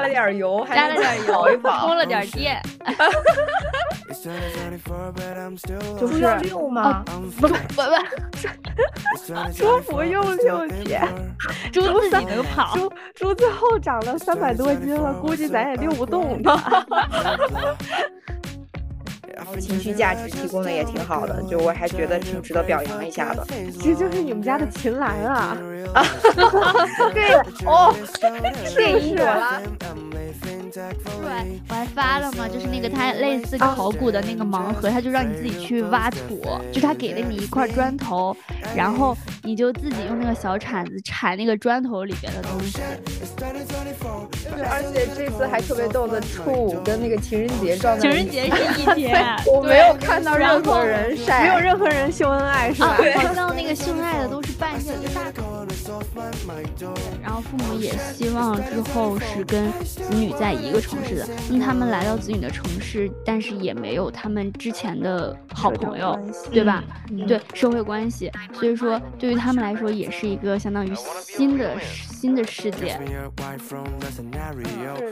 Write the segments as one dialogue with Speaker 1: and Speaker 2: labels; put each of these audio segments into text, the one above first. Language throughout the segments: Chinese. Speaker 1: 了点油，还
Speaker 2: 加了点油，
Speaker 1: 跑一跑，
Speaker 2: 充了点 电。
Speaker 1: 就是
Speaker 3: 猪肉六吗？
Speaker 2: 不 不，
Speaker 4: 猪不用救姐，
Speaker 2: 猪自己能跑。
Speaker 4: 猪猪最后长了 三百多斤了，估计咱也遛不动它。
Speaker 1: 情绪价值提供的也挺好的，就我还觉得挺值得表扬一下的。
Speaker 4: 这就是你们家的秦岚啊！
Speaker 1: 对哦，
Speaker 4: 是不是？
Speaker 2: 对，我还发了嘛，就是那个它类似考古的那个盲盒，它就让你自己去挖土，就是它给了你一块砖头，然后你就自己用那个小铲子铲那个砖头里边的东西。
Speaker 1: 对，而且这次还特别逗的，初五跟那个情人节撞在
Speaker 2: 情
Speaker 1: 一起，
Speaker 2: 人节是 一天
Speaker 1: 我没有看到
Speaker 2: 然
Speaker 1: 任
Speaker 2: 后
Speaker 1: 何人
Speaker 4: 没有
Speaker 1: 晒，
Speaker 4: 任何人秀恩爱是
Speaker 2: 啊
Speaker 4: 吧？，
Speaker 2: 看到那个秀爱的都是半夜的大狗。然后父母也希望之后是跟子女在一个城市的，那他们来到子女的城市，但是也没有他们之前的好朋友，对吧？
Speaker 1: 嗯
Speaker 2: 对社会关系，所以说对于他们来说也是一个相当于新的新的世界。
Speaker 4: 是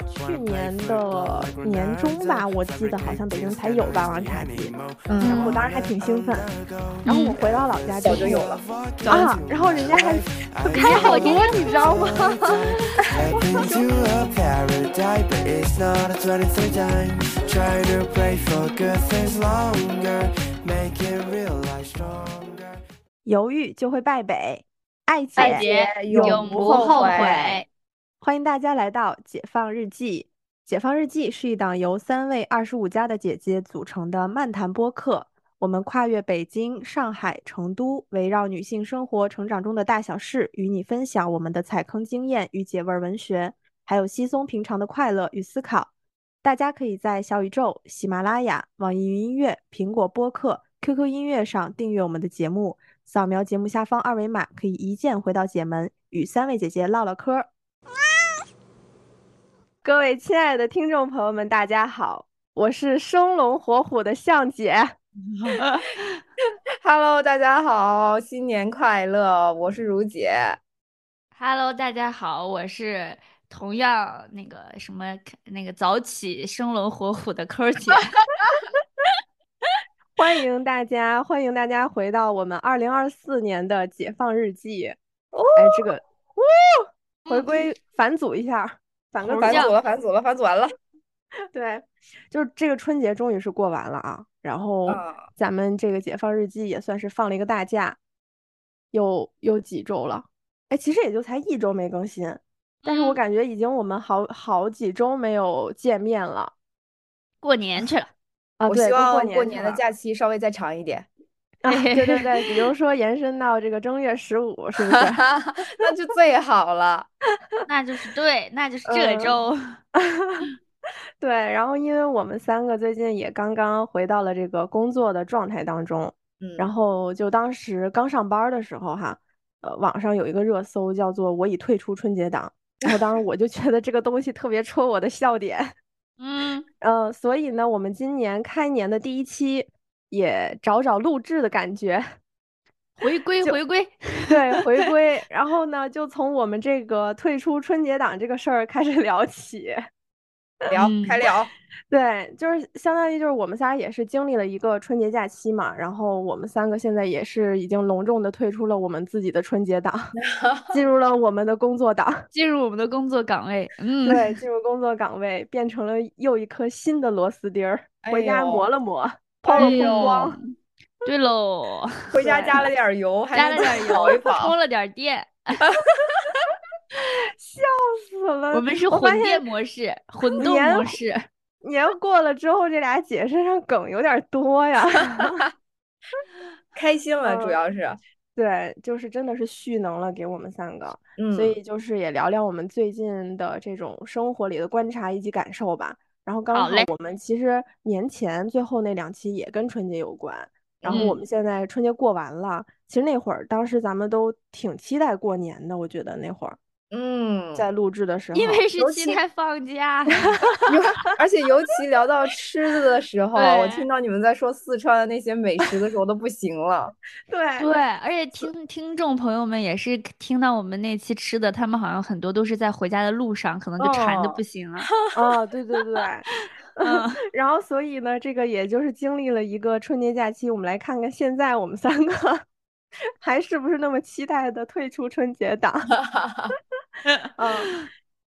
Speaker 4: 去年的年中吧，我记得好像北京才有霸王茶姬，
Speaker 1: 嗯，
Speaker 4: 我当时还挺兴奋。然后我回到老家
Speaker 1: 早
Speaker 4: 就
Speaker 1: 就有了。
Speaker 4: 啊，然后人家还
Speaker 2: 开好多，你知道吗？
Speaker 5: I've been to a paradise, but it's not a 23 time. Try to pray for good things longer, make it real life stronger.
Speaker 4: 犹豫就会败北，爱姐
Speaker 2: 爱姐
Speaker 1: 永不后悔。
Speaker 4: 欢迎大家来到《解放日记》。《解放日记》是一档由三位二十五加的姐姐组成的漫谈播客。我们跨越北京、上海、成都，围绕女性生活成长中的大小事，与你分享我们的踩坑经验与解味儿文学，还有稀松平常的快乐与思考。大家可以在小宇宙、喜马拉雅、网易云音乐、苹果播客、QQ 音乐上订阅我们的节目，扫描节目下方二维码，可以一键回到姐门，与三位姐姐唠唠嗑儿。各位亲爱的听众朋友们，大家好，我是生龙活虎的向姐。
Speaker 1: Hello，大家好，新年快乐！我是如姐，
Speaker 2: Hello，大家好，我是同样那个什么那个早起生龙活虎的抠儿 姐。
Speaker 4: 欢迎大家，欢迎大家回到我们二零二四年的解放日记。哎，这个，呜，回归返祖一下，返个
Speaker 2: 猴
Speaker 4: 返
Speaker 1: 反
Speaker 2: 叫
Speaker 4: 祖。
Speaker 1: 祖了，反祖了，反祖完了。
Speaker 4: 对，就是这个春节终于是过完了啊，然后
Speaker 1: 嗯
Speaker 4: 咱们这个解放日记也算是放了一个大假，有有几周了，哎，其实也就才一周没更新，但是我
Speaker 2: 嗯
Speaker 4: 感觉已经我们好好几周没有见面了
Speaker 2: 过年去了，
Speaker 4: 啊，
Speaker 1: 我
Speaker 4: 对，
Speaker 1: 希
Speaker 4: 都
Speaker 1: 望
Speaker 4: 年
Speaker 1: 过
Speaker 4: 去
Speaker 1: 年的
Speaker 4: 了
Speaker 1: 假期稍微再长 一点。
Speaker 4: 啊，对对对，比如说延伸到这个正月十五，是不是？
Speaker 1: 那就最好了。
Speaker 2: 那就是对，那就是这
Speaker 4: 嗯
Speaker 2: 周。
Speaker 4: 对，然后因为我们三个最近也刚刚回到了这个工作的状态当中，
Speaker 1: 嗯，
Speaker 4: 然后就当时刚上班儿的时候哈，呃，网上有一个热搜叫做“我已退出春节档”，然后当时我就觉得这个东西特别戳我的笑点，
Speaker 2: 嗯，
Speaker 4: 呃，所以呢，我们今年开年的第一期也找找录制的感觉，
Speaker 2: 回归
Speaker 4: 就
Speaker 2: 回归，
Speaker 4: 对，回归，然后呢，就从我们这个退出春节档这个事儿开始聊起。
Speaker 1: 聊
Speaker 2: 嗯
Speaker 1: 开聊，
Speaker 4: 对，就是相当于就是我们仨也是经历了一个春节假期嘛，然后我们三个现在也是已经隆重的退出了我们自己的春节档， 进入了我们的工作档，
Speaker 2: 进入我们的工作岗位。嗯，
Speaker 4: 对，进入工作岗位，变成了又一颗新的螺丝钉儿，回家
Speaker 1: 哎呦
Speaker 4: 磨了 磨，抛
Speaker 2: 哎
Speaker 4: 了
Speaker 2: 呦
Speaker 4: 空光，
Speaker 2: 对喽，
Speaker 1: 回家
Speaker 4: 对
Speaker 1: 加了点油，还
Speaker 2: 加了
Speaker 1: 能
Speaker 2: 点
Speaker 1: 跑一
Speaker 2: 油，充
Speaker 1: 跑。
Speaker 2: 了点电。
Speaker 4: 死了！
Speaker 2: 我们是
Speaker 4: 嗯我发
Speaker 2: 混
Speaker 4: 现
Speaker 2: 电模式，混动
Speaker 4: 年
Speaker 2: 模式。
Speaker 4: 年过了之后，这俩姐身上梗有点儿多 呀。
Speaker 1: 开心了，主
Speaker 4: 嗯
Speaker 1: 要是，
Speaker 4: 对，就是真的是蓄能了给我们三个。
Speaker 1: 嗯，
Speaker 4: 所以就是也聊聊我们最近的这种生活里的观察以及感受吧。然后刚
Speaker 2: 好
Speaker 4: 好
Speaker 2: 嘞
Speaker 4: 我们其实年前最后那两期也跟春节有关，然后我
Speaker 2: 嗯
Speaker 4: 们现在春节过完了，其实那会儿当时咱们都挺期待过年的，我觉得那会儿
Speaker 1: 嗯，
Speaker 4: 在录制的时候，
Speaker 2: 因为是
Speaker 1: 尤
Speaker 2: 期
Speaker 1: 其
Speaker 2: 待放假，
Speaker 1: 尤而且尤其聊到吃的的时候，我
Speaker 2: 对
Speaker 1: 听到你们在说四川的那些美食的时候，我都不行了。
Speaker 4: 对
Speaker 2: 对，而且听听众朋友们也是听到我们那期吃的，他们好像很多都是在回家的路上，可能就馋的
Speaker 1: 哦
Speaker 2: 不行了。
Speaker 4: 哦，对对对。
Speaker 2: 嗯，
Speaker 4: 然后，所以呢，这个也就是经历了一个春节假期，我们来看看现在我们三个 还是不是那么期待的退出春节档。 嗯，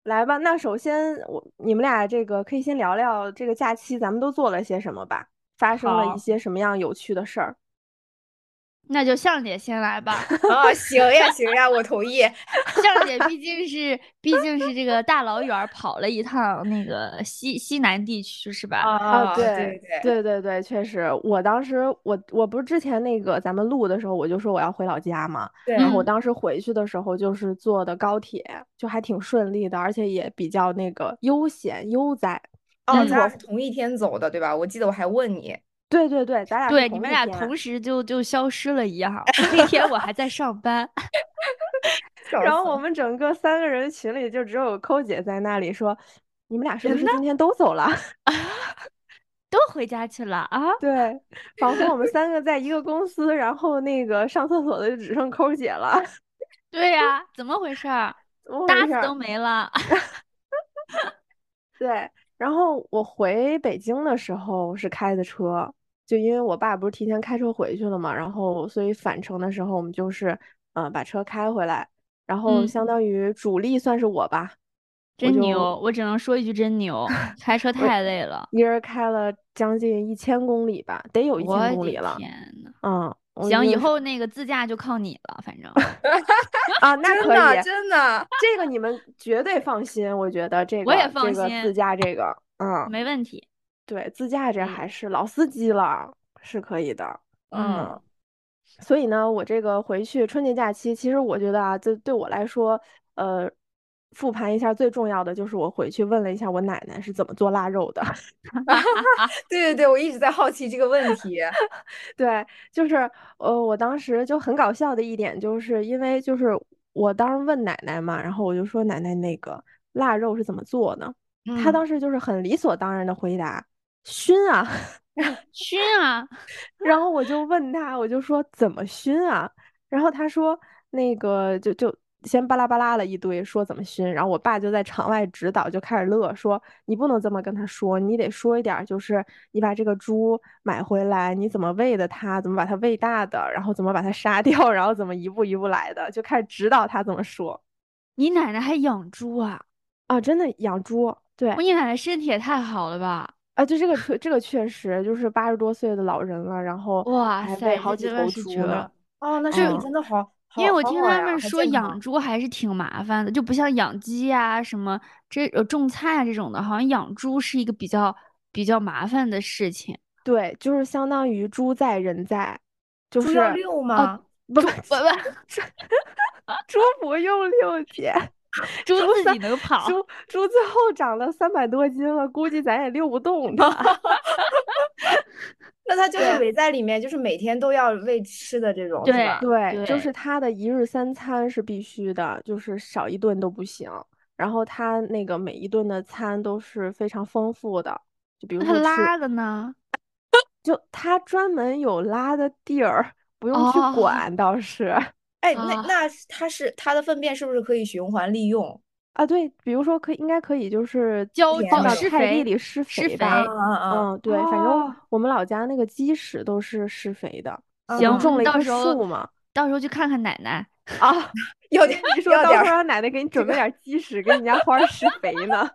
Speaker 4: 来吧，那首先我你们俩这个可以先聊聊这个假期咱们都做了些什么吧，发生了
Speaker 2: 好
Speaker 4: 一些什么样有趣的事儿。
Speaker 2: 那就向姐先来吧。
Speaker 1: 啊，行呀，行呀，我同意。啊
Speaker 2: 向姐毕竟是毕竟是这个大老远儿跑了一趟那个西西南地区是吧？
Speaker 1: 啊
Speaker 4: 对
Speaker 1: 对
Speaker 4: 对
Speaker 1: 对，
Speaker 4: 对对，确实，我当时我我不是之前那个咱们录的时候，我就说我要回老家嘛，
Speaker 1: 对
Speaker 4: 然后我
Speaker 2: 嗯
Speaker 4: 当时回去的时候就是坐的高铁，就还挺顺利的，而且也比较那个悠闲悠哉。
Speaker 1: 哦，
Speaker 2: 嗯
Speaker 1: 咱俩是同一天走的，对吧？我记得我还问你，
Speaker 4: 对对对，咱俩是
Speaker 2: 对，你
Speaker 4: 同
Speaker 2: 们
Speaker 4: 一
Speaker 2: 俩
Speaker 4: 天
Speaker 2: 同时就就消失了 一样。那天我还在上班，
Speaker 1: 笑
Speaker 4: 然后
Speaker 1: 死
Speaker 4: 我们整个三个人群里就只有抠姐在那里说，你们俩是不是今天都走了？
Speaker 2: 都回家去了啊。
Speaker 4: 对，仿佛我们三个在一个公司，然后那个上厕所的就只剩抠姐了，
Speaker 2: 对呀、怎么回事儿？
Speaker 4: 怎么回
Speaker 2: 搭
Speaker 4: 事
Speaker 2: 子
Speaker 4: 儿
Speaker 2: 都没了。
Speaker 4: 对，然后我回北京的时候是开的车，就因为我爸不是提前开车回去了嘛，然后所以返程的时候我们就是，嗯、把车开回来，然后
Speaker 2: 嗯
Speaker 4: 相当于主力算是我吧，我
Speaker 2: 真
Speaker 4: 就
Speaker 2: 牛！我只能说一句 真牛，开车太累了，
Speaker 4: 一人开了将近一千公里吧，得有一
Speaker 2: 我
Speaker 4: 千公
Speaker 2: 的
Speaker 4: 里了，
Speaker 2: 天呐。
Speaker 4: 嗯，我
Speaker 2: 行，
Speaker 4: 因
Speaker 2: 以
Speaker 4: 为
Speaker 2: 后那个自驾就靠你了， 反正
Speaker 4: 啊，那
Speaker 1: 真
Speaker 4: 可以
Speaker 1: 的，真的，
Speaker 4: 这个你们绝对放心，我觉得这
Speaker 2: 我也
Speaker 4: 个
Speaker 2: 放
Speaker 4: 这个自
Speaker 2: 心
Speaker 4: 驾这个，嗯，
Speaker 2: 没问题。
Speaker 4: 对，自驾这
Speaker 2: 嗯
Speaker 4: 还是老司机了，是可以的。
Speaker 2: 嗯，
Speaker 4: 所以呢，我这个回去春节假期，其实我觉得啊，这对我来说，呃，复盘一下最重要的就是我回去问了一下我奶奶是怎么做腊肉的。
Speaker 1: 对对对，我一直在好奇这个问 题。
Speaker 4: 对，就是呃，我当时就很搞笑的一点，就是因为就是我当时问奶奶嘛，然后我就说奶奶那个腊肉是怎么做的，她
Speaker 1: 嗯
Speaker 4: 当时就是很理所当然的回答熏啊，
Speaker 2: 熏啊，
Speaker 4: 然后我就问她，我就说怎么熏啊，然后她说那个就就。先巴拉巴拉了一堆，说怎么熏，然后我爸就在场外指导，就开始乐，说你不能这么跟他说，你得说一点儿，就是你把这个猪买回来，你怎么喂的它，怎么把它喂大的，然后怎么把它杀 掉，然后怎么一步一步来的，就开始指导他怎么说。
Speaker 2: 你奶奶还养猪啊？
Speaker 4: 啊，真的养猪，对，
Speaker 2: 哇你奶奶身体也太好了吧！
Speaker 4: 啊，就这个确这个确实就是八十多岁的老人了，然后
Speaker 2: 哇
Speaker 4: 还
Speaker 2: 塞
Speaker 4: 喂好
Speaker 2: 这
Speaker 4: 几
Speaker 2: 真的
Speaker 4: 头
Speaker 2: 是
Speaker 4: 猪
Speaker 2: 绝
Speaker 4: 呢
Speaker 2: 了。
Speaker 1: 哦，那
Speaker 4: 嗯
Speaker 1: 身体真的好，
Speaker 2: 因为
Speaker 1: 好
Speaker 2: 我
Speaker 1: 好
Speaker 2: 听
Speaker 1: 好
Speaker 2: 他
Speaker 1: 呀
Speaker 2: 们
Speaker 1: 好
Speaker 2: 说
Speaker 1: 健
Speaker 2: 养
Speaker 1: 康
Speaker 2: 猪还是挺麻烦的，就不像养鸡啊什么这呃种菜啊这种的，好像养猪是一个比较比较麻烦的事情。
Speaker 4: 对，就是相当于猪在人在，就
Speaker 1: 猪
Speaker 4: 是
Speaker 1: 要遛吗？
Speaker 2: 哦
Speaker 4: 不不
Speaker 2: 不不，
Speaker 4: 猪不用遛 姐，
Speaker 2: 猪
Speaker 4: 猪
Speaker 2: 自
Speaker 4: 三
Speaker 2: 己能跑，
Speaker 4: 猪猪最后长了三百多斤了，估计咱也遛不动它。
Speaker 1: 那它就是围在里面，就是每天都要喂吃的这种，是
Speaker 2: 对
Speaker 1: 吧？
Speaker 4: 对，就
Speaker 2: 对
Speaker 4: 是他的一日三餐是必须的，就是少一顿都不行。然后他那个每一顿的餐都是非常丰富的，就比如
Speaker 2: 那它
Speaker 4: 说吃，
Speaker 2: 拉的呢？
Speaker 4: 就他专门有拉的地儿，不用去
Speaker 2: 哦
Speaker 4: 管，倒是
Speaker 1: 哎，那
Speaker 2: 啊
Speaker 1: 那是它是它的粪便是不是可以循环利用？
Speaker 4: 啊，对，比如说可以，应该可以就是
Speaker 2: 浇
Speaker 1: 田
Speaker 4: 放
Speaker 1: 里
Speaker 4: 到
Speaker 2: 施
Speaker 4: 菜地
Speaker 2: 肥
Speaker 4: 里施
Speaker 2: 施
Speaker 4: 肥吧
Speaker 1: 啊
Speaker 2: 肥。
Speaker 1: 啊啊！
Speaker 4: 嗯，对，反正
Speaker 1: 哦
Speaker 4: 我们老家那个鸡屎都是施肥的，
Speaker 1: 嗯
Speaker 2: 行
Speaker 4: 我们种了一
Speaker 2: 到
Speaker 4: 棵
Speaker 2: 时候
Speaker 4: 树嘛。
Speaker 2: 到时候去看看奶奶。
Speaker 4: 啊，
Speaker 1: 有点
Speaker 4: 你说
Speaker 1: 要
Speaker 4: 到
Speaker 1: 点
Speaker 4: 时候
Speaker 1: 儿
Speaker 4: 让奶奶给你准备点鸡屎，给你家花儿施肥呢。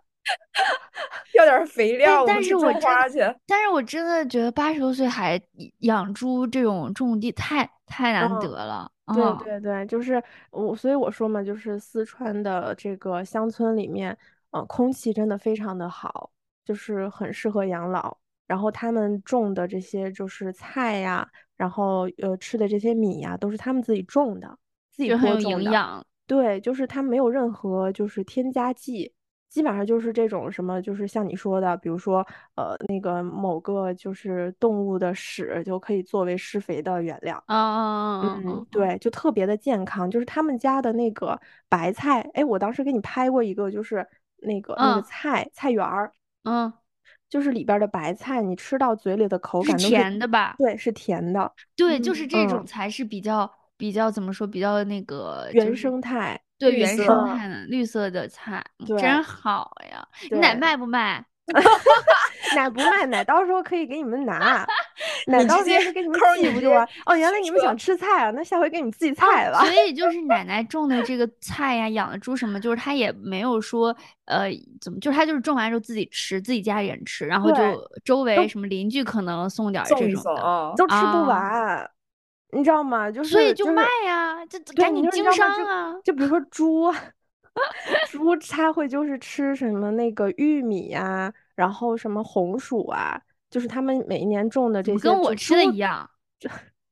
Speaker 1: 要点儿肥料，我
Speaker 2: 但
Speaker 1: 们
Speaker 2: 是
Speaker 1: 去
Speaker 2: 我
Speaker 1: 种
Speaker 2: 真
Speaker 1: 花去。
Speaker 2: 但是我真的觉得八十多岁还养猪这种种地太太难
Speaker 4: 嗯
Speaker 2: 得了。
Speaker 4: 对
Speaker 2: 嗯
Speaker 4: 对对，就是我，所以我说嘛，就是四川的这个乡村里面，呃，空气真的非常的好，就是很适合养老。然后他们种的这些就是菜呀，然后呃吃的这些米呀，都是他们自己种的，自己
Speaker 2: 就很
Speaker 4: 播
Speaker 2: 有
Speaker 4: 种
Speaker 2: 营
Speaker 4: 的。
Speaker 2: 养。
Speaker 4: 对，就是它没有任何就是添加剂，基本上就是这种什么，就是像你说的，比如说呃那个某个就是动物的屎就可以作为施肥的原料。
Speaker 2: 啊啊啊！
Speaker 4: 嗯，对，就特别的健康。就是他们家的那个白菜，哎，我当时给你拍过一个，就是那个、那个
Speaker 2: 嗯
Speaker 4: 菜菜园儿，
Speaker 2: 嗯，
Speaker 4: 就是里边儿的白菜，你吃到嘴里的口
Speaker 2: 是
Speaker 4: 感都
Speaker 2: 甜的吧？
Speaker 4: 对，是甜的，
Speaker 2: 对，就是这
Speaker 4: 嗯
Speaker 2: 种才是比较比较怎么说，比较那个就
Speaker 4: 原
Speaker 2: 是
Speaker 4: 生态。
Speaker 2: 对
Speaker 1: 绿
Speaker 2: 原
Speaker 1: 色
Speaker 2: 生态的绿色的菜，嗯
Speaker 4: 对
Speaker 2: 真好呀！你奶
Speaker 4: 对
Speaker 2: 卖不卖？
Speaker 4: 奶不卖，奶到时候可以给你们 拿，奶
Speaker 1: 你
Speaker 4: 到
Speaker 1: 直
Speaker 4: 时候
Speaker 1: 接
Speaker 4: 就给你们
Speaker 1: 抠儿
Speaker 4: 寄
Speaker 1: 你
Speaker 4: 不
Speaker 1: 直
Speaker 4: 就
Speaker 1: 接
Speaker 4: 完？哦，原来你们
Speaker 1: 说
Speaker 4: 想吃菜啊，那下回给你们寄菜吧。
Speaker 2: 哦所以就是奶奶种的这个菜呀，养的猪什么，就是她也没有说呃怎么，就是她就是种完之后自己吃，自己家里人吃，然后
Speaker 4: 对
Speaker 2: 就周围什么邻居可能送点儿
Speaker 1: 送
Speaker 2: 这
Speaker 1: 一
Speaker 2: 种
Speaker 1: 送
Speaker 2: 的，
Speaker 1: 啊，
Speaker 4: 都吃
Speaker 2: 啊
Speaker 4: 不完，你知道吗？就是
Speaker 2: 所以
Speaker 4: 就
Speaker 2: 就是卖呀，这这
Speaker 4: 对
Speaker 2: 赶
Speaker 4: 你
Speaker 2: 紧
Speaker 4: 就是
Speaker 2: 经
Speaker 4: 你知道吗
Speaker 2: 商啊！
Speaker 4: 就比如说猪， 猪它会就是吃什么那个玉米呀、然后什么红薯啊，就是他们每一年种的这
Speaker 2: 怎么
Speaker 4: 些，
Speaker 2: 跟我
Speaker 4: 就
Speaker 2: 吃的
Speaker 4: 猪
Speaker 2: 一样？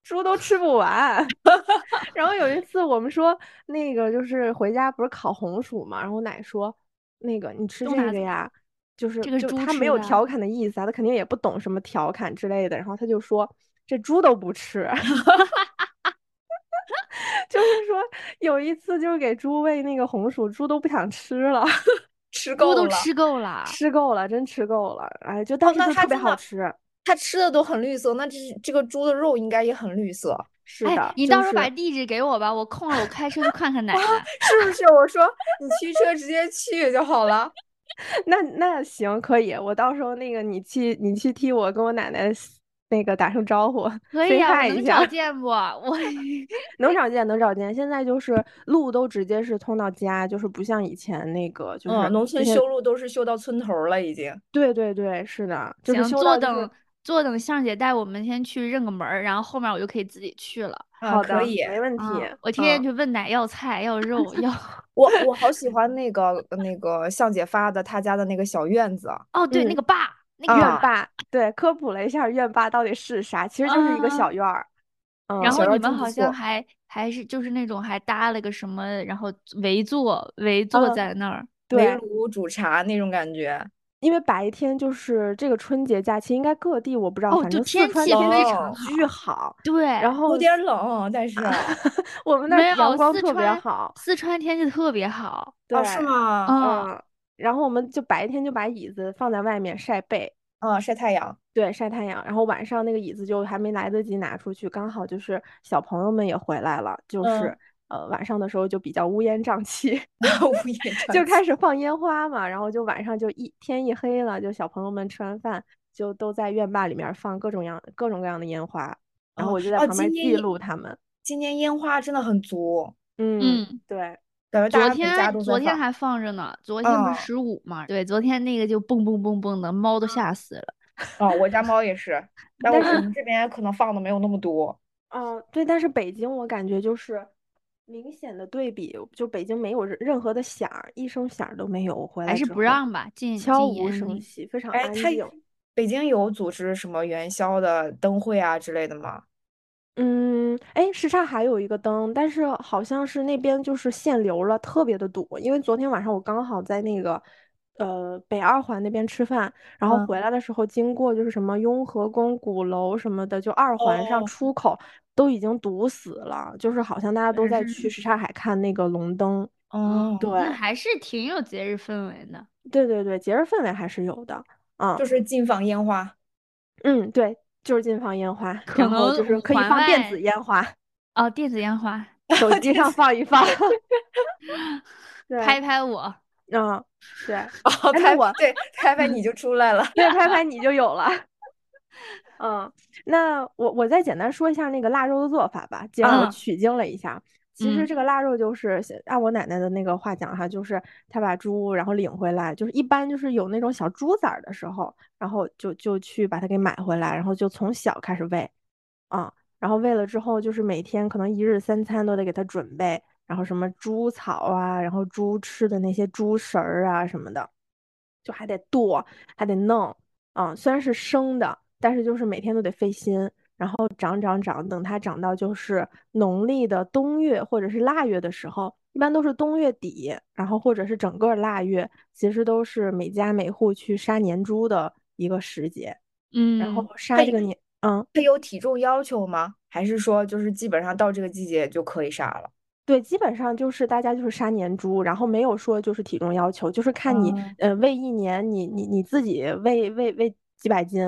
Speaker 4: 猪都吃不完。 然后 有一次我们说那个就是回家不是烤红薯嘛，然后我奶说那个你吃
Speaker 2: 都
Speaker 4: 这
Speaker 2: 拿
Speaker 4: 个
Speaker 2: 走
Speaker 4: 呀，就是
Speaker 2: 这个是
Speaker 4: 就
Speaker 2: 猪
Speaker 4: 他
Speaker 2: 吃
Speaker 4: 没有
Speaker 2: 的啊
Speaker 4: 调侃的意思啊，他肯定也不懂什么调侃之类的，然后他就说这猪都不 吃。 就是说，有一次就是给猪喂那个红薯，猪都不想吃了，
Speaker 1: 吃
Speaker 2: 猪
Speaker 1: 够
Speaker 2: 都
Speaker 1: 了。
Speaker 2: 吃够了，
Speaker 4: 吃够了，真吃够了，哎，
Speaker 2: 哦
Speaker 4: 就但是
Speaker 1: 那
Speaker 4: 就
Speaker 1: 它
Speaker 4: 特别
Speaker 1: 真的
Speaker 4: 好吃。
Speaker 1: 它吃的都很绿色，那这这个猪的肉应该也很 绿色，
Speaker 4: 是
Speaker 2: 哎
Speaker 4: 的，
Speaker 2: 你
Speaker 4: 就
Speaker 2: 到时候
Speaker 4: 是
Speaker 2: 把地址给我吧，我空了我开车去 看看奶奶。
Speaker 1: 是不是？我说你驱车直接去就好了。
Speaker 4: 那那行可以，我到时候那个你去你去替我跟我奶奶 s- 那个打声招呼
Speaker 2: 可
Speaker 4: ，say
Speaker 2: 以啊，我
Speaker 4: hi 一
Speaker 2: 能
Speaker 4: 下
Speaker 2: 找，见不？ 我
Speaker 4: 能找见能找见。现在就是路都直接是通到家，就是不像以前那个就是
Speaker 1: 嗯，农村
Speaker 4: 之前
Speaker 1: 修路都是修到村头儿了，已经。
Speaker 4: 对对对，是的，就是
Speaker 2: 行，
Speaker 4: 修
Speaker 2: 坐
Speaker 4: 到就是
Speaker 2: 等坐等向姐带我们先去认个门儿，然后后面我就可以自己去了。
Speaker 1: 啊
Speaker 4: 好
Speaker 1: 可
Speaker 4: 的，
Speaker 1: 以
Speaker 4: 没问题
Speaker 2: 啊，我天天
Speaker 4: 嗯
Speaker 2: 去问奶要菜要肉 要
Speaker 1: 我我好喜欢那个那个向姐发的她家的那个小院子，
Speaker 2: 哦，对，那
Speaker 4: 嗯
Speaker 2: 个爸，那
Speaker 1: 啊
Speaker 2: 个
Speaker 4: 院
Speaker 2: 爸，
Speaker 4: 坝，对，科普了一下院坝到底是啥，其实就是一个
Speaker 2: 啊
Speaker 4: 小院儿。嗯，
Speaker 2: 然
Speaker 1: 小
Speaker 2: 后
Speaker 1: 院
Speaker 2: 你
Speaker 1: 儿真
Speaker 2: 们
Speaker 1: 不
Speaker 2: 好
Speaker 1: 错
Speaker 2: 像还还是就是那种还搭了个什么，然后围坐围坐
Speaker 4: 嗯
Speaker 2: 在那儿，
Speaker 1: 围
Speaker 4: 对，
Speaker 1: 炉煮茶那种感觉。
Speaker 4: 因为白天就是这个春节假期，应该各地我不知道，
Speaker 2: 哦，
Speaker 4: 反
Speaker 2: 就
Speaker 4: 正四川
Speaker 2: 气非
Speaker 1: 天气
Speaker 2: 常好，
Speaker 4: 巨好，
Speaker 2: 对，
Speaker 4: 然后
Speaker 1: 有点冷， 但是啊，
Speaker 4: 我们那
Speaker 2: 没
Speaker 4: 儿
Speaker 2: 有
Speaker 4: 阳光
Speaker 2: 四
Speaker 4: 特别
Speaker 2: 川
Speaker 4: 好，
Speaker 2: 四川天气特别好，
Speaker 4: 对，
Speaker 1: 哦是吗？
Speaker 2: 嗯，
Speaker 4: 嗯，然后我们就白天就把椅子放在外面晒被，
Speaker 1: 啊，晒太阳。
Speaker 4: 对，晒太阳，然后晚上那个椅子就还没来得及拿出去，刚好就是小朋友们也回来了，
Speaker 1: 嗯
Speaker 4: 就是、呃晚上的时候就比较乌烟瘴 气，
Speaker 1: 乌 烟瘴
Speaker 4: 就
Speaker 1: 气
Speaker 4: 开始放烟花嘛，然后就晚上就一天一黑了，就小朋友们吃完饭就都在院坝里面放各种样各种各样的烟花，然后
Speaker 1: 哦
Speaker 4: 我就在
Speaker 1: 哦
Speaker 4: 旁
Speaker 1: 今
Speaker 4: 边
Speaker 1: 天
Speaker 4: 记
Speaker 1: 也
Speaker 4: 录他们，
Speaker 1: 今年烟花真的很足，
Speaker 4: 嗯，
Speaker 2: 嗯
Speaker 4: 对，
Speaker 1: 感觉大
Speaker 2: 昨
Speaker 1: 家每家
Speaker 2: 天
Speaker 1: 都
Speaker 2: 昨
Speaker 1: 在
Speaker 2: 天
Speaker 1: 放。
Speaker 2: 还放着呢，昨天不
Speaker 1: 嗯
Speaker 2: 是十五嘛？对，昨天那个就蹦蹦蹦蹦的，
Speaker 4: 嗯
Speaker 2: 猫都吓死了。
Speaker 1: 啊，我家猫 也是，但
Speaker 4: 但
Speaker 1: 我们这边可能放的没有那么多。
Speaker 4: 嗯，对，但是北京我感觉就是明显的对比，就北京没有任任何的响儿，一声响儿都没有。我回
Speaker 2: 还
Speaker 4: 来
Speaker 2: 是
Speaker 4: 之
Speaker 2: 不
Speaker 4: 后
Speaker 2: 让吧，禁
Speaker 4: 悄
Speaker 2: 禁
Speaker 4: 无
Speaker 2: 言
Speaker 4: 声
Speaker 2: 令。
Speaker 4: 息，非常
Speaker 1: 哎，
Speaker 4: 嗯安
Speaker 1: 他
Speaker 4: 静。
Speaker 1: 北京有组织什么元宵的灯会啊之类的吗？
Speaker 4: 嗯，哎，什刹海有一个灯，但是好像是那边就是限流了，特别的堵。因为昨天晚上我刚好在那个呃北二环那边吃饭，然后
Speaker 1: 嗯
Speaker 4: 回来的时候经过就是什么雍和宫、鼓楼什么的，就二环上
Speaker 1: 哦
Speaker 4: 出口都已经堵死了，就是好像大家都在去
Speaker 2: 嗯
Speaker 4: 什刹海看那个龙灯。
Speaker 1: 哦，
Speaker 2: 那
Speaker 4: 对
Speaker 2: 还是挺有节日氛围的。
Speaker 4: 对对对，节日氛围还是有的。嗯
Speaker 1: 就是禁放烟花。
Speaker 4: 嗯，对，就是禁放烟花，
Speaker 2: 可
Speaker 4: 然后就
Speaker 2: 能
Speaker 4: 是可以
Speaker 2: 环
Speaker 4: 放电
Speaker 2: 外
Speaker 4: 子烟花，
Speaker 2: 哦，电子烟花，
Speaker 4: 手机上放一 放。对，
Speaker 2: 拍拍我。
Speaker 4: 嗯，对哎
Speaker 1: 哦，
Speaker 4: 那
Speaker 1: 拍
Speaker 4: 我
Speaker 1: 对拍拍你就出来了。
Speaker 4: 对，拍拍你就有了。嗯，那我我再简单说一下那个腊肉的做法 吧，既然我
Speaker 2: 嗯
Speaker 4: 取经了一下，其实
Speaker 2: 嗯
Speaker 4: 这个腊肉就是先按我奶奶的那个话讲哈，就是她把猪然后领回来，就是一般就是有那种小猪崽儿的时候，然后就就去把它给买回来，然后就从小开始喂，啊、然后喂了之后就是每天可能一日三餐都得给它准备，然后什么猪草啊，然后猪吃的那些猪食儿啊什么的，就还得剁，还得弄，嗯，虽然是生的，但是就是每天都得费心，然后长长长，等它长到就是农历的冬月或者是腊月的时候，一般都是冬月底，然后或者是整个腊月，其实都是每家每户去杀年猪的一个时节。
Speaker 2: 嗯，
Speaker 4: 然后杀这个年，嗯，
Speaker 1: 它有体重要求吗？还是说就是基本上到这个季节就可以杀了？
Speaker 4: 对，基本上就是大家就是杀年猪，然后没有说就是体重要求，就是看你
Speaker 1: 哦
Speaker 4: 呃喂一年你你你自己喂喂喂几百斤，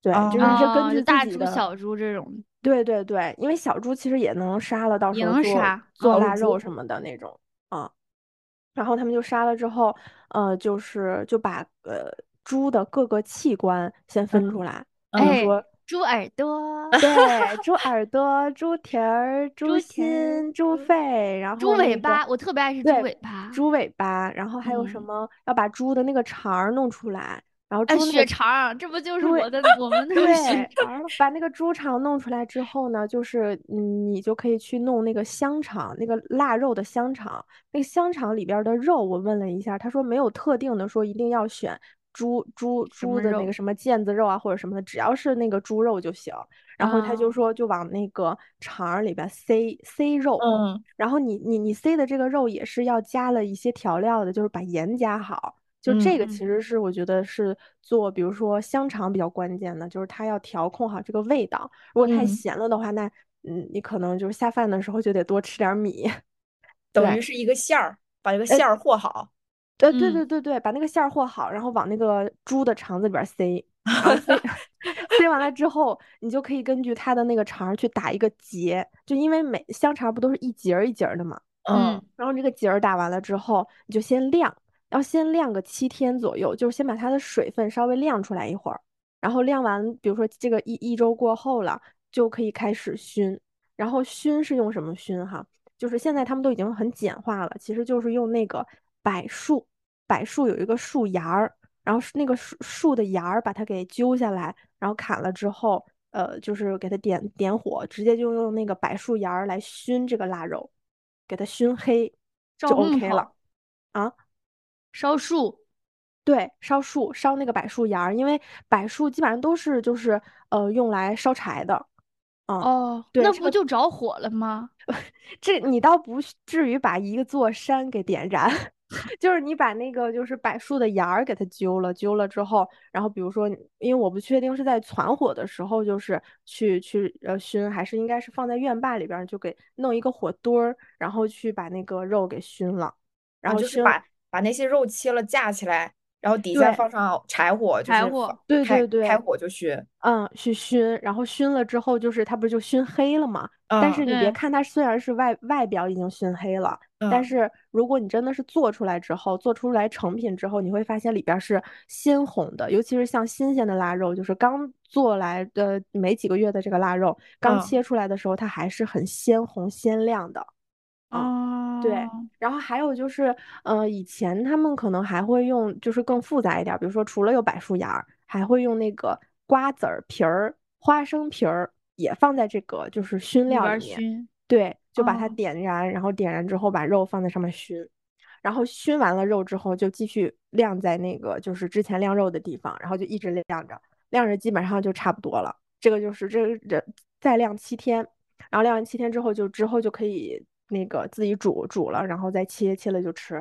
Speaker 4: 对，就是这
Speaker 2: 哦
Speaker 4: 根据
Speaker 2: 就大
Speaker 4: 自己
Speaker 2: 猪
Speaker 4: 的。
Speaker 2: 小猪这种，
Speaker 4: 对对对，因为小猪其实也能杀了，到时
Speaker 2: 也
Speaker 4: 候
Speaker 2: 能
Speaker 4: 做
Speaker 2: 杀
Speaker 4: 做
Speaker 1: 哦
Speaker 4: 腊
Speaker 1: 猪
Speaker 4: 肉什么的那种啊。然后他们就杀了之后，呃，就是就把呃猪的各个器官先分出来，比如
Speaker 2: 嗯哎
Speaker 4: 嗯说，
Speaker 2: 猪耳朵
Speaker 4: 对 猪耳朵、猪蹄儿、猪
Speaker 2: 猪蹄儿
Speaker 4: 心、猪肺，然后
Speaker 2: 猪尾
Speaker 4: 那个
Speaker 2: 巴，我特别爱吃猪
Speaker 4: 对
Speaker 2: 尾巴，
Speaker 4: 猪尾巴，然后还有什
Speaker 2: 嗯
Speaker 4: 么要把猪的那个肠儿弄出来，然后猪
Speaker 2: 哎，
Speaker 4: 那
Speaker 2: 血
Speaker 4: 个
Speaker 2: 肠儿，这不就是
Speaker 4: 对
Speaker 2: 我的我 们那个
Speaker 4: 对
Speaker 2: 血肠儿吗？，
Speaker 4: 把那个猪肠弄出来之后呢，就是嗯，你就可以去弄那个香肠，那个腊肉的香肠。那个香肠里边儿的肉，我问了一下，他说没有特定的说一定要选猪猪
Speaker 2: 什么
Speaker 4: 猪的那
Speaker 2: 肉
Speaker 4: 个什么腱子肉啊或者什么的，只要是那个猪肉就行。然后他就
Speaker 2: 啊
Speaker 4: 说就往那个肠儿里边塞塞肉，
Speaker 1: 嗯，
Speaker 4: 然后你你你塞的这个肉也是要加了一些调料的，就是把盐加好。就这个
Speaker 2: 嗯
Speaker 4: 其实是我觉得是做，比如说香肠比较关键的，就是它要调控好这个味道。如果太
Speaker 1: 嗯
Speaker 4: 咸了的话，那嗯，你可能就是下饭的时候就得多吃点儿米。
Speaker 1: 等
Speaker 4: 对
Speaker 1: 于是一个馅儿，把这个馅儿和好。
Speaker 4: 呃，对对
Speaker 2: 嗯
Speaker 4: 对对，把那个馅儿和好，然后往那个猪的肠子里边儿塞， 然后塞塞完了之后，你就可以根据它的那个肠儿去打一个结，就因为每香肠不都是一节儿一节儿的嘛。
Speaker 2: 嗯，
Speaker 4: 然后这个结儿打完了之后，你就先晾，要先晾个七天左右，就是先把它的水分稍微晾出来一会儿，然后晾完，比如说这个一一周过后了，就可以开始熏。然后熏是用什么熏哈？就是现在他们都已经很简化了，其实就是用那个柏树，柏树有一个树芽儿，然后是那个树树的芽儿把它给揪下来，然后砍了之后，呃，就是给它点点火，直接就用那个柏树芽儿来熏这个腊肉，给它熏黑就
Speaker 2: 烧木
Speaker 4: OK 了。啊，
Speaker 2: 烧树，
Speaker 4: 对，烧树烧那个柏树芽儿，因为柏树基本上都是就是呃用来烧柴的。嗯
Speaker 2: 哦，
Speaker 4: 对
Speaker 2: 那
Speaker 4: 这
Speaker 2: 不
Speaker 4: 个
Speaker 2: 就着火了吗？
Speaker 4: 这你倒不需至于把一个座山给点燃， 就是你把那个就是柏树的芽儿给它揪了，揪了之后，然后比如说，因为我不确定是在攒火的时候，就是去去呃熏，还是应该是放在院坝里边儿就给弄一个火堆儿，然后去把那个肉给熏了，然
Speaker 1: 啊
Speaker 4: 后
Speaker 1: 就是
Speaker 4: 熏。
Speaker 1: 把把那些肉切了架起来，然后底下
Speaker 4: 对
Speaker 1: 放上柴火，就
Speaker 2: 柴
Speaker 1: 是
Speaker 2: 火
Speaker 1: 放
Speaker 4: 对
Speaker 1: 开
Speaker 4: 对对
Speaker 1: 开火就熏。
Speaker 4: 嗯，去熏，然后熏了之后，就是它不是就熏黑了嘛？但
Speaker 1: 嗯
Speaker 4: 是你别
Speaker 2: 对
Speaker 4: 看它虽然是外外表已经熏黑了，但
Speaker 1: 嗯
Speaker 4: 是如果你真的是做出来之后，做出来成品之后，你会发现里边儿是鲜红的，尤其是像新鲜的腊肉，就是刚做来的没几个月的这个腊肉，刚
Speaker 1: 嗯
Speaker 4: 切出来的时候，它还是很鲜红鲜亮的。
Speaker 1: 嗯
Speaker 2: 哦，
Speaker 4: 对然后还有就是，呃，以前他们可能还会用，就是更复杂一点儿，比如说除了有柏树芽儿，还会用那个瓜子儿皮儿、花生皮儿也放在这个就是熏
Speaker 2: 里
Speaker 4: 料
Speaker 2: 边儿
Speaker 4: 里面，
Speaker 2: 熏，
Speaker 4: 对，就把它
Speaker 2: 哦
Speaker 4: 点燃，然后点燃之后把肉放在上面熏，然后熏完了肉之后就继续晾在那个就是之前晾肉的地方，然后就一直晾着，晾着基本上就差不多了。这个就是这个这再晾七天，然后晾完七天之后就之后就可以那个自己煮煮了，然后再切切了就吃。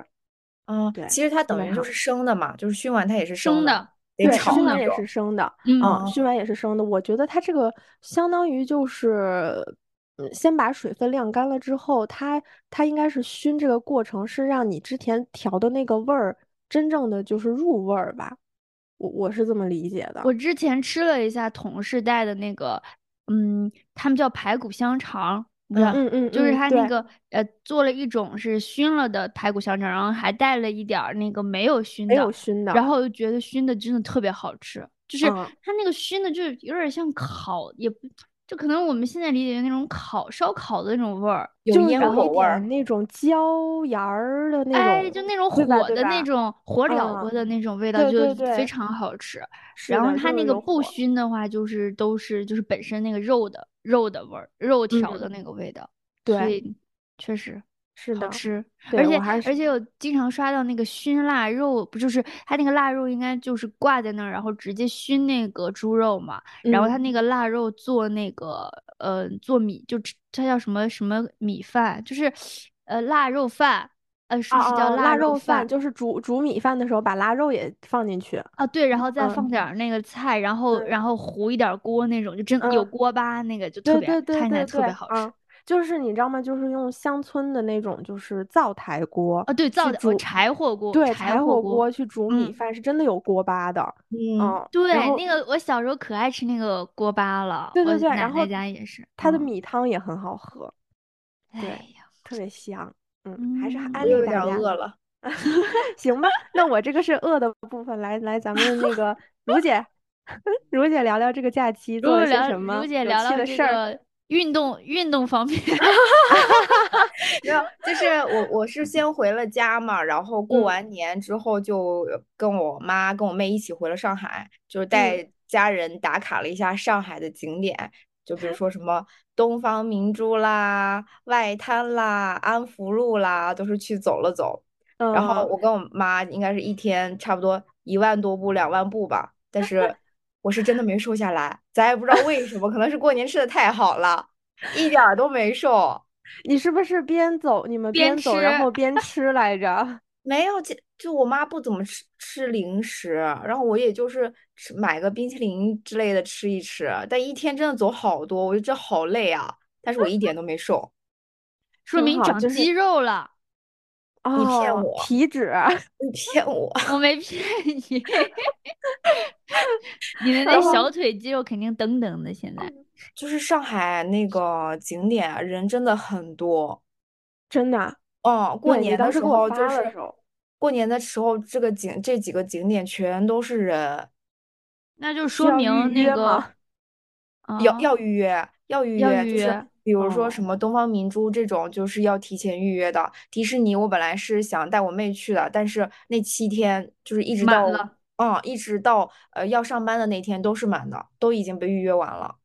Speaker 1: 嗯，
Speaker 4: 对
Speaker 1: 其实它等
Speaker 4: 本
Speaker 1: 于就
Speaker 4: 上
Speaker 1: 是生的嘛，就是熏完它也是
Speaker 2: 生
Speaker 1: 的，
Speaker 2: 的，
Speaker 1: 得
Speaker 4: 对，
Speaker 1: 炒
Speaker 4: 熏
Speaker 2: 的
Speaker 1: 那
Speaker 4: 完也
Speaker 1: 种
Speaker 4: 是生的，
Speaker 2: 嗯，
Speaker 1: 嗯
Speaker 4: 熏完也是生的。我觉得它这个相当于就是，嗯，先把水分晾干了之后，它它应该是熏这个过程是让你之前调的那个味儿真正的就是入味儿吧，我我是这么理解的。
Speaker 2: 我之前吃了一下同事带的那个，嗯，他们叫排骨香肠，不知道，
Speaker 4: 嗯嗯，
Speaker 2: 就是
Speaker 4: 嗯
Speaker 2: 他那
Speaker 4: 对
Speaker 2: 个呃，做了一种是熏了的排骨香肠，然后还带了一点儿那个没有熏
Speaker 4: 没
Speaker 2: 的，
Speaker 4: 有熏的，
Speaker 2: 然后就觉得熏的真的特别好吃，就是
Speaker 4: 嗯
Speaker 2: 它那个熏的，就是有点像烤，也不就可能我们现在理解的那种烤烧烤的那种味儿，
Speaker 1: 有
Speaker 4: 就是
Speaker 1: 烟
Speaker 4: 有
Speaker 1: 火
Speaker 4: 一
Speaker 1: 味儿
Speaker 4: 点那种椒盐儿的那种，
Speaker 2: 哎，就那种火
Speaker 4: 对吧对
Speaker 2: 的那
Speaker 4: 吧
Speaker 2: 种火燎
Speaker 4: 嗯
Speaker 2: 过的那种味道，
Speaker 4: 对对
Speaker 2: 就
Speaker 4: 对
Speaker 2: 非常好吃。
Speaker 4: 是
Speaker 2: 然后
Speaker 4: 的
Speaker 2: 它
Speaker 4: 就是
Speaker 2: 那个
Speaker 4: 有
Speaker 2: 不
Speaker 4: 火
Speaker 2: 熏的话，就是都是就是本身那个肉的肉的味儿，肉条的
Speaker 4: 嗯
Speaker 2: 那个味道，所
Speaker 4: 对，
Speaker 2: 以确实
Speaker 4: 是
Speaker 2: 好
Speaker 4: 的，
Speaker 2: 吃。
Speaker 4: 对
Speaker 2: 而
Speaker 4: 我
Speaker 2: 且
Speaker 4: 还是
Speaker 2: 而且我经常刷到那个熏腊肉，不就是它那个腊肉应该就是挂在那儿，然后直接熏那个猪肉嘛，然后它
Speaker 4: 嗯
Speaker 2: 那个腊肉做那个呃做米，就吃它叫什么什么米饭，就是呃腊肉饭，呃是不是
Speaker 4: 哦
Speaker 2: 叫
Speaker 4: 哦腊
Speaker 2: 肉
Speaker 4: 饭？就是煮煮米饭的时候把腊肉也放进去。
Speaker 2: 啊，对，然后再
Speaker 4: 嗯
Speaker 2: 放点儿那个菜，然后
Speaker 4: 对
Speaker 2: 然后糊一点儿锅那种，就真的有
Speaker 4: 嗯
Speaker 2: 锅巴那个就特
Speaker 4: 对
Speaker 2: 别
Speaker 4: 对对
Speaker 2: 看起来
Speaker 4: 对
Speaker 2: 特别
Speaker 4: 对，
Speaker 2: 好吃
Speaker 4: 啊，就是你知道吗？就是用乡村的那种，就是灶台锅
Speaker 2: 啊，对，灶
Speaker 4: 去
Speaker 2: 的哦
Speaker 4: 煮
Speaker 2: 柴火锅，
Speaker 4: 对，
Speaker 2: 柴
Speaker 4: 柴
Speaker 2: 火
Speaker 4: 火锅去煮米
Speaker 2: 嗯
Speaker 4: 饭是真的有锅巴的，
Speaker 1: 嗯，
Speaker 4: 嗯，
Speaker 2: 对，
Speaker 4: 然后
Speaker 2: 那个我小时候可爱吃那个锅巴了，
Speaker 4: 对对
Speaker 2: 我
Speaker 4: 对
Speaker 2: 奶
Speaker 4: 然
Speaker 2: 奶
Speaker 4: 后
Speaker 2: 家也是，
Speaker 4: 它的
Speaker 2: 嗯，
Speaker 4: 米汤也很好喝，对
Speaker 2: 哎呀，
Speaker 4: 特别香，嗯，还是
Speaker 2: 嗯
Speaker 1: 我
Speaker 4: 安
Speaker 1: 又
Speaker 4: 利
Speaker 1: 有点
Speaker 4: 大家，
Speaker 1: 饿了。
Speaker 4: 行吧？那我这个是饿的部分，来来，咱们那 个如姐，如姐聊聊这个假期
Speaker 2: 如
Speaker 4: 做
Speaker 2: 果
Speaker 4: 了些
Speaker 2: 聊
Speaker 4: 什么
Speaker 2: 如姐
Speaker 4: 有
Speaker 2: 聊
Speaker 4: 趣
Speaker 2: 聊
Speaker 4: 的
Speaker 2: 这
Speaker 4: 事儿。
Speaker 2: 个运动运动 方面，
Speaker 1: 没有，就是我我是先回了家嘛，然后过
Speaker 4: 嗯
Speaker 1: 完年之后就跟我妈跟我妹一起回了上海，就是带家人打卡了一下上海的景点，就比如说什么东方明珠啦、外滩啦、安福路啦，都是去走了走。然后
Speaker 4: 嗯
Speaker 1: 我跟我妈应该是一天差不多一万多步、两万步吧，但是我是真的没瘦下来，咱也不知道为什么，可能是过年吃的太好了，一点儿都没瘦。
Speaker 4: 你是不是边走你们
Speaker 2: 边
Speaker 4: 边走然
Speaker 2: 吃
Speaker 4: 后边吃来着？
Speaker 1: 没有，就就我妈不怎么吃吃零食，然后我也就是吃买个冰淇淋之类的吃一吃，但一天真的走好多，我就觉得好累啊，但是我一点都没瘦。
Speaker 2: 说
Speaker 4: 真
Speaker 2: 明
Speaker 4: 好
Speaker 2: 长
Speaker 4: 就是
Speaker 2: 肌肉了，
Speaker 1: 你骗
Speaker 4: 哦
Speaker 1: 我
Speaker 4: 体脂，
Speaker 1: 你骗我，
Speaker 2: 我没骗你， 你的那
Speaker 4: 然后哦
Speaker 2: 小腿肌肉肯定噔噔的，现在
Speaker 1: 就是上海那个景点啊人真的很多，
Speaker 4: 真的。
Speaker 1: 哦，过
Speaker 4: 对你
Speaker 1: 年
Speaker 4: 当
Speaker 1: 的
Speaker 4: 时
Speaker 1: 时
Speaker 4: 给我
Speaker 1: 候就
Speaker 4: 发了
Speaker 1: 是
Speaker 4: 时候
Speaker 1: 过年的时候，这个景这几个景点全都是人，
Speaker 2: 那就说
Speaker 4: 要
Speaker 2: 明
Speaker 4: 预
Speaker 2: 那
Speaker 4: 约
Speaker 2: 个
Speaker 4: 吗
Speaker 1: 要
Speaker 2: 啊
Speaker 1: 要预约，要预
Speaker 2: 要
Speaker 1: 约，
Speaker 2: 预
Speaker 1: 就是
Speaker 2: 约
Speaker 1: 比如说
Speaker 4: 哦
Speaker 1: 什么东方明珠这种，就是要提前预约的。迪士尼我本来是想带我妹去的，但是那七天就是一直
Speaker 2: 满
Speaker 1: 到，
Speaker 2: 了
Speaker 1: 嗯，一直到呃要上班的那天都是满的，都已经被预约完了。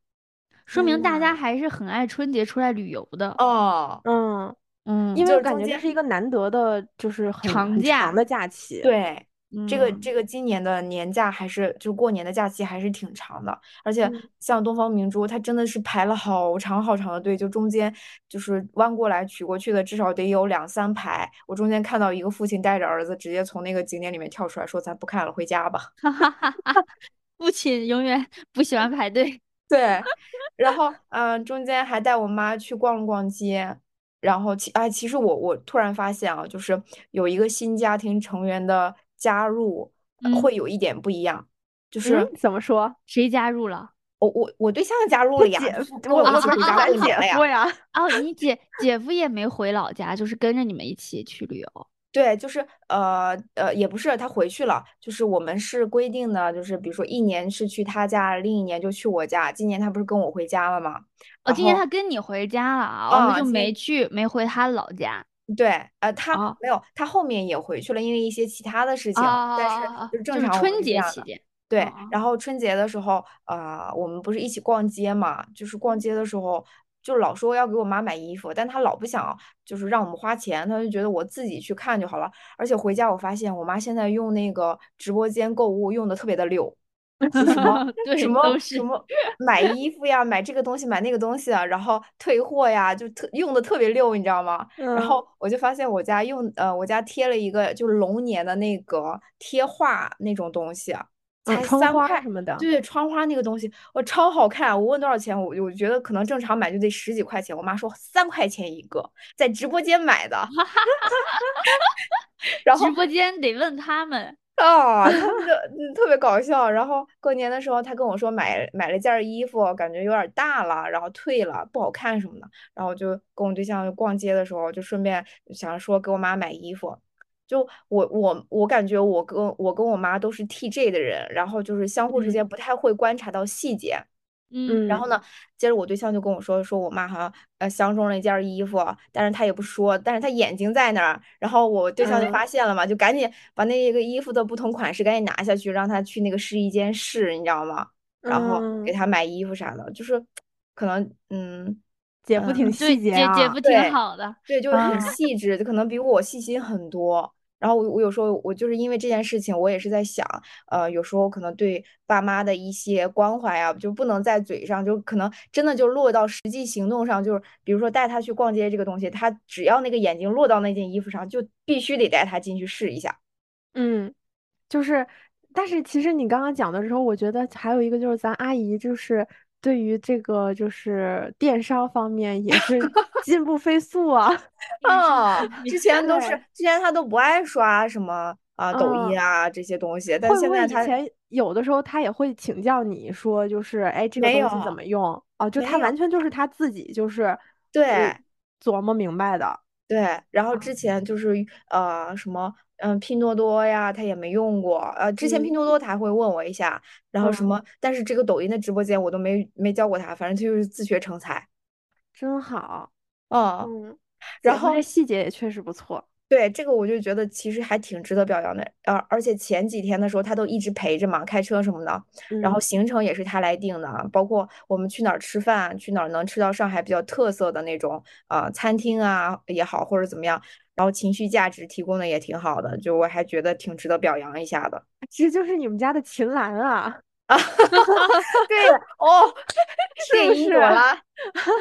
Speaker 2: 说明大家
Speaker 4: 嗯
Speaker 2: 还是很爱春节出来旅游的，
Speaker 1: 哦，
Speaker 4: 嗯，
Speaker 2: 嗯，
Speaker 4: 因
Speaker 1: 就
Speaker 4: 为我
Speaker 1: 是
Speaker 4: 感
Speaker 1: 中
Speaker 4: 觉这
Speaker 1: 间
Speaker 4: 是一个难得的，就是很
Speaker 2: 长
Speaker 4: 很
Speaker 2: 假
Speaker 4: 长的假期。，
Speaker 1: 对，这个
Speaker 2: 嗯
Speaker 1: 这个今年的年假还是就过年的假期还是挺长的，而且
Speaker 4: 嗯
Speaker 1: 像东方明珠，它真的是排了好长好长的队，就中间就是弯过来取过去的，至少得有两三排。我中间看到一个父亲带着儿子直接从那个景点里面跳出来，说：“咱不看了，回家吧。
Speaker 2: 哈哈哈哈，父亲永远不喜欢排队。”
Speaker 1: 对，然后嗯、呃中间还带我妈去逛了逛街。然后其哎，其实我我突然发现啊，就是有一个新家庭成员的加入，呃
Speaker 2: 嗯
Speaker 1: 会有一点不一样，就是。
Speaker 4: 嗯，怎么说？
Speaker 2: 谁加入了？
Speaker 1: 我我我对象加入
Speaker 4: 他
Speaker 1: 了呀，
Speaker 4: 姐
Speaker 1: 就
Speaker 4: 夫，
Speaker 1: 是
Speaker 4: 我
Speaker 1: 我
Speaker 4: 我
Speaker 1: 我
Speaker 4: 不
Speaker 1: 姐
Speaker 4: 是
Speaker 1: 夫加
Speaker 4: 咱
Speaker 1: 入你
Speaker 4: 姐
Speaker 1: 们了呀
Speaker 4: 夫，呀。
Speaker 2: 哦，你姐姐夫也没回老家，就是跟着你们一起去旅游。哦
Speaker 1: 对，就是呃呃，也不是他回去了，就是我们是规定的，就是比如说一年是去他家，另一年就去我家。今年他不是跟我回家了吗？
Speaker 2: 哦，
Speaker 1: 然
Speaker 2: 今年
Speaker 1: 后
Speaker 2: 他跟你回家了啊，我们
Speaker 1: 啊
Speaker 2: 就
Speaker 1: 今
Speaker 2: 没去，没回他老家。
Speaker 1: 对，呃，他
Speaker 2: 哦
Speaker 1: 没有，他后面也回去了，因为一些其他的事情，但是
Speaker 2: 哦，
Speaker 1: 就是
Speaker 2: 就
Speaker 1: 正
Speaker 2: 是
Speaker 1: 常我们
Speaker 2: 春
Speaker 1: 是这
Speaker 2: 节
Speaker 1: 样的。
Speaker 2: 期间。
Speaker 1: 对
Speaker 2: 哦，
Speaker 1: 然后春节的时候，呃，我们不是一起逛街嘛，就是逛街的时候，就老说要给我妈买衣服，但她老不想，就是让我们花钱，她就觉得我自己去看就好了。而且回家我发现，我妈现在用那个直播间购物用的特别的 溜，就什么
Speaker 2: 对，
Speaker 1: 什
Speaker 2: 都
Speaker 1: 么
Speaker 2: 是
Speaker 1: 什么买衣服呀，买这个东西，买那个东西啊，然后退货呀，就特用的特别溜，你知道吗？然
Speaker 4: 嗯，
Speaker 1: 后我就发现我家用呃，我家贴了一个就是龙年的那个贴画那种东西啊，
Speaker 4: 嗯
Speaker 1: 才
Speaker 4: 窗
Speaker 1: 三
Speaker 4: 花
Speaker 1: 块，
Speaker 4: 什么的
Speaker 1: 对，窗花那个东西，我超好看。啊我问多少钱，我我觉得可能正常买就得十几块钱，我妈说三块钱一个，在直播间 买的。 然后
Speaker 2: 直播间得问他 们。
Speaker 1: 啊，他们就嗯特别搞笑。然后过年的时候，他跟我说买买了件儿衣服，感觉有点儿大了，然后退了，不好看什么的。然后我就跟我对象逛街的时候，就顺便想说给我妈买衣服。就我我我感觉我跟我跟我妈都是 TJ 的人，然后就是相互之
Speaker 2: 嗯
Speaker 1: 间不太会观察到细节。
Speaker 2: 嗯
Speaker 1: 然
Speaker 4: 嗯
Speaker 1: 后呢，接着我对象就跟我说，说我妈好像呃相中了一件儿衣服，但是她也不说，但是她眼睛在那儿。然后我对象就
Speaker 4: 嗯
Speaker 1: 发现了嘛，就赶紧把那个衣服的不同款式赶紧拿下去，让她去那个试衣间试，你知道吗？然后给
Speaker 4: 嗯，
Speaker 1: 她买衣服啥的，就是可能嗯
Speaker 4: 姐夫
Speaker 1: 嗯
Speaker 4: 挺
Speaker 2: 对，
Speaker 4: 细节
Speaker 2: 姐姐
Speaker 4: 啊。
Speaker 2: 夫挺
Speaker 1: 对
Speaker 2: 好的。
Speaker 1: 对，就是很
Speaker 4: 啊，
Speaker 1: 细致，就可能比我细心很多。然后我我有时候我就是因为这件事情，我也是在想，呃，有时候可能对爸妈的一些关怀啊，就不能在嘴上，就可能真的就落到实际行动上，就是比如说带他去逛街这个东西，他只要那个眼睛落到那件衣服上，就必须得带他进去试一 下。
Speaker 4: 嗯，就是，但是其实你刚刚讲的时候，我觉得还有一个就是咱阿姨就是对于这个就是电商方面也 是进步飞速啊。
Speaker 1: 啊， 之前都是
Speaker 4: 对
Speaker 1: 之前他都不爱刷什么啊抖
Speaker 4: 嗯
Speaker 1: 音啊这些东西，但
Speaker 4: 会
Speaker 1: 现
Speaker 4: 不会
Speaker 1: 在
Speaker 4: 以
Speaker 1: 他
Speaker 4: 前有的时候他也会请教你说，就是哎，这个
Speaker 1: 没
Speaker 4: 东西
Speaker 1: 有
Speaker 4: 怎么用？哦，就
Speaker 1: 没
Speaker 4: 他
Speaker 1: 有
Speaker 4: 完全就是他自己就是呃
Speaker 1: 对
Speaker 4: 琢磨明白的。
Speaker 1: 对，然后之前就是呃什么嗯拼多多呀，他也没用过，呃之前
Speaker 4: 嗯
Speaker 1: 拼多多他还会问我一下，然后什
Speaker 4: 嗯
Speaker 1: 么，但是这个抖音的直播间我都没没教过他，反正他就是自学成才，
Speaker 4: 真好，
Speaker 1: 嗯，
Speaker 4: 嗯，
Speaker 1: 然
Speaker 4: 姐夫
Speaker 1: 后
Speaker 4: 这细节也确实不错，
Speaker 1: 对，这个我就觉得其实还挺值得表扬的，呃，而且前几天的时候他都一直陪着嘛，开车什么的，然后
Speaker 4: 嗯
Speaker 1: 行程也是他来定的，包括我们去哪儿吃饭，去哪儿能吃到上海比较特色的那种呃餐厅啊也好，或者怎么样，然后情绪价值提供的也挺好的，就我还觉得挺值得表扬一下的。
Speaker 4: 这就是你们家的秦岚啊，
Speaker 1: 对哦，
Speaker 4: 是不
Speaker 1: 电影
Speaker 4: 是？啊
Speaker 1: 朵拉，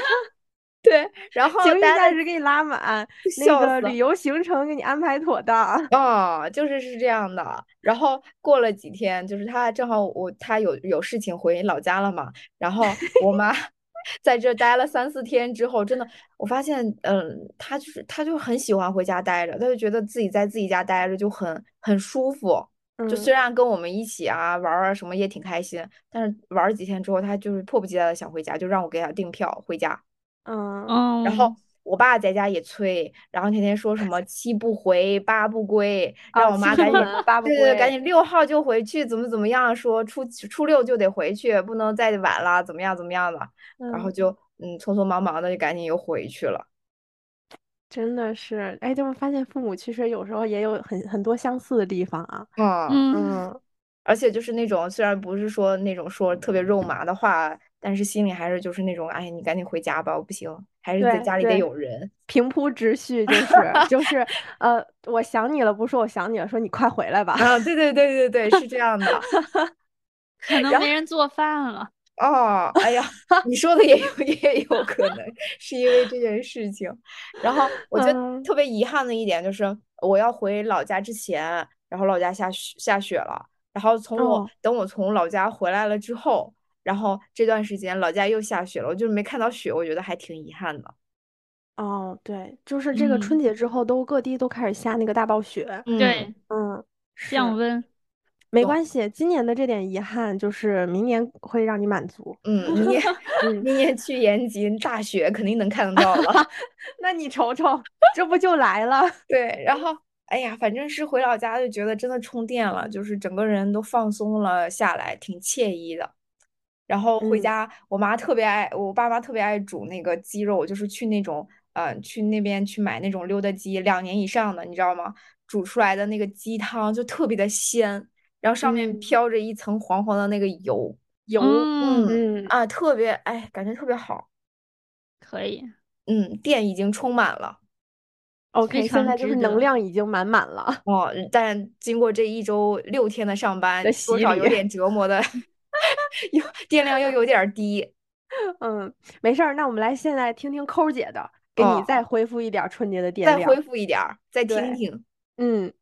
Speaker 1: 对，然后
Speaker 4: 情绪
Speaker 1: 大家
Speaker 4: 价值给你拉满，那
Speaker 1: 笑
Speaker 4: 个
Speaker 1: 死
Speaker 4: 旅游行程给你安排妥当。
Speaker 1: 哦，就是是这样的。然后过了几天，就是他正好我他有有事情回老家了嘛，然后我妈 在这待了三四天之后，真的我发现，嗯，他就是他就很喜欢回家待着，他就觉得自己在自己家待着就很很舒服。 就虽
Speaker 4: 嗯
Speaker 1: 然跟我们一起啊玩儿啊什么也挺开心，但是玩儿几天之后，他就是迫不及待的想回家，就让我给他订票回家。
Speaker 4: 嗯，
Speaker 1: 然后
Speaker 2: 嗯，
Speaker 1: 我爸在家也催，然后天天说什么七不回八不归，让
Speaker 4: 哦，
Speaker 1: 我
Speaker 4: 七
Speaker 1: 妈
Speaker 4: 不
Speaker 1: 赶紧，
Speaker 4: 门八不
Speaker 1: 对对对，赶
Speaker 4: 归，
Speaker 1: 紧六号就回去，怎么怎么样，说初初六就得回去，不能再晚了，怎么样怎么样的，然后
Speaker 4: 嗯，
Speaker 1: 就嗯匆匆忙忙的就赶紧又回去了。
Speaker 4: 真的是，哎，就会发现父母其实有时候也有很很多相似的地方啊。
Speaker 1: 嗯，
Speaker 2: 嗯，
Speaker 4: 嗯，
Speaker 1: 而且就是那种虽然不是说那种说特别肉麻的话，但是心里还是就是那种，哎，你赶紧回家吧，我不行，还是在
Speaker 4: 对
Speaker 1: 家里得
Speaker 4: 对，
Speaker 1: 有人。
Speaker 4: 平铺直叙就是 就是，呃，我想你了，不是我想你了，说你快回来吧。
Speaker 1: 啊，对对对对对，是这样的。
Speaker 2: 可能没人做饭了。
Speaker 1: 哦，哎 呀，你说的也有也有可能是因为这件事情。然后我觉得
Speaker 4: 嗯
Speaker 1: 特别遗憾的一点就是，我要回老家之前，然后老家下雪下雪了，然后从我
Speaker 4: 哦，
Speaker 1: 等我从老家回来了之后，然后这段时间老家又下雪了，我就是没看到雪，我觉得还挺遗憾的。
Speaker 4: 哦，对，就是这个春
Speaker 2: 嗯，
Speaker 4: 节之后都各地都开始下那个大暴雪。
Speaker 1: 嗯，
Speaker 2: 对，
Speaker 4: 嗯，
Speaker 2: 降
Speaker 4: 是，
Speaker 2: 温。
Speaker 4: 没
Speaker 1: 懂，
Speaker 4: 关系，今年的这点遗憾就是明年会让你满 足。
Speaker 1: 嗯，明年
Speaker 4: 嗯，
Speaker 1: 明年去延吉大雪肯定能看得到了。
Speaker 4: 那你瞅瞅，这不就来了？
Speaker 2: 嗯
Speaker 1: 对，然后哎呀，反正是回老家就觉得真的充电了，就是整个人都放松了下来，挺惬意的。然后回
Speaker 4: 嗯，
Speaker 1: 家，我妈特别爱，我爸妈特别爱煮那个鸡肉，就是去那种，呃，去那边去买那种溜达鸡，两年以上的，你知道吗？煮出来的那个鸡汤就特别的鲜，然后上面
Speaker 4: 嗯，
Speaker 1: 飘着一层黄黄的那个油，
Speaker 4: 油，
Speaker 2: 嗯，
Speaker 1: 嗯，
Speaker 4: 嗯，
Speaker 1: 啊，特别，哎，感觉特别好，
Speaker 2: 可以，
Speaker 1: 嗯，电已经充满了。
Speaker 2: 非
Speaker 4: OK，现
Speaker 2: 常
Speaker 4: 在就
Speaker 2: 值
Speaker 4: 是能
Speaker 2: 得。
Speaker 4: 量已经满满了
Speaker 1: 哦，但经过这一周六天的上
Speaker 4: 的
Speaker 1: 班，多
Speaker 4: 洗
Speaker 1: 少有
Speaker 4: 礼。
Speaker 1: 点折磨的， 有电量又有点儿低。
Speaker 4: 嗯，没事儿，那我们来现在听听抠儿姐的，给你
Speaker 1: 哦，
Speaker 4: 再恢复一点儿春节的电
Speaker 1: 再恢
Speaker 4: 量。
Speaker 1: 复一点儿，再听
Speaker 4: 对，
Speaker 1: 听。
Speaker 4: 嗯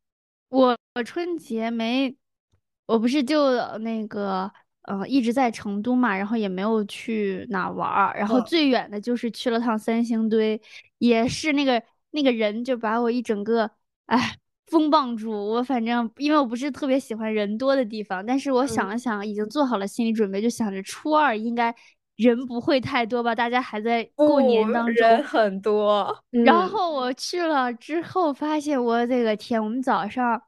Speaker 2: 我我春节没，我不是就呃那个呃一直在成都嘛，然后也没有去哪儿玩儿，然后
Speaker 1: 嗯，
Speaker 2: 最远的就是去了趟三星堆，也是那个那个人就把我一整个哎风棒住。我反正因为我不是特别喜欢人多的地方，但是我
Speaker 4: 嗯
Speaker 2: 想了想，已经做好了心理准备，就想着初二应该人不会太多吧，大家还在过
Speaker 1: 不，
Speaker 2: 年当中。
Speaker 1: 人很多。
Speaker 2: 然
Speaker 4: 嗯，
Speaker 2: 后我去了之后，发现我这个天，我们早上，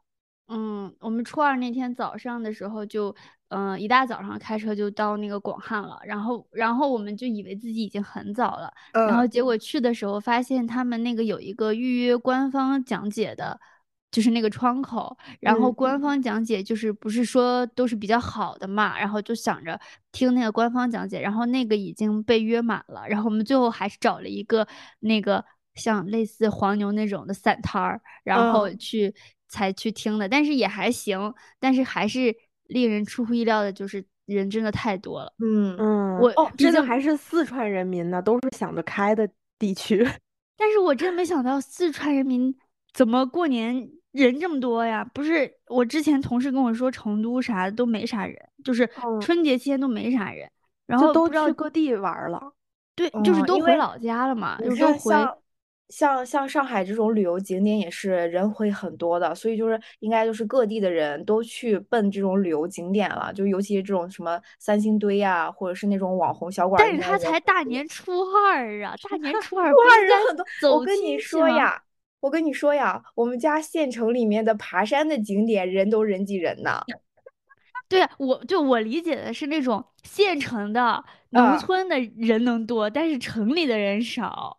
Speaker 2: 嗯，我们初二那天早上的时候就，嗯、一大早上开车就到那个广汉了，然后，然后我们就以为自己已经很早了，然后
Speaker 1: 嗯，
Speaker 2: 结果去的时候发现他们那个有一个预约官方讲解的，就是那个窗口，然后
Speaker 4: 嗯
Speaker 2: 官方讲解就是不是说都是比较好的嘛，然后就想着听那个官方讲解，然后那个已经被约满了，然后我们最后还是找了一个那个像类似黄牛那种的散摊儿，然后
Speaker 1: 嗯，
Speaker 2: 去。才去听的，但是也还行，但是还是令人出乎意料的，就是人真的太多了。
Speaker 1: 嗯，
Speaker 4: 嗯，
Speaker 2: 我
Speaker 4: 哦，
Speaker 2: 毕
Speaker 4: 毕竟
Speaker 2: 竟
Speaker 4: 还是四川人民呢，都是想得开的地区。
Speaker 2: 但是我真没想到四川人民怎么过年人这么多呀？不是，我之前同事跟我说，成都啥的都没啥人，就是
Speaker 1: 哦
Speaker 4: 嗯
Speaker 2: 春节期间都没啥人，然
Speaker 4: 就
Speaker 2: 后
Speaker 4: 都
Speaker 2: 不知道
Speaker 4: 去各地玩儿了。
Speaker 2: 对，就是
Speaker 1: 哦
Speaker 2: 都
Speaker 1: 因
Speaker 2: 回
Speaker 1: 为
Speaker 2: 老家了嘛，
Speaker 1: 你
Speaker 2: 就是都
Speaker 1: 看
Speaker 2: 回。
Speaker 1: 像像像上海这种旅游景点也是人会很多的，所以就是应该就是各地的人都去奔这种旅游景点了，就尤其是这种什么三星堆呀、或者是那种网红小馆儿，
Speaker 2: 但是
Speaker 1: 应该
Speaker 2: 他
Speaker 1: 人
Speaker 2: 才大年初二 啊，大年初二
Speaker 1: 初
Speaker 2: 不
Speaker 1: 二
Speaker 2: 应
Speaker 1: 人
Speaker 2: 该
Speaker 1: 很多
Speaker 2: 走
Speaker 1: 我跟你
Speaker 2: 亲戚
Speaker 1: 说
Speaker 2: 吗，
Speaker 1: 呀，我跟你说呀，我们家县城里面的爬山的景点人都人挤人呢。
Speaker 2: 对啊，我就我理解的是那种县城的、农
Speaker 1: 啊
Speaker 2: 村的人能多，但是城里的人少。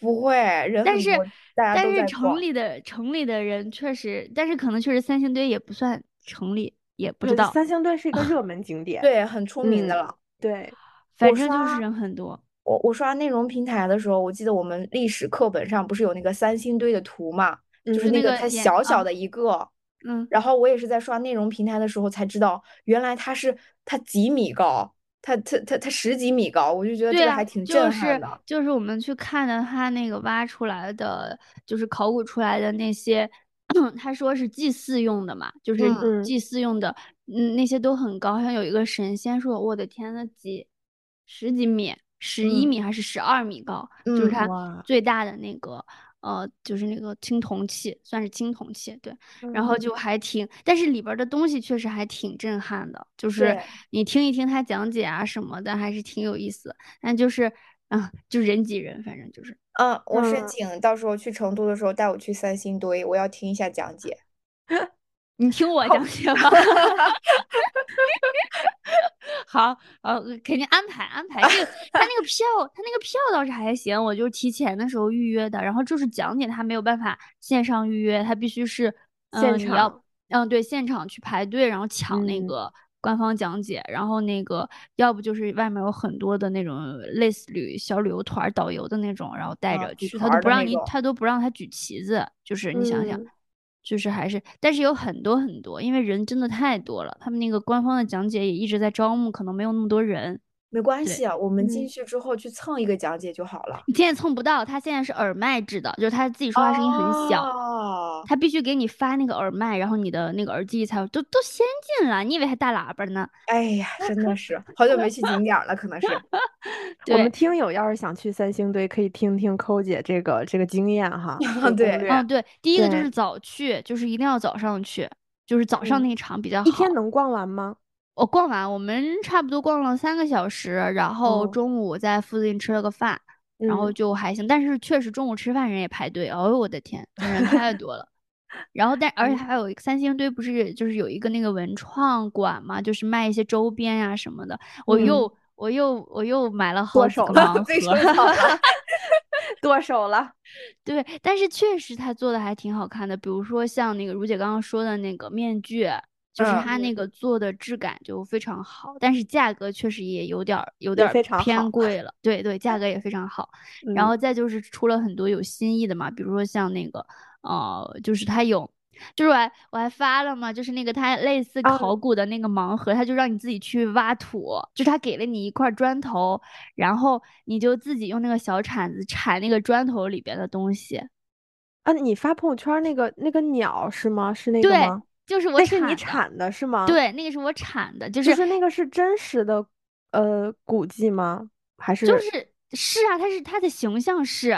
Speaker 1: 不会，人
Speaker 2: 但
Speaker 1: 很
Speaker 2: 是
Speaker 1: 多，大家
Speaker 2: 但
Speaker 1: 都
Speaker 2: 是
Speaker 1: 在
Speaker 2: 城
Speaker 1: 逛。
Speaker 2: 里的城里的人确实，但是可能确实三星堆也不算城里，也不
Speaker 4: 对，
Speaker 2: 知道，
Speaker 4: 三星堆是一 个热门景点。
Speaker 1: 对，很出名的
Speaker 4: 嗯
Speaker 1: 了。
Speaker 4: 对，
Speaker 2: 反
Speaker 1: 我
Speaker 2: 正就是
Speaker 1: 刷
Speaker 2: 人很多。
Speaker 1: 我我刷内容平台的时候，我记得我们历史课本上不是有那个三星堆的图嘛，就
Speaker 4: 嗯
Speaker 1: 是
Speaker 2: 那
Speaker 1: 那个
Speaker 2: 个
Speaker 1: 它
Speaker 2: 眼
Speaker 1: 小小
Speaker 2: 啊
Speaker 1: 的一个。
Speaker 2: 嗯，
Speaker 1: 然后我也是在刷内容平台的时候才知道，原来它是它几米高，它它它它十几米高，我就觉得这
Speaker 2: 对
Speaker 1: 个
Speaker 2: 啊
Speaker 1: 还挺
Speaker 2: 就
Speaker 1: 震撼
Speaker 2: 是
Speaker 1: 的。
Speaker 2: 就是我们去看的他那个挖出来的，就是考古出来的那些， 他说是祭祀用的嘛，就是
Speaker 4: 嗯
Speaker 2: 祭祀用的，嗯，那些都很高，好像有一个神仙说，我的天呐，几十几米，十一
Speaker 1: 嗯
Speaker 2: 米还是十二米高，就是
Speaker 1: 嗯
Speaker 2: 它
Speaker 4: 哇
Speaker 2: 最大的那个。呃，就是那个青铜器，算是青铜器，对，然后
Speaker 4: 嗯
Speaker 2: 就还挺，但是里边儿的东西确实还挺震撼的，就是
Speaker 1: 对
Speaker 2: 你听一听他讲解啊什么的，还是挺有意思。但就是，啊，就人挤人，反正就是。
Speaker 1: 嗯，我申
Speaker 4: 嗯
Speaker 1: 请到时候去成都的时候带我去三星堆，我要听一下讲解。
Speaker 2: 你听我讲解吧。 好，呃，肯定安排安排。这个他那个票，他那个票倒是还行，我就是提前的时候预约的。然后就是讲解，他没有办法线上预约，他必须是嗯、
Speaker 4: 现
Speaker 2: 你要
Speaker 4: 场
Speaker 2: 嗯对现场去排队，然后抢那
Speaker 4: 嗯
Speaker 2: 个官方讲解，然后那个要不就是外面有很多的那种类似旅小旅游团儿导游的那种，然后带
Speaker 1: 啊
Speaker 2: 着
Speaker 1: 组
Speaker 2: 去，他
Speaker 1: 团
Speaker 2: 都
Speaker 1: 儿
Speaker 2: 不
Speaker 1: 的
Speaker 2: 让
Speaker 1: 那
Speaker 2: 你
Speaker 1: 种，
Speaker 2: 他都不让他举旗子，就是你想想。
Speaker 4: 嗯
Speaker 2: 就是还是，但是有很多很多，因为人真的太多了，他们那个官方的讲解也一直在招募，可能没有那么多人。
Speaker 1: 没关
Speaker 2: 对
Speaker 1: 系啊，我们进
Speaker 4: 嗯
Speaker 1: 去之后去蹭一个讲解就好了。
Speaker 2: 你现在蹭不到，他现在是耳麦制的，就是他自己说话声音很小，
Speaker 1: 哦，
Speaker 2: 他必须给你发那个耳麦，然后你的那个耳机才有都都先进了，你以为还大喇叭呢？
Speaker 1: 哎呀，真的是好久没去景点儿了，可 能是。
Speaker 4: 我们
Speaker 2: 对，
Speaker 4: 听友要是想去三星堆，可以听听抠姐这个这个经验 哈，这个攻
Speaker 1: 对
Speaker 4: 略
Speaker 2: 嗯，对，第一个就
Speaker 4: 对
Speaker 2: 是早去，就是一定要早上去，就是早上
Speaker 4: 嗯
Speaker 2: 那一场比较好。
Speaker 4: 一天能逛完吗？
Speaker 2: 我逛完，我们差不多逛了三个小时，然后
Speaker 4: 哦
Speaker 2: 中午在附近吃了个饭，然后
Speaker 4: 嗯
Speaker 2: 就还行。但是确实中午吃饭人也排队，哦呦我的天，人太多了。然后但而且
Speaker 4: 嗯
Speaker 2: 还有一个三星堆，不是就是有一个那个文创馆嘛，就是卖一些周边呀、什么的。我
Speaker 4: 嗯
Speaker 2: 又我又我又买了好几
Speaker 4: 手
Speaker 2: 个
Speaker 4: 了
Speaker 2: 盲
Speaker 1: 被
Speaker 2: 盒
Speaker 1: 收藏
Speaker 2: 儿。
Speaker 1: 了。
Speaker 4: 剁手了，
Speaker 2: 对，但是确实他做的还挺好看的，比如说像那个如姐刚刚说的那个面具，就是
Speaker 1: 嗯
Speaker 2: 它那个做的质感就非常好，但是价格确实也有点儿有
Speaker 4: 也
Speaker 2: 点儿
Speaker 4: 非常好
Speaker 2: 偏贵了。对对，价格也非常好。然
Speaker 4: 嗯
Speaker 2: 后再就是出了很多有新意的嘛，比如说像那个呃，就是它有。就是我还我还发了嘛，就是那个它类似
Speaker 4: 啊
Speaker 2: 考古的那个盲盒，它就让你自己去挖土，就是它给了你一块砖头，然后你就自己用那个小铲子铲那个砖头里边的东西。
Speaker 4: 啊！你发朋友圈儿那个那个鸟是吗？是那个
Speaker 2: 对
Speaker 4: 吗？，
Speaker 2: 就是我
Speaker 4: 那是
Speaker 2: 铲
Speaker 4: 你
Speaker 2: 的。
Speaker 4: 产的是吗？，
Speaker 2: 对，那个是我铲的，就
Speaker 4: 就是是那个是真实的呃古迹吗？还是
Speaker 2: 就是是啊，它是它的形象是，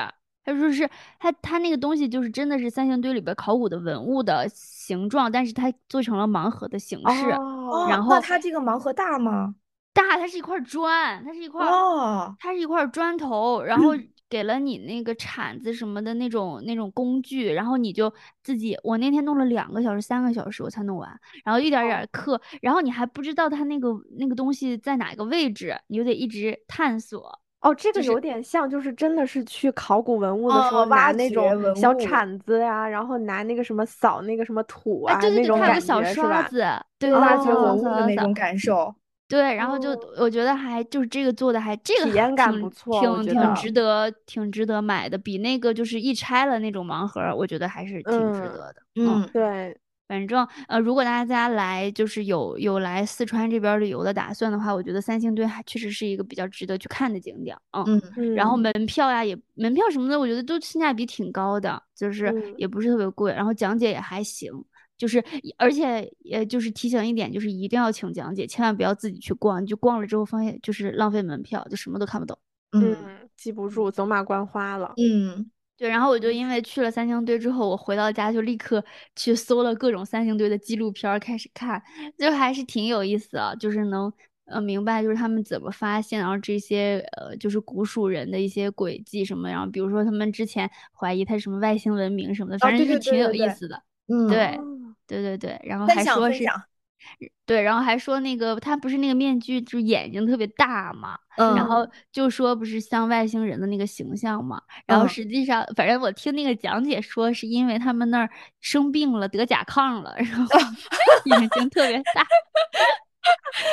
Speaker 2: 他说是它它那个东西就是真的是三星堆里边考古的文物的形状，但是它做成了盲盒的形式。
Speaker 4: 哦
Speaker 2: 然
Speaker 1: 哦，
Speaker 2: 后
Speaker 1: 那它这个盲盒大吗？
Speaker 2: 大，它是一块砖，它是一块，
Speaker 1: 哦，
Speaker 2: 它是一块砖头，然后给了你那个铲子什么的那种那种工具，然后你就自己，我那天弄了两个小时、三个小时我才弄完，然后一点儿一点儿刻，然后你还不知道它那个那个东西在哪个位置，你就得一直探索。
Speaker 4: 哦，这个
Speaker 2: 就是
Speaker 4: 有点像，就是真的是去考古文物的时候
Speaker 1: 哦挖
Speaker 4: 拿那
Speaker 1: 掘
Speaker 4: 种
Speaker 1: 文
Speaker 4: 小
Speaker 1: 物
Speaker 4: 铲子呀、然后拿那个什么扫那个什么土
Speaker 2: 啊，
Speaker 4: 啊
Speaker 2: 对对
Speaker 4: 那
Speaker 2: 对，
Speaker 4: 种
Speaker 2: 它有
Speaker 4: 感
Speaker 2: 个小
Speaker 4: 觉是
Speaker 2: 刷
Speaker 4: 吧？
Speaker 2: 子，对对对，它
Speaker 1: 挖掘
Speaker 2: 扫扫
Speaker 1: 文物
Speaker 2: 扫
Speaker 1: 的
Speaker 2: 扫
Speaker 1: 那
Speaker 2: 扫
Speaker 1: 种感受。
Speaker 2: 对，然后就
Speaker 4: 哦
Speaker 2: 我觉得还就是这个做的还这个
Speaker 4: 体
Speaker 2: 还
Speaker 4: 验感
Speaker 2: 挺
Speaker 4: 不错我觉
Speaker 2: 挺挺
Speaker 4: 得
Speaker 2: 值得，挺值得买的，比那个就是一拆了那种盲盒儿，我觉得还是挺值
Speaker 4: 嗯
Speaker 2: 得的。
Speaker 1: 嗯，
Speaker 4: 对，
Speaker 2: 反正呃，如果大家来就是有有来四川这边儿旅游的打算的话，我觉得三星堆还确实是一个比较值得去看的景点儿。嗯，
Speaker 1: 嗯，
Speaker 2: 然后
Speaker 4: 嗯
Speaker 2: 门票呀也门票什么的，我觉得都性价比挺高的，就是
Speaker 4: 嗯
Speaker 2: 也不是特别贵，然后讲解也还行。就是，而且也就是提醒一点，就是一定要请讲解，千万不要自己去逛，你就逛了之后发现就是浪费门票，就什么都看不懂。
Speaker 1: 嗯
Speaker 4: 嗯，记不住，走马观花了。
Speaker 1: 嗯，
Speaker 2: 对，然后我就因为去了三星堆之后，我回到家就立刻去搜了各种三星堆的纪录片儿开始看，就还是挺有意思啊，就是能呃明白就是他们怎么发现，然后这些呃就是古蜀人的一些轨迹什么，然后比如说他们之前怀疑它是什么外星文明什么的，反
Speaker 1: 对
Speaker 2: 正就
Speaker 1: 哦对
Speaker 2: 是
Speaker 1: 对
Speaker 2: 挺有
Speaker 1: 对
Speaker 2: 意
Speaker 1: 对
Speaker 2: 思的。
Speaker 1: 嗯，
Speaker 2: 对
Speaker 4: 哦
Speaker 2: 对对对，然后
Speaker 1: 分
Speaker 2: 还
Speaker 1: 享
Speaker 2: 说
Speaker 1: 分
Speaker 2: 是
Speaker 1: 享，
Speaker 2: 对，然后还说那个他不是那个面具，就是眼睛特别大嘛，然
Speaker 1: 嗯
Speaker 2: 后就说不是像外星人的那个形象嘛，然后
Speaker 1: 嗯
Speaker 2: 实际上，反正我听那个讲解说，是因为他们那儿生病了，得甲亢了，然 后眼睛特别大，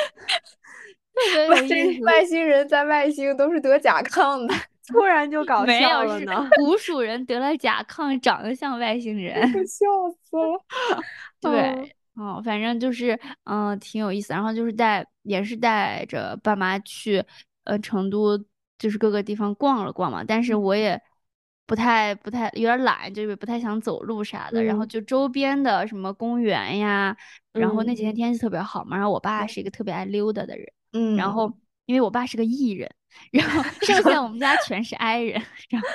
Speaker 2: 特别有
Speaker 1: 外
Speaker 2: 意
Speaker 1: 这
Speaker 2: 思。
Speaker 1: 外星人在外星都是得 甲亢的，
Speaker 4: 突然就搞
Speaker 2: 没
Speaker 4: 笑
Speaker 2: 有
Speaker 4: 了
Speaker 2: 是
Speaker 4: 呢，
Speaker 2: 古蜀人得了甲亢，长得像外星人。
Speaker 1: 我笑死 了。
Speaker 2: 对，哦，反正就是，嗯、挺有意思。然后就是带，也是带着爸妈去，呃，成都就是各个地方逛了逛嘛。但是我也不太、不太有点懒，就是不太想走路啥的。然后
Speaker 4: 嗯
Speaker 2: 就周边的什么公园呀，然后那几天天气特别好嘛。然后我爸是一个特别爱溜达的人，
Speaker 1: 嗯，
Speaker 2: 然后因为我爸是个 E 人，然后剩下我们家全是 I 人，然后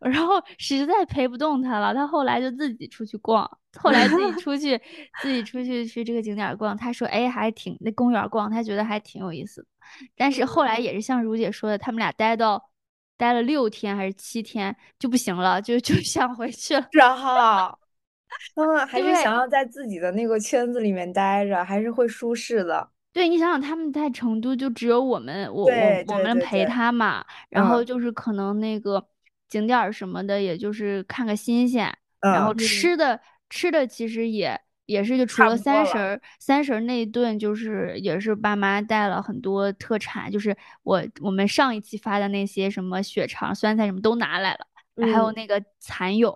Speaker 2: 然后实在陪不动他了，他后来就自己出去逛，后来自己出去自己出去去这个景点儿逛，他说哎还挺那公园儿逛，他觉得还挺有意思的，但是后来也是像如姐说的，他们俩待到。待了六天还是七天就不行了，就就想回去了。
Speaker 1: 然后他 们嗯还是
Speaker 2: 对
Speaker 1: 想要在自己的那个圈子里面待着，还是会舒适的。
Speaker 2: 对你想想，他们在成都就只有我们，我我
Speaker 1: 对
Speaker 2: 我
Speaker 1: 对
Speaker 2: 们
Speaker 1: 对
Speaker 2: 陪
Speaker 1: 对
Speaker 2: 他嘛，然后
Speaker 1: 嗯
Speaker 2: 就是可能那个景点儿什么的，也就是看个新鲜，然后
Speaker 1: 嗯，
Speaker 2: 吃的吃的其实也也是就除
Speaker 1: 差
Speaker 2: 了
Speaker 1: 不多
Speaker 2: 三
Speaker 1: 了
Speaker 2: 十儿三十儿那一顿，就是也是爸妈带了很多特产，就是我我们上一期发的那些什么血肠、酸菜什么都拿来了，还有
Speaker 4: 嗯
Speaker 2: 那个蚕蛹，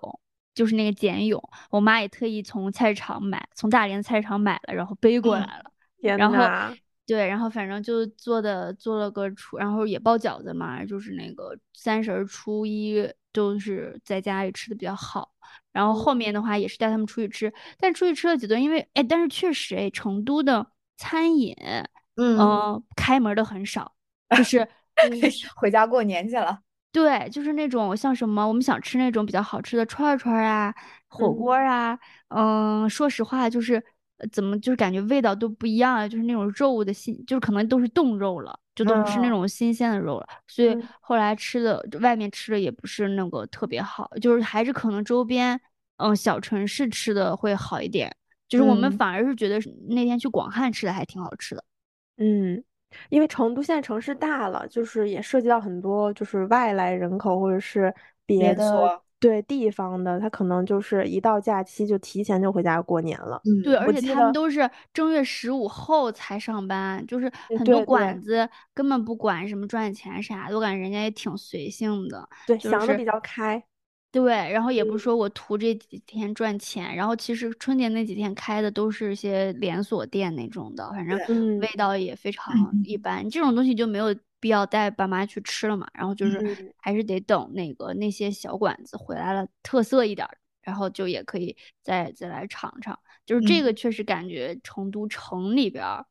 Speaker 2: 就是那个茧蛹，我妈也特意从菜市场买，从大连菜市场买了，然后背过
Speaker 1: 嗯
Speaker 2: 来了。
Speaker 4: 天
Speaker 2: 然后
Speaker 4: 呐，
Speaker 2: 对，然后反正就做的做了个初，然后也包饺子嘛，就是那个三十儿初一就是在家里吃的比较好，然后后面的话也是带他们出去吃，但出去吃了几顿，因为哎，但是确实哎，成都的餐饮，嗯、
Speaker 1: 嗯，
Speaker 2: 开门儿的很少，就是就是
Speaker 1: 回家过年去了。
Speaker 2: 对，就是那种像什么，我们想吃那种比较好吃的串儿串儿啊、火锅儿啊，嗯，说实话，就是呃怎么就是感觉味道都不一样了，啊就是那种肉的新，就是可能都是冻肉了，就都不是那
Speaker 1: 嗯
Speaker 2: 种新鲜的肉了，所以
Speaker 4: 嗯
Speaker 2: 后来吃的就外面吃的也不是那个特别好，就是还是可能周边嗯小城市吃的会好一点，就是我们
Speaker 4: 嗯
Speaker 2: 反而是觉得是那天去广汉吃的还挺好吃的，
Speaker 4: 嗯，因为成都现在城市大了，就是也涉及到很多就是外来人口或者是别
Speaker 1: 没
Speaker 4: 的
Speaker 1: 错，
Speaker 4: 对地方的，他可能就是一到假期就提前就回家过年了。
Speaker 2: 对，
Speaker 1: 嗯，
Speaker 2: 而
Speaker 4: 我
Speaker 2: 且
Speaker 4: 记
Speaker 2: 他们
Speaker 4: 得
Speaker 2: 都是正月十五后才上班，就是
Speaker 4: 嗯
Speaker 2: 很多
Speaker 4: 对
Speaker 2: 馆
Speaker 4: 对
Speaker 2: 子根本不管什么赚钱啥的，我感觉人家也挺随性的，
Speaker 4: 对，
Speaker 2: 就
Speaker 4: 想的
Speaker 2: 是
Speaker 4: 比较开。
Speaker 2: 对，然后也不
Speaker 4: 嗯
Speaker 2: 说我图这几天赚钱，然后其实春节那几天开的都是一些连锁店那种的，反正
Speaker 1: 对
Speaker 4: 嗯
Speaker 2: 味道也非常一般，这种东西就没有必要带爸妈去吃了嘛，然后就是
Speaker 4: 嗯
Speaker 2: 还是得等那个那些小馆子回来了，特色一点儿，然后就也可以再再来尝尝。就是这
Speaker 1: 嗯
Speaker 2: 个确实感觉成都城里边儿，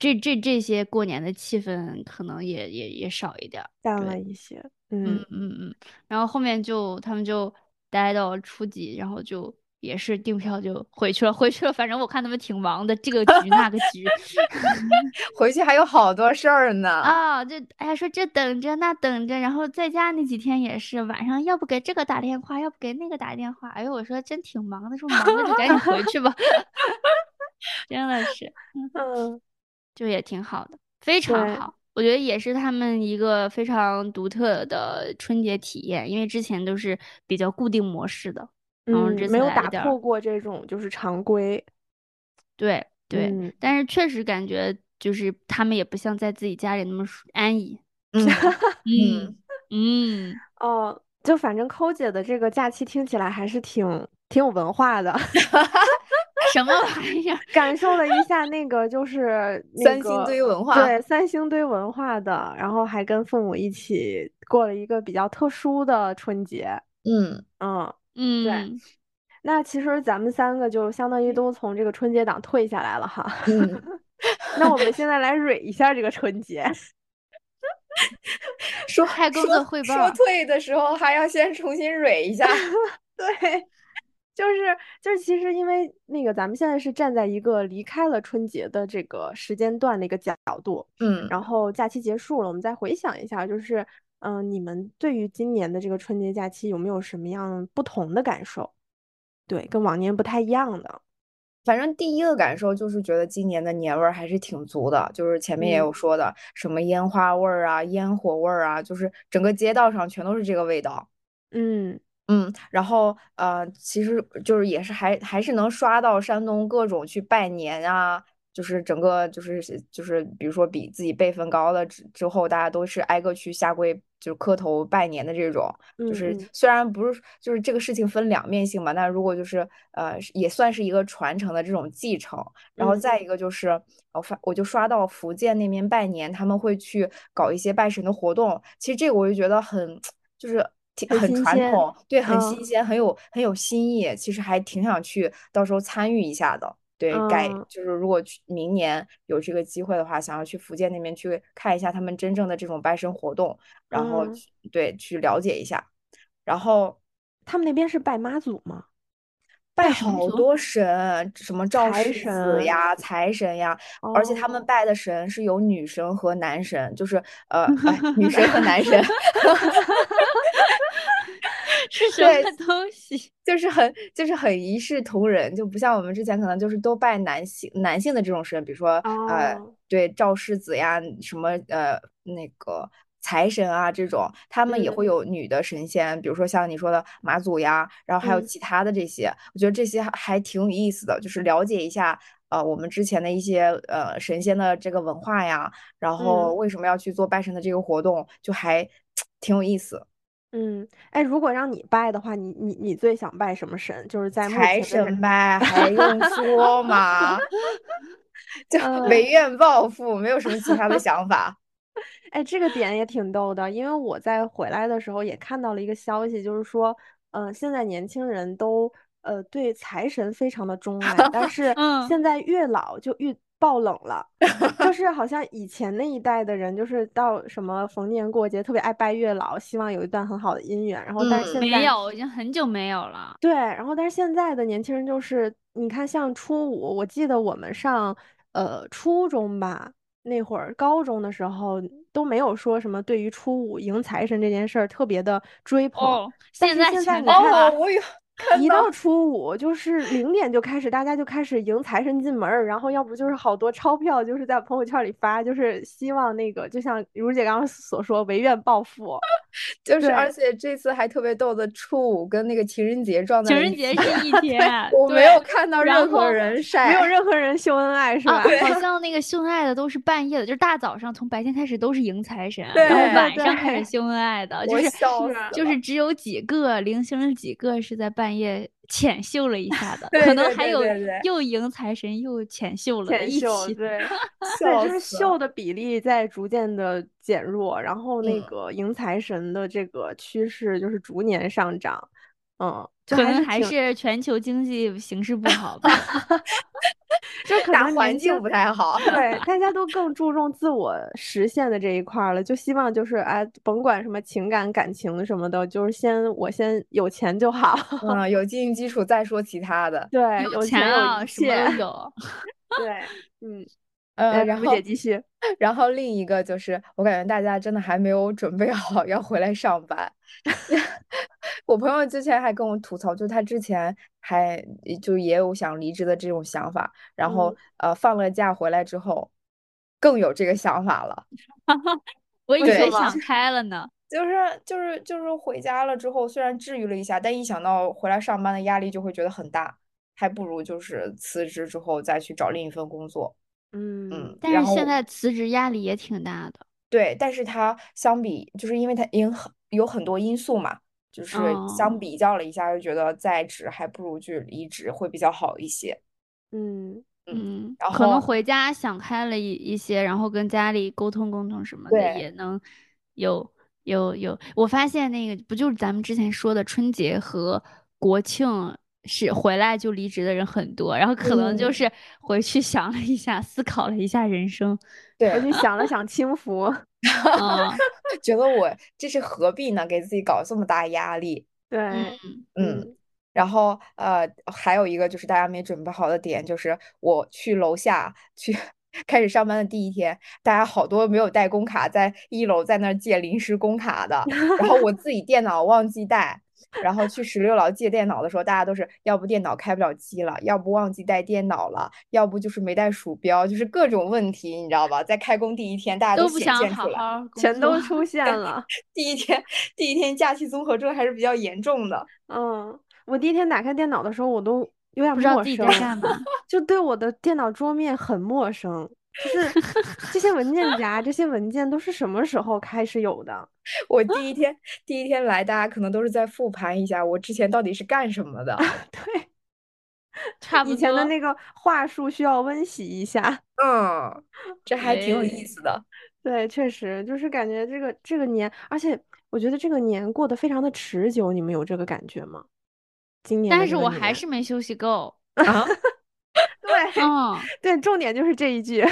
Speaker 2: 这这这些过年的气氛可能也也也少一点儿。
Speaker 4: 淡
Speaker 2: 对，
Speaker 4: 了一些。
Speaker 2: 嗯
Speaker 4: 嗯
Speaker 2: 嗯嗯。然后后面就他们就待到初几，然后就也是订票就回去了，回去了。反正我看他们挺忙的，这个局那个局
Speaker 1: 回去还有好多事儿呢。
Speaker 2: 啊，这哎呀说这等着那等着，然后在家那几天也是晚上要不给这个打电话，要不给那个打电话。哎呦，我说真挺忙 的，说忙了就赶紧回去吧， 真的是。嗯
Speaker 4: 嗯，
Speaker 2: 就也挺好的，非常
Speaker 4: 对
Speaker 2: 好。我觉得也是他们一个非常独特的春节体验，因为之前都是比较固定模式的，然后
Speaker 4: 嗯，
Speaker 2: 这
Speaker 4: 没
Speaker 2: 次
Speaker 4: 有
Speaker 2: 来
Speaker 4: 打
Speaker 2: 了点
Speaker 4: 破
Speaker 2: 儿，
Speaker 4: 过这种就是常规。
Speaker 2: 对对，
Speaker 4: 嗯
Speaker 2: 但是确实感觉就是他们也不像在自己家里那么舒安逸。
Speaker 1: 嗯
Speaker 2: 嗯嗯，
Speaker 4: 哦，就反正抠姐的这个假期听起来还是挺挺有文化的，
Speaker 2: 什么玩意儿？
Speaker 4: 感受了一下那个 就是那
Speaker 1: 三星
Speaker 4: 个
Speaker 1: 堆文化，
Speaker 4: 对三星堆文化的，然后还跟父母一起过了一个比较特殊的春节。
Speaker 1: 嗯，
Speaker 4: 嗯，
Speaker 2: 嗯，
Speaker 4: 那其实咱们三个就相当于都从这个春节档退下来了哈。
Speaker 1: 嗯，
Speaker 4: 那我们现在来蕊一下这个春 节。
Speaker 1: 说
Speaker 2: 开工
Speaker 1: 说
Speaker 2: 作汇报
Speaker 1: 说退的时候还要先重新蕊一 下，
Speaker 4: 对，就是就是，其实因为那个咱们现在是站在一个离开了春节的这个时间段的一个角度，
Speaker 1: 嗯
Speaker 4: 然后假期结束了，我们再回想一下，就是嗯、呃你们对于今年的这个春节假期有没有什么样不同的感受？对，跟往年不太一样的。
Speaker 1: 反正第一个感受就是觉得今年的年味儿还是挺足的，就是前面也有
Speaker 4: 嗯
Speaker 1: 说的，什么烟花味儿啊、烟火味儿啊，就是整个街道上全都是这个味道。
Speaker 4: 嗯
Speaker 1: 嗯，然后呃，其实就是也是还还是能刷到山东各种去拜年啊，就是整个就是就是比如说比自己辈分高了之之后，大家都是挨个去下跪就是磕头拜年的这种，
Speaker 4: 嗯
Speaker 1: 就是
Speaker 4: 嗯
Speaker 1: 虽然不是就是这个事情分两面性嘛，但如果就是呃是也算是一个传承的这种继承，然后
Speaker 4: 嗯
Speaker 1: 再一个就是我发我就刷到福建那边拜年，他们会去搞一些拜神的活动，其实这个我就觉得很就是挺
Speaker 4: 很
Speaker 1: 很
Speaker 4: 新
Speaker 1: 传
Speaker 4: 鲜
Speaker 1: 统，对，很
Speaker 4: 嗯
Speaker 1: 新鲜，很有很有新意，其实还挺想去到时候参与一下的。对，改
Speaker 4: 嗯
Speaker 1: 就是如果去明年有这个机会的话，想要去福建那边去看一下他们真正的这种拜神活动，然后
Speaker 4: 嗯
Speaker 1: 去对去了解一下。然后
Speaker 4: 他们那边是拜妈祖吗？
Speaker 1: 拜
Speaker 2: 拜什么
Speaker 1: 好
Speaker 2: 神
Speaker 1: 多神，什么赵
Speaker 4: 财
Speaker 1: 世子
Speaker 4: 神
Speaker 1: 呀、财神呀，而且他们
Speaker 4: 哦
Speaker 1: 拜的神是有女神和男神，就是呃，哎，女神和 男神，
Speaker 2: 是什
Speaker 1: 对
Speaker 2: 么东 西？
Speaker 1: 就是很就是很一视同仁，就不像我们之前可能就是都拜男性男性的这种神，比如说呃，
Speaker 4: 哦，
Speaker 1: 对赵世子呀，什么呃那个财神啊这种，他们也
Speaker 4: 嗯
Speaker 1: 会有女的神仙，比如说像你说的妈祖呀，然后还有
Speaker 4: 嗯
Speaker 1: 其他的这些，我觉得这些还还挺有意思的，就是了解一下。呃，我们之前的一些呃神仙的这个文化呀，然后
Speaker 4: 嗯
Speaker 1: 为什么要去做拜神的这个活动，就还挺有意思。
Speaker 4: 嗯，哎，如果让你拜的话，你你你最想拜什么神？就是在目
Speaker 1: 财
Speaker 4: 前的这
Speaker 1: 神呗，还用说吗？ 嗯就唯愿暴富，没有什么其他的想 法。
Speaker 4: 哎，这个点也挺逗的，因为我在回来的时候也看到了一个消息，就是说，嗯、现在年轻人都呃对财神非常的钟爱，但是
Speaker 2: 嗯
Speaker 4: 现在越老就越爆冷了，就是好像以前那一代的人，就是到什么逢年过节特别爱拜月老，希望有一段很好的姻缘，然后但是
Speaker 1: 嗯
Speaker 4: 现在
Speaker 2: 没有，已经很久没有了。
Speaker 4: 对，然后但是现在的年轻人就是，你看像初五，我记得我们上呃初中吧，那会儿高中的时候都没有说什么对于初五迎财神这件事儿特别的追捧，
Speaker 2: 哦，
Speaker 4: 但
Speaker 2: 现
Speaker 4: 是
Speaker 2: 在
Speaker 4: 现在
Speaker 2: 全
Speaker 4: 你
Speaker 2: 都
Speaker 4: 看
Speaker 2: 了
Speaker 1: 哦，我有看
Speaker 4: 一
Speaker 1: 到
Speaker 4: 到初五就是零点就开始，大家就开始迎财神进门儿，然后要不就是好多钞票就是在朋友圈里发，就是希望那个就像如姐刚刚所说，唯愿暴 富。
Speaker 1: 就是
Speaker 4: 对
Speaker 1: 而且这次还特别逗的，初五跟那个情人节撞在
Speaker 2: 情
Speaker 1: 了
Speaker 2: 人
Speaker 1: 一
Speaker 2: 节
Speaker 1: 起
Speaker 2: 是一天，
Speaker 1: 我没
Speaker 2: 对
Speaker 1: 有看到
Speaker 2: 然
Speaker 1: 任何
Speaker 2: 后
Speaker 1: 人晒，
Speaker 4: 没有任何人秀恩爱是吧？
Speaker 2: 啊，好像那个秀恩爱的都是半夜的，就是大早上从白天开始都是迎财神，
Speaker 1: 对
Speaker 2: 然后
Speaker 1: 对
Speaker 2: 晚上开
Speaker 4: 对
Speaker 2: 始秀恩爱的，就
Speaker 1: 我
Speaker 2: 是
Speaker 1: 笑死了。
Speaker 2: 就是只有几个零星几个是在半夜浅秀了一下 的，
Speaker 1: 对
Speaker 2: 可能
Speaker 1: 对
Speaker 2: 还
Speaker 1: 对
Speaker 2: 有
Speaker 1: 对对
Speaker 2: 又迎财神又浅秀了的
Speaker 4: 浅
Speaker 2: 一
Speaker 4: 秀，
Speaker 2: 起。
Speaker 4: 对
Speaker 1: 笑
Speaker 4: 对，就是
Speaker 1: 死了
Speaker 4: 秀的比例在逐渐的减弱，然后那
Speaker 1: 嗯
Speaker 4: 个迎财神的这个趋势就是逐年上涨，嗯，就
Speaker 2: 可
Speaker 4: 还
Speaker 2: 能
Speaker 4: 是
Speaker 2: 还
Speaker 4: 挺，
Speaker 2: 是全球经济形势不好 吧，
Speaker 4: 就可
Speaker 1: 大
Speaker 4: 能
Speaker 1: 环
Speaker 4: 年
Speaker 1: 境
Speaker 4: 轻
Speaker 1: 不太好
Speaker 4: 对，大家都更注重自我实现的这一块儿了，就希望就是哎，甭管什么情感、感情什么的，就是先我先有钱就好，
Speaker 1: 嗯，有经济基础再说其他的。
Speaker 4: 对，
Speaker 2: 有
Speaker 4: 有
Speaker 2: 钱
Speaker 4: 有
Speaker 2: 啊，
Speaker 4: 一
Speaker 2: 什么都
Speaker 4: 切，
Speaker 2: 有。
Speaker 4: 对，嗯，
Speaker 1: 呃，
Speaker 4: 来，
Speaker 1: 然
Speaker 4: 如
Speaker 1: 后
Speaker 4: 姐继续，
Speaker 1: 然后另一个就是，我感觉大家真的还没有准备好要回来上班。 我朋友之前还跟我吐槽，就他之前还就也有想离职的这种想法，然后
Speaker 4: 嗯
Speaker 1: 呃放了假回来之后，更有这个想法了。
Speaker 2: 我以
Speaker 1: 为
Speaker 2: 为
Speaker 1: 什么
Speaker 2: 想开了呢，
Speaker 1: 就是就是就是回家了之后，虽然治愈了一下，但一想到回来上班的压力就会觉得很大，还不如就是辞职之后再去找另一份工作。
Speaker 4: 嗯
Speaker 1: 嗯，
Speaker 2: 但
Speaker 1: 然
Speaker 2: 是
Speaker 1: 后
Speaker 2: 现在辞职压力也挺大的。
Speaker 1: 对，但是它相比，就是因为它因很有很多因素嘛，就是
Speaker 2: 哦
Speaker 1: 相比较了一下，就觉得在职还不如去离职会比较好一些。
Speaker 4: 嗯
Speaker 2: 嗯，
Speaker 1: 然
Speaker 2: 可能
Speaker 1: 后
Speaker 2: 回家想开了一一些，然后跟家里沟通沟通什么的，
Speaker 1: 对，
Speaker 2: 也能有有有。我发现那个不就是咱们之前说的春节和国庆是回来就离职的人很多，然后可能就
Speaker 1: 嗯，
Speaker 2: 是回去想了一下，思考了一下 人生，
Speaker 4: 回
Speaker 1: 对，
Speaker 4: 去想了想清福，
Speaker 2: 嗯
Speaker 1: 觉得我这是何必呢？给自己搞这么大压力，
Speaker 2: 嗯
Speaker 4: 对，
Speaker 1: 嗯。
Speaker 4: 嗯
Speaker 1: 然后呃，还有一个就是大家没准备好的点，就是我去楼下去 开始上班的第一天，大家好多没有带工卡，在一楼在那儿借临时工卡 的。然后我自己电脑忘记带，然后去十六楼借电脑的时候，大家都是要不电脑开不了机了，要不忘记带电脑了，要不就是没带鼠标，就是各种问题，你知道吧？在开工第一天，大家都
Speaker 2: 都不
Speaker 1: 显
Speaker 2: 想
Speaker 1: 现出
Speaker 2: 好
Speaker 1: 来。
Speaker 2: 好儿工
Speaker 4: 全
Speaker 2: 作。
Speaker 4: 都出现了。
Speaker 1: 第一天， 第一天假期综合症还是比较严重的。
Speaker 4: 嗯，我第一天打开电脑的时候，我都有点
Speaker 2: 不知道
Speaker 4: 陌
Speaker 2: 自己
Speaker 4: 生，
Speaker 2: 在干嘛。
Speaker 4: 就对我的电脑桌面很陌生，就是这些文件夹，这些文件都是什么时候开始有的？
Speaker 1: 我第一天第一天来，大家可能都是在复盘一下我之前到底是干什么 的。
Speaker 4: 对，
Speaker 2: 差
Speaker 4: 以
Speaker 2: 不
Speaker 4: 前的
Speaker 2: 多，
Speaker 4: 那个话术需要温习一下。
Speaker 1: 嗯，这还挺有意
Speaker 2: 对，
Speaker 1: 思的。
Speaker 4: 对，确实就是感觉这个这个年，而且我觉得这个年过得非常的持久，你们有这个感觉吗？今年的
Speaker 2: 但
Speaker 4: 这
Speaker 2: 是
Speaker 4: 个
Speaker 2: 我还
Speaker 4: 年，
Speaker 2: 是没休 息够。
Speaker 1: 啊，
Speaker 4: 对
Speaker 2: 嗯，
Speaker 4: 对，重点就是这一句。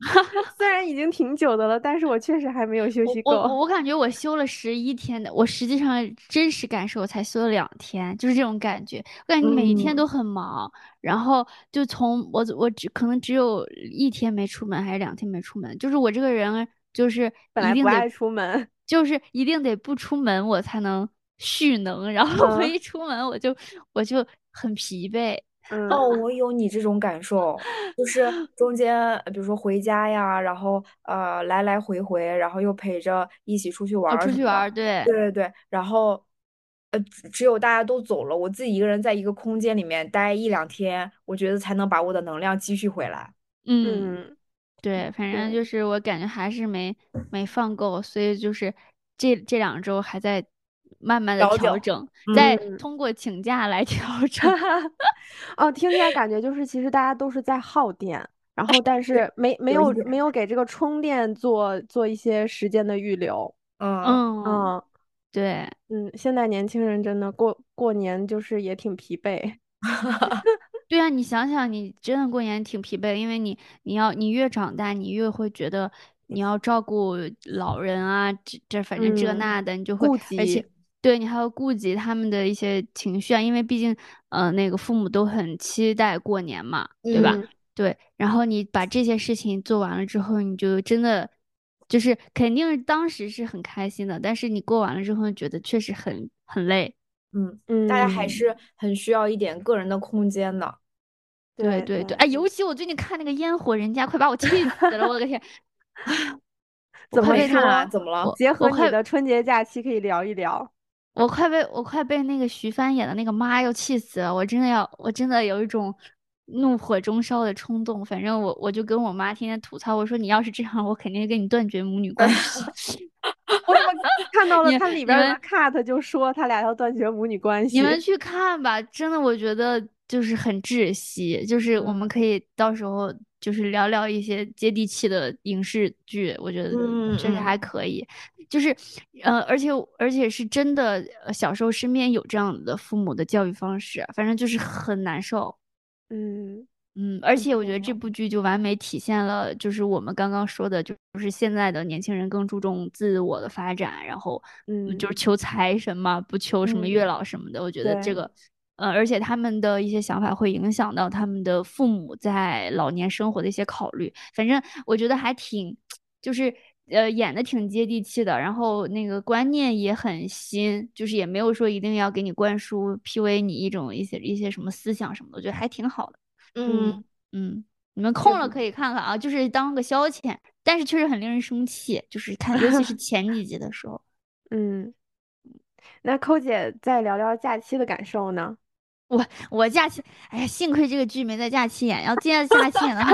Speaker 4: 虽然已经挺久的了，但是我确实还没有休
Speaker 2: 我
Speaker 4: 息
Speaker 2: 我
Speaker 4: 够。
Speaker 2: 我我感觉我休了十一天的，我实际上真实感受我才休了两天，就是这种感觉。我感觉每一天
Speaker 4: 嗯
Speaker 2: 都很忙，然后就从我我只可能只有一天没出门，还是两天没出门。就是我这个人就是
Speaker 4: 本
Speaker 2: 一
Speaker 4: 来不
Speaker 2: 定得，
Speaker 4: 爱出门，
Speaker 2: 就是一定得不出门我才能蓄能，然后 我
Speaker 4: 嗯
Speaker 2: 一出门我就我就很疲惫。
Speaker 1: 哦，
Speaker 4: 嗯
Speaker 1: 我有你这种感受，就是中间，呃比如说回家呀，然后呃来来回回，然后又陪着一起出去玩
Speaker 2: 哦，
Speaker 1: 儿
Speaker 2: 出
Speaker 1: 什
Speaker 2: 去
Speaker 1: 么
Speaker 2: 玩
Speaker 1: 的，
Speaker 2: 儿，对。
Speaker 1: 对对对，然后呃只只有大家都走了，我自己一个人在一个空间里面待一两天，我觉得才能把我的能量积蓄回来。
Speaker 2: 嗯，
Speaker 4: 嗯，
Speaker 2: 对，反正
Speaker 4: 对，嗯
Speaker 2: 就是我感觉还是没没放够，所以就是这这两周还在慢慢的
Speaker 1: 调
Speaker 2: 调
Speaker 1: 整，
Speaker 2: 整，再
Speaker 4: 嗯。
Speaker 2: 通过请假来 调整。
Speaker 4: 哈哈，哦，听起来感觉就是其实大家都是在耗电，然后但
Speaker 1: 对，
Speaker 4: 是没没
Speaker 1: 有一
Speaker 4: 有
Speaker 1: 点，
Speaker 4: 没有给这个充电做做一些时间的预留。
Speaker 1: 嗯，
Speaker 2: 嗯，
Speaker 4: 嗯
Speaker 2: 对，
Speaker 4: 嗯，现在年轻人真的过过年就是也挺疲
Speaker 2: 嗯
Speaker 4: 惫。
Speaker 2: 对啊，你想想，你真的过年挺疲惫，因为你你要你越长大，你越会觉得你要照顾老人啊，这这反正这
Speaker 4: 嗯，
Speaker 2: 那的，你就会，
Speaker 4: 顾
Speaker 2: 而且
Speaker 4: 及，
Speaker 2: 对你还要顾及他们的一些情绪啊，因为毕竟呃那个父母都很期待过年嘛，对吧？
Speaker 1: 嗯，
Speaker 4: 嗯
Speaker 2: 对，然后你把这些事情做完了之后，你就真的就是肯定是当时是很开心的，但是你过完了之后，觉得确实很很累，
Speaker 1: 嗯， 大家还
Speaker 4: 嗯，
Speaker 1: 是很需要一点个人的空间的。
Speaker 2: 对
Speaker 4: 对嗯
Speaker 2: 对对，
Speaker 4: 对
Speaker 2: 哎，
Speaker 4: 对，
Speaker 2: 尤其我最近看那个烟火人家，快把我气死了！我的个天，啊我
Speaker 4: 怎么
Speaker 2: 快被
Speaker 1: 没看
Speaker 2: 他，
Speaker 1: 啊？
Speaker 4: 说？
Speaker 1: 怎么了？
Speaker 2: 我
Speaker 4: 结
Speaker 2: 我
Speaker 4: 合你
Speaker 2: 快
Speaker 4: 的春节假期可以聊一 聊。
Speaker 2: 我快被我快被那个徐帆演的那个妈要气死了！我真的要，我真的有一种怒火中烧的冲动。反正我我就跟我妈天天吐槽，我说你要是这样，我肯定跟你断绝母女关系。
Speaker 4: 我怎么看到了
Speaker 2: 你
Speaker 4: 它里
Speaker 2: 你
Speaker 4: 边儿的
Speaker 2: 们
Speaker 4: cut 就说他俩要断绝母女关
Speaker 2: 你们
Speaker 4: 系？
Speaker 2: 去看吧，真的，我觉得就是很窒息。就是我们
Speaker 4: 嗯
Speaker 2: 可以到时候就是聊聊一些接地气的影视剧，我觉得
Speaker 1: 嗯
Speaker 2: 确实
Speaker 1: 嗯
Speaker 2: 还可以。就是，呃，而且而且是真的，呃小时候身边有这样的父母的教育方式，反正就是很难受。
Speaker 4: 嗯，
Speaker 2: 嗯，而
Speaker 4: 是
Speaker 2: 且我
Speaker 4: 这
Speaker 2: 觉得这
Speaker 4: 样。
Speaker 2: 部剧就完美体现了，就是我们刚刚说的，就是现在的年轻人更注重自我的发展，然后嗯就是
Speaker 4: 嗯
Speaker 2: 求财神嘛，不求什么月
Speaker 4: 嗯，
Speaker 2: 老什么的。我觉得这
Speaker 4: 对，
Speaker 2: 个，呃，而且他们的一些想法会影响到他们的父母在老年生活的一些考虑。反正我觉得还挺，就是呃演的挺接地气的，然后那个观念也很新，就是也没有说一定要给你灌输 PUA 你一种一些一些什么思想什么的，我觉得还挺好的。
Speaker 1: 嗯，
Speaker 4: 嗯，
Speaker 2: 嗯，你们
Speaker 1: 这
Speaker 2: 空了
Speaker 1: 部
Speaker 2: 可以看看啊，就是当个消遣，但是确实很令人生气，就是看，尤其是前几集的时候，
Speaker 4: 嗯，那寇姐再聊聊假期的感受呢？
Speaker 2: 我我假期，哎呀，幸亏这个剧没在假期演，要接在假期演的话，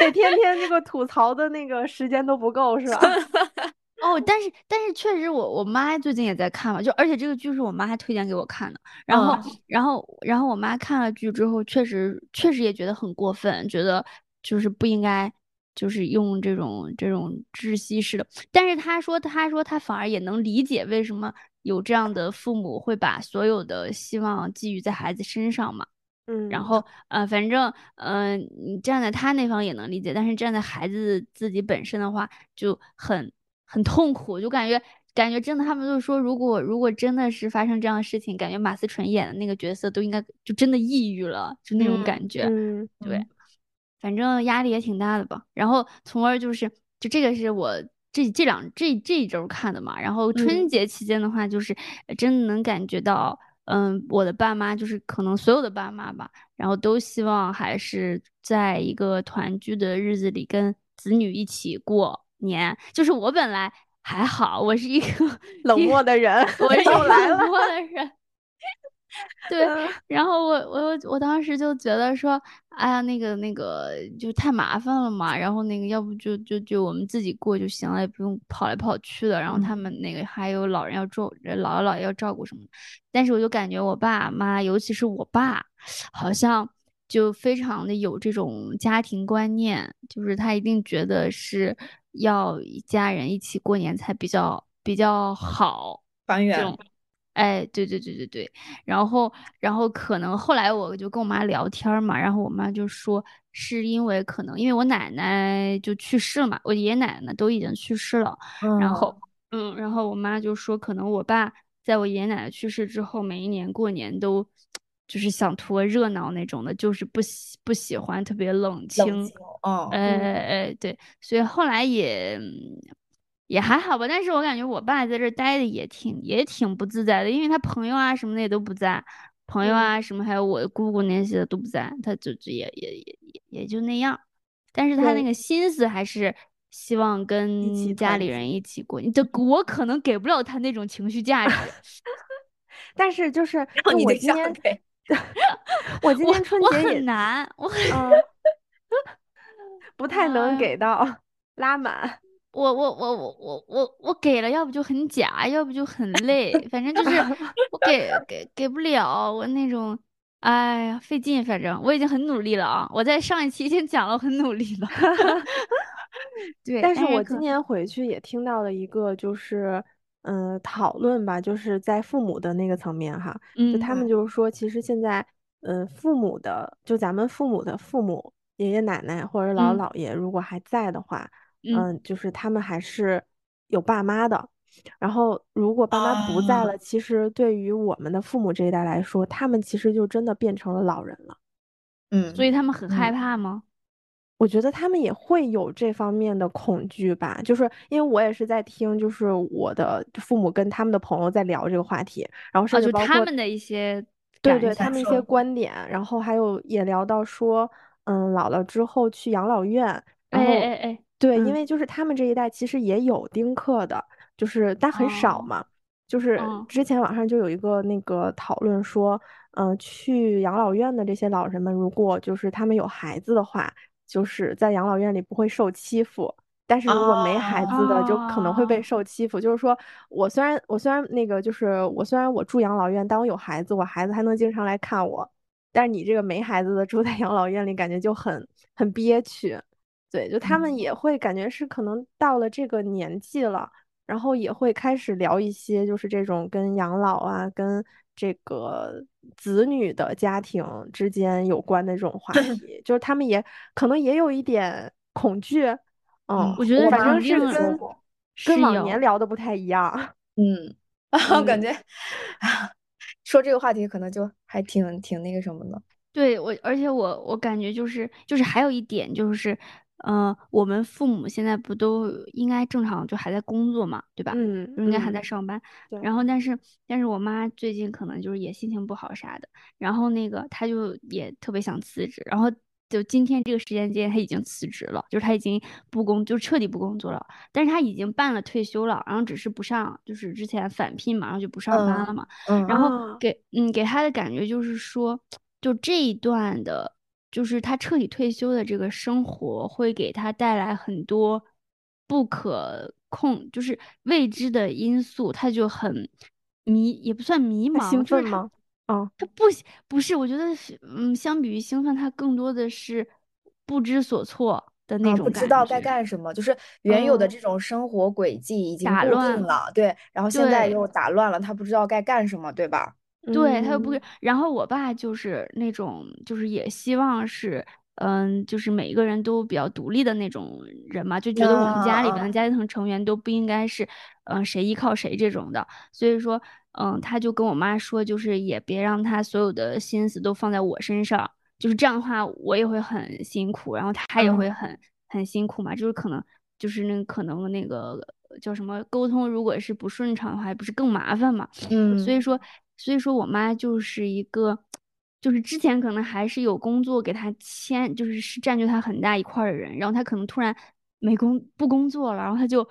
Speaker 4: 得天天这个吐槽的那个时间都不够是吧？
Speaker 2: 哦，但是但是确实我，我妈最近也在看嘛，就而且这个剧是我妈还推荐给我看的，然
Speaker 1: 哦
Speaker 2: 后、
Speaker 1: 嗯
Speaker 2: 然后然后我妈看了剧之后，确实确实也觉得很过分，觉得就是不应该就是用这种这种窒息式的，但是她说她说她反而也能理解为什么有这样的父母会把所有的希望寄予在孩子身上嘛，
Speaker 4: 嗯，
Speaker 2: 然后呃，反正嗯、呃，你站在他那方也能理解，但是站在孩子自己本身的话，就很很痛苦，就感觉感觉真的，他们就说，如果如果真的是发生这样的事情，感觉马思纯演的那个角色都应该就真的抑郁了，就那种
Speaker 1: 嗯
Speaker 2: 感觉。
Speaker 4: 嗯
Speaker 2: 对，反正压力也挺大的吧。然后，从而就是，就这个是我这这两这这一周看的嘛。然
Speaker 4: 嗯
Speaker 2: 后春节期间的话，就是呃真的能感觉到，嗯，我的爸妈就是可能所有的爸妈吧，然后都希望还是在一个团聚的日子里跟子女一起过年。就是我本来还好，我是一个
Speaker 4: 冷
Speaker 2: 一个
Speaker 4: 漠的 人
Speaker 2: 我是一
Speaker 4: 又
Speaker 2: 个
Speaker 4: 来了嗯
Speaker 2: 冷漠的人。 对，然后我我我当时就觉得说，哎呀，那个那个就太麻烦了嘛，然后那个要不就就就我们自己过就行了，也不用跑来跑去的。然后
Speaker 4: 嗯
Speaker 2: 他们那个还有老人要照，呃姥姥姥爷要照顾什么的。但是我就感觉我爸妈，尤其是我爸，好像就非常的有这种家庭观念，就是他一定觉得是要一家人一起过年才比较比较好。
Speaker 1: 团
Speaker 2: 这
Speaker 1: 圆
Speaker 2: 种，哎，对对对对对，然后然后可能后来我就跟我妈聊天儿嘛，然后我妈就说是因为可能因为我奶奶就去世了嘛，我爷爷奶奶都已经去世了，然后嗯，然后我妈就说可能我爸在我爷爷奶奶去世之后，每一年过年都就是想图个热闹那种的，就是不喜不喜欢特别冷
Speaker 1: 冷
Speaker 2: 清，
Speaker 1: 清，嗯，
Speaker 2: 哎哎哎，对，所以后来也嗯也还好吧，但是我感觉我爸在这儿待的也挺也挺不自在的，因为他朋友啊什么的也都不在，朋
Speaker 4: 嗯
Speaker 2: 友啊什么还有我姑姑那些的都不在，他就就也也也也也就那样，但是他那
Speaker 4: 对
Speaker 2: 个心思还是希望
Speaker 4: 起
Speaker 2: 跟家
Speaker 4: 团
Speaker 2: 里
Speaker 4: 聚
Speaker 2: 人一起过，这我可能给不了他那种情绪价值，
Speaker 4: 但是就是
Speaker 1: 后
Speaker 4: 就
Speaker 1: 你
Speaker 4: 我
Speaker 1: 得
Speaker 4: 今
Speaker 1: 上
Speaker 4: 天
Speaker 1: 对，
Speaker 4: 我 今
Speaker 2: 我
Speaker 4: 天春
Speaker 2: 我
Speaker 4: 节也
Speaker 2: 很难，我很
Speaker 4: 嗯，不太能
Speaker 2: 哎
Speaker 4: 给到拉满。
Speaker 2: 我我我我我我我给了，要不就很假，要不就很累，反正就是 我给给给不了我那种，哎呀费劲，反正我已经很努力了啊，我在上一期已经讲了，我很努力 了。对，
Speaker 4: 但是
Speaker 2: 哎
Speaker 4: 我
Speaker 2: 可
Speaker 4: 今年回去也听到了一个，就是嗯讨论吧，就是在父母的那个层面哈，就
Speaker 2: 嗯
Speaker 4: 他们就是说，其实现在嗯父母的，就咱们父母的父母爷爷奶奶或者姥
Speaker 2: 嗯
Speaker 4: 姥姥爷，如果还在的话，
Speaker 2: 嗯
Speaker 4: 嗯，就是他们还是有爸妈的。然后，如果爸妈不在
Speaker 1: 啊
Speaker 4: 了，其实对于我们的父母这一代来说，他们其实就真的变成了老人了。
Speaker 1: 嗯，
Speaker 2: 所以他们很害
Speaker 1: 嗯
Speaker 2: 怕吗？
Speaker 4: 我觉得他们也会有这方面的恐惧吧，就是因为我也是在听，就是我的父母跟他们的朋友在聊这个话题，然后
Speaker 2: 啊，
Speaker 4: 甚至
Speaker 2: 就
Speaker 4: 包
Speaker 2: 他
Speaker 4: 括
Speaker 2: 们的一些
Speaker 4: 对
Speaker 2: 感
Speaker 4: 对
Speaker 2: 想
Speaker 4: 他们一
Speaker 1: 受
Speaker 4: 些观点，然后还有也聊到说，嗯，老了之后去养老院，然
Speaker 2: 哎
Speaker 4: 后
Speaker 2: 哎哎，
Speaker 4: 对，
Speaker 1: 嗯
Speaker 4: 因为就是他们这一代其实也有丁克的，就是但很少
Speaker 2: 哦
Speaker 4: 嘛。就是
Speaker 2: 嗯
Speaker 4: 之前网上就有一个那个讨论说，嗯、去养老院的这些老人们，如果就是他们有孩子的话，就是在养老院里不会受欺负。但是如果
Speaker 2: 哦
Speaker 4: 没孩子的，就可能会被
Speaker 2: 啊
Speaker 4: 受欺负。就是说我虽然我虽然那个就是我虽然我住养老院，但我有孩子，我孩子还能经常来看我。但是你这个没孩子的住在 养老院里，感觉就很很憋屈。对，就他
Speaker 2: 嗯
Speaker 4: 们也会感觉是可能到了这个年纪了，然后也会开始聊一些就是这种跟养老啊、跟这个子女的家庭之间有关的这种话 题，就是他们也可能也有一点恐惧，嗯，
Speaker 2: 我觉得
Speaker 4: 反
Speaker 2: 肯
Speaker 4: 正是
Speaker 2: 定
Speaker 4: 跟
Speaker 2: 是
Speaker 4: 跟往
Speaker 2: 有
Speaker 4: 年聊的不太一 样，
Speaker 1: 嗯，啊，
Speaker 4: 嗯
Speaker 1: 感觉 说这个话题可能就还挺挺那个什么的，
Speaker 2: 对我，而且我我感觉就是就是还有一点就是，呃，我们父母现在不都应该正常就还在工作嘛，对吧？
Speaker 4: 嗯
Speaker 2: 就应该还在
Speaker 4: 嗯，
Speaker 2: 上班。
Speaker 4: 对
Speaker 2: 然后但是但是我妈最近可能就是也心情不好啥的，然后那个她就也特别想辞职，然后就今天这个时间间她已经辞职了，就是她已经不工就彻底不工作了，但是她已经办了退休了，然后只是不上就是之前返聘嘛，然后就不上班
Speaker 1: 嗯
Speaker 2: 了嘛。
Speaker 1: 嗯
Speaker 2: 然后
Speaker 4: 啊
Speaker 2: 给嗯给他的感觉就是说，就这一段的就是他彻底退休的这个生活会给他带来很多不可控，就是未知的因素，他就很迷，也不算迷
Speaker 4: 他
Speaker 2: 茫，
Speaker 4: 嗯兴
Speaker 2: 就是
Speaker 4: 奋
Speaker 2: 他
Speaker 4: 吗？哦，
Speaker 2: 他不喜不是，我觉得是，嗯，相比于兴奋，他更多的是不知所措的那
Speaker 1: 啊
Speaker 2: 种
Speaker 1: 不
Speaker 2: 感觉。
Speaker 1: 知道该干什么，就是原有的
Speaker 2: 嗯
Speaker 1: 这种生活轨迹已经
Speaker 2: 打
Speaker 1: 固
Speaker 2: 乱
Speaker 1: 定了，对，然后现在
Speaker 2: 对
Speaker 1: 又打乱了，他不知道该干什么，对吧？
Speaker 2: 对，他又不
Speaker 4: 嗯
Speaker 2: 给。然后我爸就是那种，就是也希望是，嗯，就是每一个人都比较独立的那种人嘛，就觉得我们家里边
Speaker 1: 啊
Speaker 2: 的家庭成员都不应该是，嗯，谁依靠谁这种的。所以说，嗯，他就跟我妈说，就是也别让他所有的心思都放在我身上，就是这样的话，我也会很辛苦，然后他也
Speaker 1: 嗯
Speaker 2: 会很很辛苦嘛，就是可能就是那可能那个呃叫什么沟通，如果是不顺畅的话，不是更麻烦嘛。
Speaker 1: 嗯，
Speaker 2: 所以说，所以说我妈就是一个，就是之前可能还是有工作给她牵，就是是占据她很大一块儿的人，然后她可能突然没工不工作了，然后她就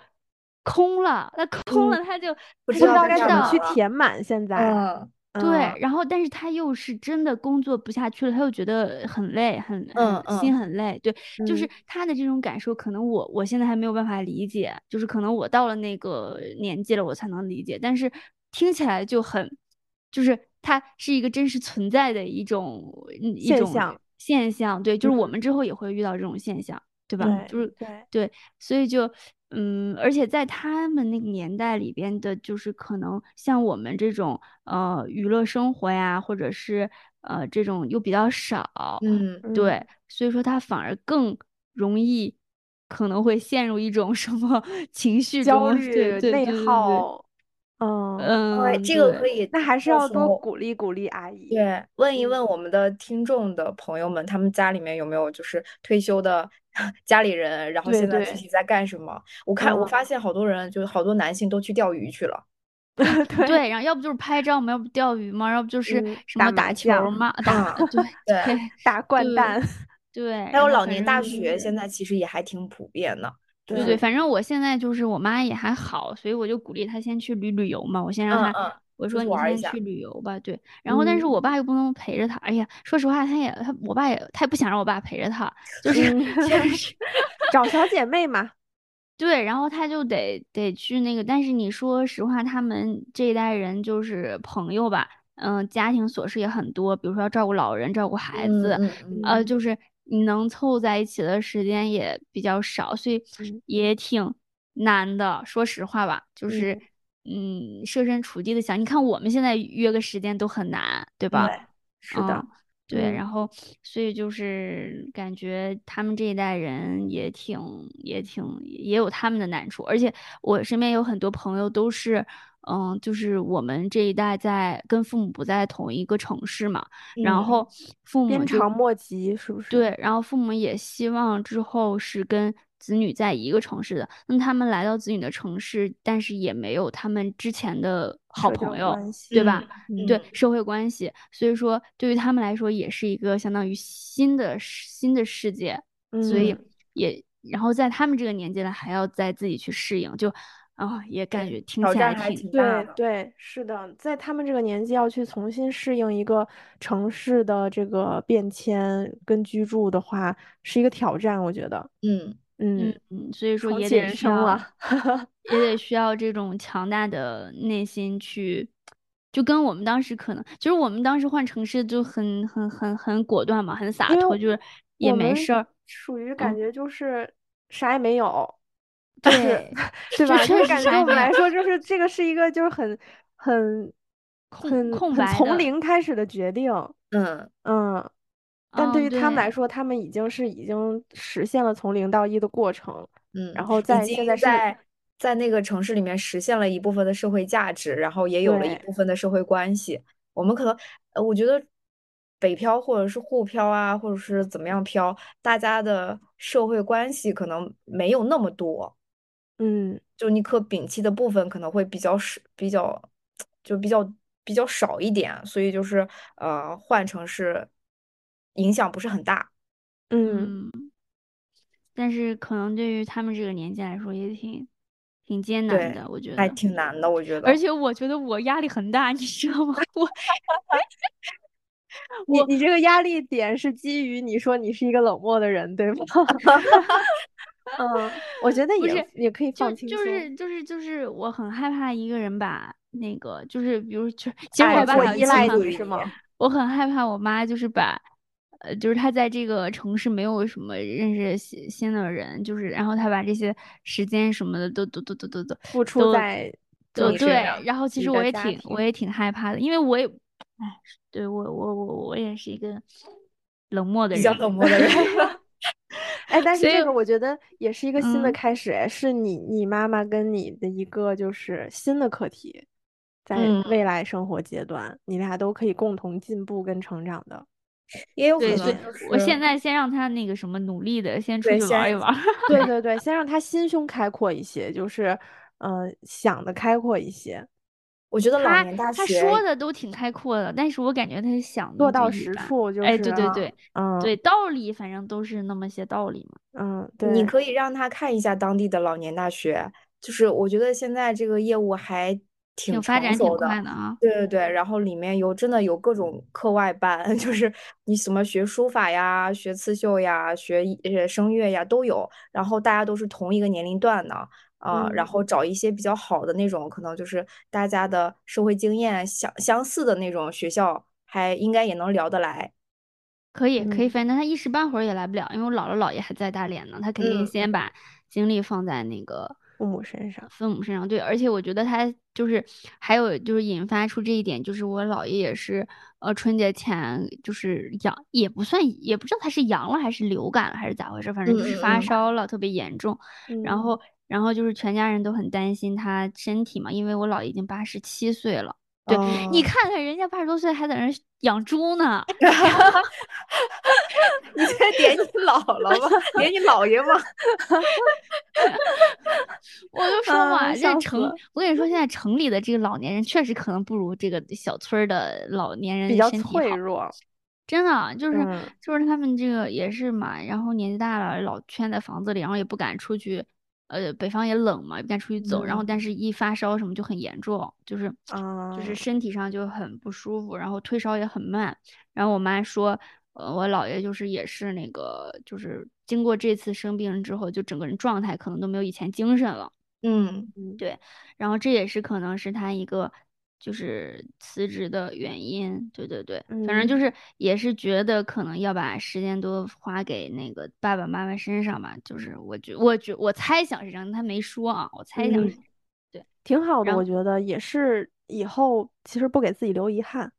Speaker 2: 空了，她空了，她就
Speaker 1: 嗯不
Speaker 2: 她
Speaker 1: 知
Speaker 2: 就
Speaker 1: 道
Speaker 2: 不
Speaker 1: 该
Speaker 2: 知
Speaker 1: 干
Speaker 4: 怎
Speaker 1: 嘛
Speaker 4: 么
Speaker 2: 道
Speaker 4: 去
Speaker 1: 了
Speaker 4: 填满现在。
Speaker 1: 嗯
Speaker 2: 对，然后但是他又是真的工作不下去了，他又觉得很累，很
Speaker 1: 嗯
Speaker 2: 很心
Speaker 1: 嗯
Speaker 2: 很累。对，就是
Speaker 4: 嗯
Speaker 2: 他的这种感受，可能我我现在还没有办法理解，就是可能我到了那个年纪了，我才能理解。但是听起来就很，就是它是一个真实存在的一种嗯一
Speaker 4: 现
Speaker 2: 种
Speaker 4: 象
Speaker 2: 现象。对，就是我
Speaker 4: 嗯
Speaker 2: 们之后也会遇到这种现象，对吧？
Speaker 4: 对
Speaker 2: 就是
Speaker 4: 对，
Speaker 2: 对，所以就，嗯，而且在他们那个年代里边的，就是可能像我们这种，呃，娱乐生活呀，或者是呃这种又比较少，
Speaker 1: 嗯，
Speaker 2: 对，所以说他反而更容易，可能会陷入一种 什么情
Speaker 4: 嗯，
Speaker 2: 绪
Speaker 4: 焦
Speaker 2: 中，
Speaker 4: 虑、
Speaker 2: 对对
Speaker 4: 内
Speaker 2: 对对对，
Speaker 4: 耗，嗯，
Speaker 1: 对，
Speaker 2: 嗯，
Speaker 1: 哎这个
Speaker 2: 对
Speaker 1: 可以
Speaker 4: 那还是
Speaker 1: 到
Speaker 4: 要
Speaker 1: 时
Speaker 4: 多
Speaker 1: 候
Speaker 4: 鼓励鼓励阿姨。
Speaker 1: 对，问一
Speaker 4: 嗯
Speaker 1: 问我们的听众的朋友们，他们家里面有没有就是退休的 家里人，然后
Speaker 4: 对
Speaker 1: 现在
Speaker 4: 对
Speaker 1: 具体在干什么？我看我
Speaker 4: 嗯
Speaker 1: 发现好多人，就是好多男性都去钓鱼去了。
Speaker 4: 对
Speaker 2: 对，然后要不就是拍照嘛，要不钓鱼嘛，要不就是
Speaker 4: 嗯
Speaker 2: 什
Speaker 4: 打
Speaker 2: 么
Speaker 4: 麻
Speaker 2: 打球儿
Speaker 4: 将
Speaker 2: 嘛， 打对
Speaker 1: 啊对
Speaker 2: 对
Speaker 4: 打掼
Speaker 2: 对
Speaker 4: 蛋，
Speaker 2: 对，
Speaker 1: 还有
Speaker 2: 然后
Speaker 1: 老
Speaker 2: 反
Speaker 1: 年大
Speaker 2: 正就
Speaker 1: 学，
Speaker 2: 是
Speaker 1: 现在其实也还挺普遍的。就
Speaker 2: 对
Speaker 1: 是
Speaker 2: 对，反正我现在就是我妈也还好，所以我就鼓励她先去旅旅游嘛。我先让
Speaker 1: 嗯
Speaker 2: 她，
Speaker 1: 嗯，
Speaker 2: 我
Speaker 1: 出
Speaker 2: 说
Speaker 1: 去
Speaker 2: 你
Speaker 1: 玩儿一
Speaker 2: 先
Speaker 1: 下嗯
Speaker 2: 去旅游吧，对。然后但是我爸又不能陪着她，哎呀，说实话，他也他我爸也他也不想让我爸陪着 她，就是就是
Speaker 4: 找小姐妹嘛。
Speaker 2: 对，然后他就得得去那个，但是你说实话，他们这一代人就是朋友吧，嗯，家庭琐事也很多，比如说要照顾老人、照顾孩
Speaker 1: 嗯
Speaker 2: 子，
Speaker 1: 嗯嗯，
Speaker 2: 呃，
Speaker 4: 嗯
Speaker 2: 就是你能凑在一起的时间也比较少，所以
Speaker 4: 嗯
Speaker 2: 也挺难的。说实话吧，就是
Speaker 4: 嗯
Speaker 2: 嗯，设身处地的想，你看我们现在约个时间都很难，对吧？
Speaker 4: 对，是的
Speaker 2: 嗯，对，
Speaker 4: 嗯
Speaker 2: 然后所以就是感觉他们这一代人也挺也挺也有他们的难处，而且我身边有很多朋友都是，嗯，就是我们这一代在跟父母不在同一个城市嘛，然
Speaker 1: 嗯
Speaker 2: 后父母
Speaker 4: 鞭
Speaker 2: 就
Speaker 4: 长莫及，是不是？
Speaker 2: 对，然后父母也希望之后是跟子女在一个城市的，那他们来到子女的城市，但是也没有他们之前的好
Speaker 4: 社交
Speaker 2: 朋友，
Speaker 4: 关系
Speaker 2: 对吧？
Speaker 4: 嗯
Speaker 2: 对社会关系，所以说对于他们来说也是一个相当于新的世新的世界，所以
Speaker 4: 嗯
Speaker 2: 也然后在他们这个年纪了还要再自己去适应，就啊、也感觉听
Speaker 1: 挑
Speaker 2: 起来
Speaker 1: 战还
Speaker 2: 挺
Speaker 1: 挺大
Speaker 4: 对
Speaker 1: 的。
Speaker 4: 对，是的，在他们这个年纪要去重新适应一个城市的这个变迁跟居住的话，是一个挑战，我觉得。
Speaker 1: 嗯，
Speaker 4: 嗯，
Speaker 2: 嗯，所以说
Speaker 4: 重
Speaker 2: 也
Speaker 4: 启
Speaker 2: 得
Speaker 4: 人
Speaker 2: 需
Speaker 4: 生
Speaker 2: 要
Speaker 4: 了。
Speaker 2: 也得需要这种强大的内心去，就跟我们当时可能就是我们当时换城市就很很很很果断嘛，很洒
Speaker 4: 因为
Speaker 2: 脱，就是也
Speaker 4: 我
Speaker 2: 没
Speaker 4: 们
Speaker 2: 事儿，
Speaker 4: 属于
Speaker 2: 嗯
Speaker 4: 感觉就是啥也没有，就是
Speaker 2: 对
Speaker 4: 对
Speaker 2: 就
Speaker 4: 吧？就
Speaker 2: 确
Speaker 4: 是
Speaker 2: 实
Speaker 4: 感觉
Speaker 2: 啥
Speaker 4: 对
Speaker 2: 也
Speaker 4: 我们
Speaker 2: 没有
Speaker 4: 来说，就是这个是一个就是很很
Speaker 2: 空
Speaker 4: 很
Speaker 2: 空
Speaker 4: 很
Speaker 2: 白
Speaker 4: 从
Speaker 2: 的，
Speaker 4: 零开始的决定，
Speaker 1: 嗯，
Speaker 4: 嗯。但对
Speaker 2: 嗯，
Speaker 4: 于他们来
Speaker 2: 对，
Speaker 4: 说，他们已经是已经实现了从零到一的过程，然
Speaker 1: 嗯，
Speaker 4: 后
Speaker 1: 已
Speaker 4: 在现在
Speaker 1: 经
Speaker 4: 是
Speaker 1: 在在那个城市里面实现了一部分的社会价值，然后也有了一
Speaker 4: 对，
Speaker 1: 部分的社会关系。我们可能，呃，我觉得北漂或者是沪漂啊，或者是怎么样漂，大家的社会关系可能没有那么多，
Speaker 4: 嗯
Speaker 1: 就你可摒弃的部分可能会比较少，比较就比较比较少一点，所以就是呃，换城市影响不是很大。
Speaker 4: 嗯，
Speaker 2: 嗯，但是可能对于他们这个年纪来说也挺挺艰难
Speaker 1: 对，
Speaker 2: 的，我觉
Speaker 1: 还
Speaker 2: 得，
Speaker 1: 挺难的，我觉
Speaker 2: 而
Speaker 1: 得。
Speaker 2: 且我觉得我压力很大，你知道吗？我
Speaker 4: 你你这个压力点是基于你说你是一个冷漠的人，对吗？ 嗯，我觉得
Speaker 2: 不
Speaker 4: 也
Speaker 2: 是
Speaker 4: 也可以
Speaker 2: 就
Speaker 4: 放轻
Speaker 2: 就
Speaker 4: 松。
Speaker 2: 是就是就是，我很害怕一个人把那个，就是比如就其实
Speaker 4: 爱
Speaker 2: 我爸
Speaker 4: 过
Speaker 2: 爸有
Speaker 4: 依
Speaker 2: 经
Speaker 4: 赖
Speaker 2: 常
Speaker 4: 你是吗？
Speaker 2: 我很害怕我妈就是把，呃，就是她在这个城市没有什么认识新新的人，就是然后她把这些时间什么的都都都都都都
Speaker 4: 付出
Speaker 2: 都
Speaker 4: 在
Speaker 2: 都
Speaker 1: 你身
Speaker 2: 对
Speaker 1: 上，
Speaker 2: 然后其
Speaker 4: 你
Speaker 2: 实
Speaker 4: 的
Speaker 2: 我也
Speaker 4: 家
Speaker 2: 挺我
Speaker 4: 庭
Speaker 2: 也挺害怕的，因为我也，哎，对我我我我也是一个冷漠的
Speaker 1: 比较
Speaker 2: 人，
Speaker 1: 冷 漠的人。
Speaker 4: 哎，但是
Speaker 2: 所
Speaker 4: 这
Speaker 2: 以
Speaker 4: 个我觉得也是一个新的
Speaker 2: 嗯
Speaker 4: 开始，哎，是你你妈妈跟你的一个就是新的课题，在
Speaker 1: 嗯
Speaker 4: 未来生活阶段，你俩都可以共同进步跟成长 的。
Speaker 1: 也有可
Speaker 2: 对
Speaker 1: 能
Speaker 4: 所以
Speaker 2: 对
Speaker 1: 就，
Speaker 2: 我
Speaker 1: 是
Speaker 2: 现在先让她那个什么努力的先出
Speaker 1: 嗯对
Speaker 2: 去
Speaker 1: 先
Speaker 2: 玩一玩儿，
Speaker 4: 对对对，先让她心胸开阔一些，就是嗯、呃想的开阔一些，
Speaker 1: 我觉得老
Speaker 2: 他
Speaker 1: 年大
Speaker 2: 他
Speaker 1: 学
Speaker 2: 说的都挺开阔的，但是我感觉他想的
Speaker 4: 落
Speaker 2: 就
Speaker 4: 到
Speaker 2: 一
Speaker 4: 实
Speaker 2: 般。
Speaker 4: 处就
Speaker 2: 哎，
Speaker 4: 是
Speaker 2: 对对
Speaker 4: 啊
Speaker 2: 对
Speaker 4: 嗯
Speaker 2: 对，道理反正都是那么些道理嘛。
Speaker 4: 嗯，
Speaker 1: 你
Speaker 4: 对
Speaker 1: 可以让他看一下当地的老年大学，就是我觉得现在这个业务还挺
Speaker 2: 挺发
Speaker 1: 成
Speaker 2: 展挺
Speaker 1: 熟的，
Speaker 2: 快的啊，
Speaker 1: 对对对，然后里面有真的有各种课外班， 就是你什么学书法呀、学刺绣呀、学一呃声乐呀都有，然后大家都是同一个年龄段的啊、然
Speaker 4: 嗯
Speaker 1: 后找一些比较好的那种，可能就是大家的社会经验相相似的那种学校，还应该也能聊得来。
Speaker 2: 可以可以，
Speaker 4: 嗯
Speaker 2: 反正他一时半会儿也来不了，因为我姥姥姥爷还在大连呢，他肯定
Speaker 1: 嗯
Speaker 2: 先把精力放在那个
Speaker 4: 父母身上，
Speaker 2: 父母身上。对，而且我觉得他就是还有就是引发出这一点，就是我姥爷也是，呃，春节前就是阳，也不算也不知道他是阳了还是流感了还是咋回事，反正就是
Speaker 1: 嗯嗯
Speaker 2: 发
Speaker 1: 嗯
Speaker 2: 烧了，特别严重。然
Speaker 4: 嗯
Speaker 2: 后然后就是全家人都很担心他身体嘛，因为我姥爷已经八十七岁了。对，你
Speaker 1: 哦
Speaker 2: 看看人家八十多岁还在那儿养猪呢，
Speaker 1: 你这点你姥姥吗？点你姥爷吗？
Speaker 2: 我就说
Speaker 4: 啊
Speaker 2: 嘛，
Speaker 4: 笑
Speaker 2: 这
Speaker 4: 死
Speaker 2: 城
Speaker 4: 了，
Speaker 2: 我跟你说，现在城里的这个老年人确实可能不如这个小村儿的老年
Speaker 4: 比
Speaker 2: 人
Speaker 4: 较
Speaker 2: 身体
Speaker 4: 脆
Speaker 2: 好，
Speaker 4: 弱，
Speaker 2: 真的就是
Speaker 4: 嗯
Speaker 2: 就是他们这个也是嘛，然后年纪大了，老圈在房子里，然后也不敢出去，呃，北方也冷嘛，也不敢出去走，然后
Speaker 4: 嗯
Speaker 2: 但是一发烧什么就很严重，就是
Speaker 4: 啊
Speaker 2: 就是身体上就很不舒服，然后退烧也很慢。然后我妈说，呃，我姥爷就是也是那个，就是经过这次生病之后，就整个人状态可能都没有以前精神了。
Speaker 1: 嗯，
Speaker 4: 嗯
Speaker 2: 对，然后这也是可能是他一个就是辞职的原因。对对对，反正就
Speaker 4: 嗯
Speaker 2: 是也是觉得可能要把时间多花给那个爸爸妈妈身上吧。就是我觉我觉我猜想是这样，他没说啊，我猜想是
Speaker 4: 嗯，挺好的，
Speaker 2: 然
Speaker 4: 我
Speaker 2: 后
Speaker 4: 觉得也是以后其实不给自己留遗憾，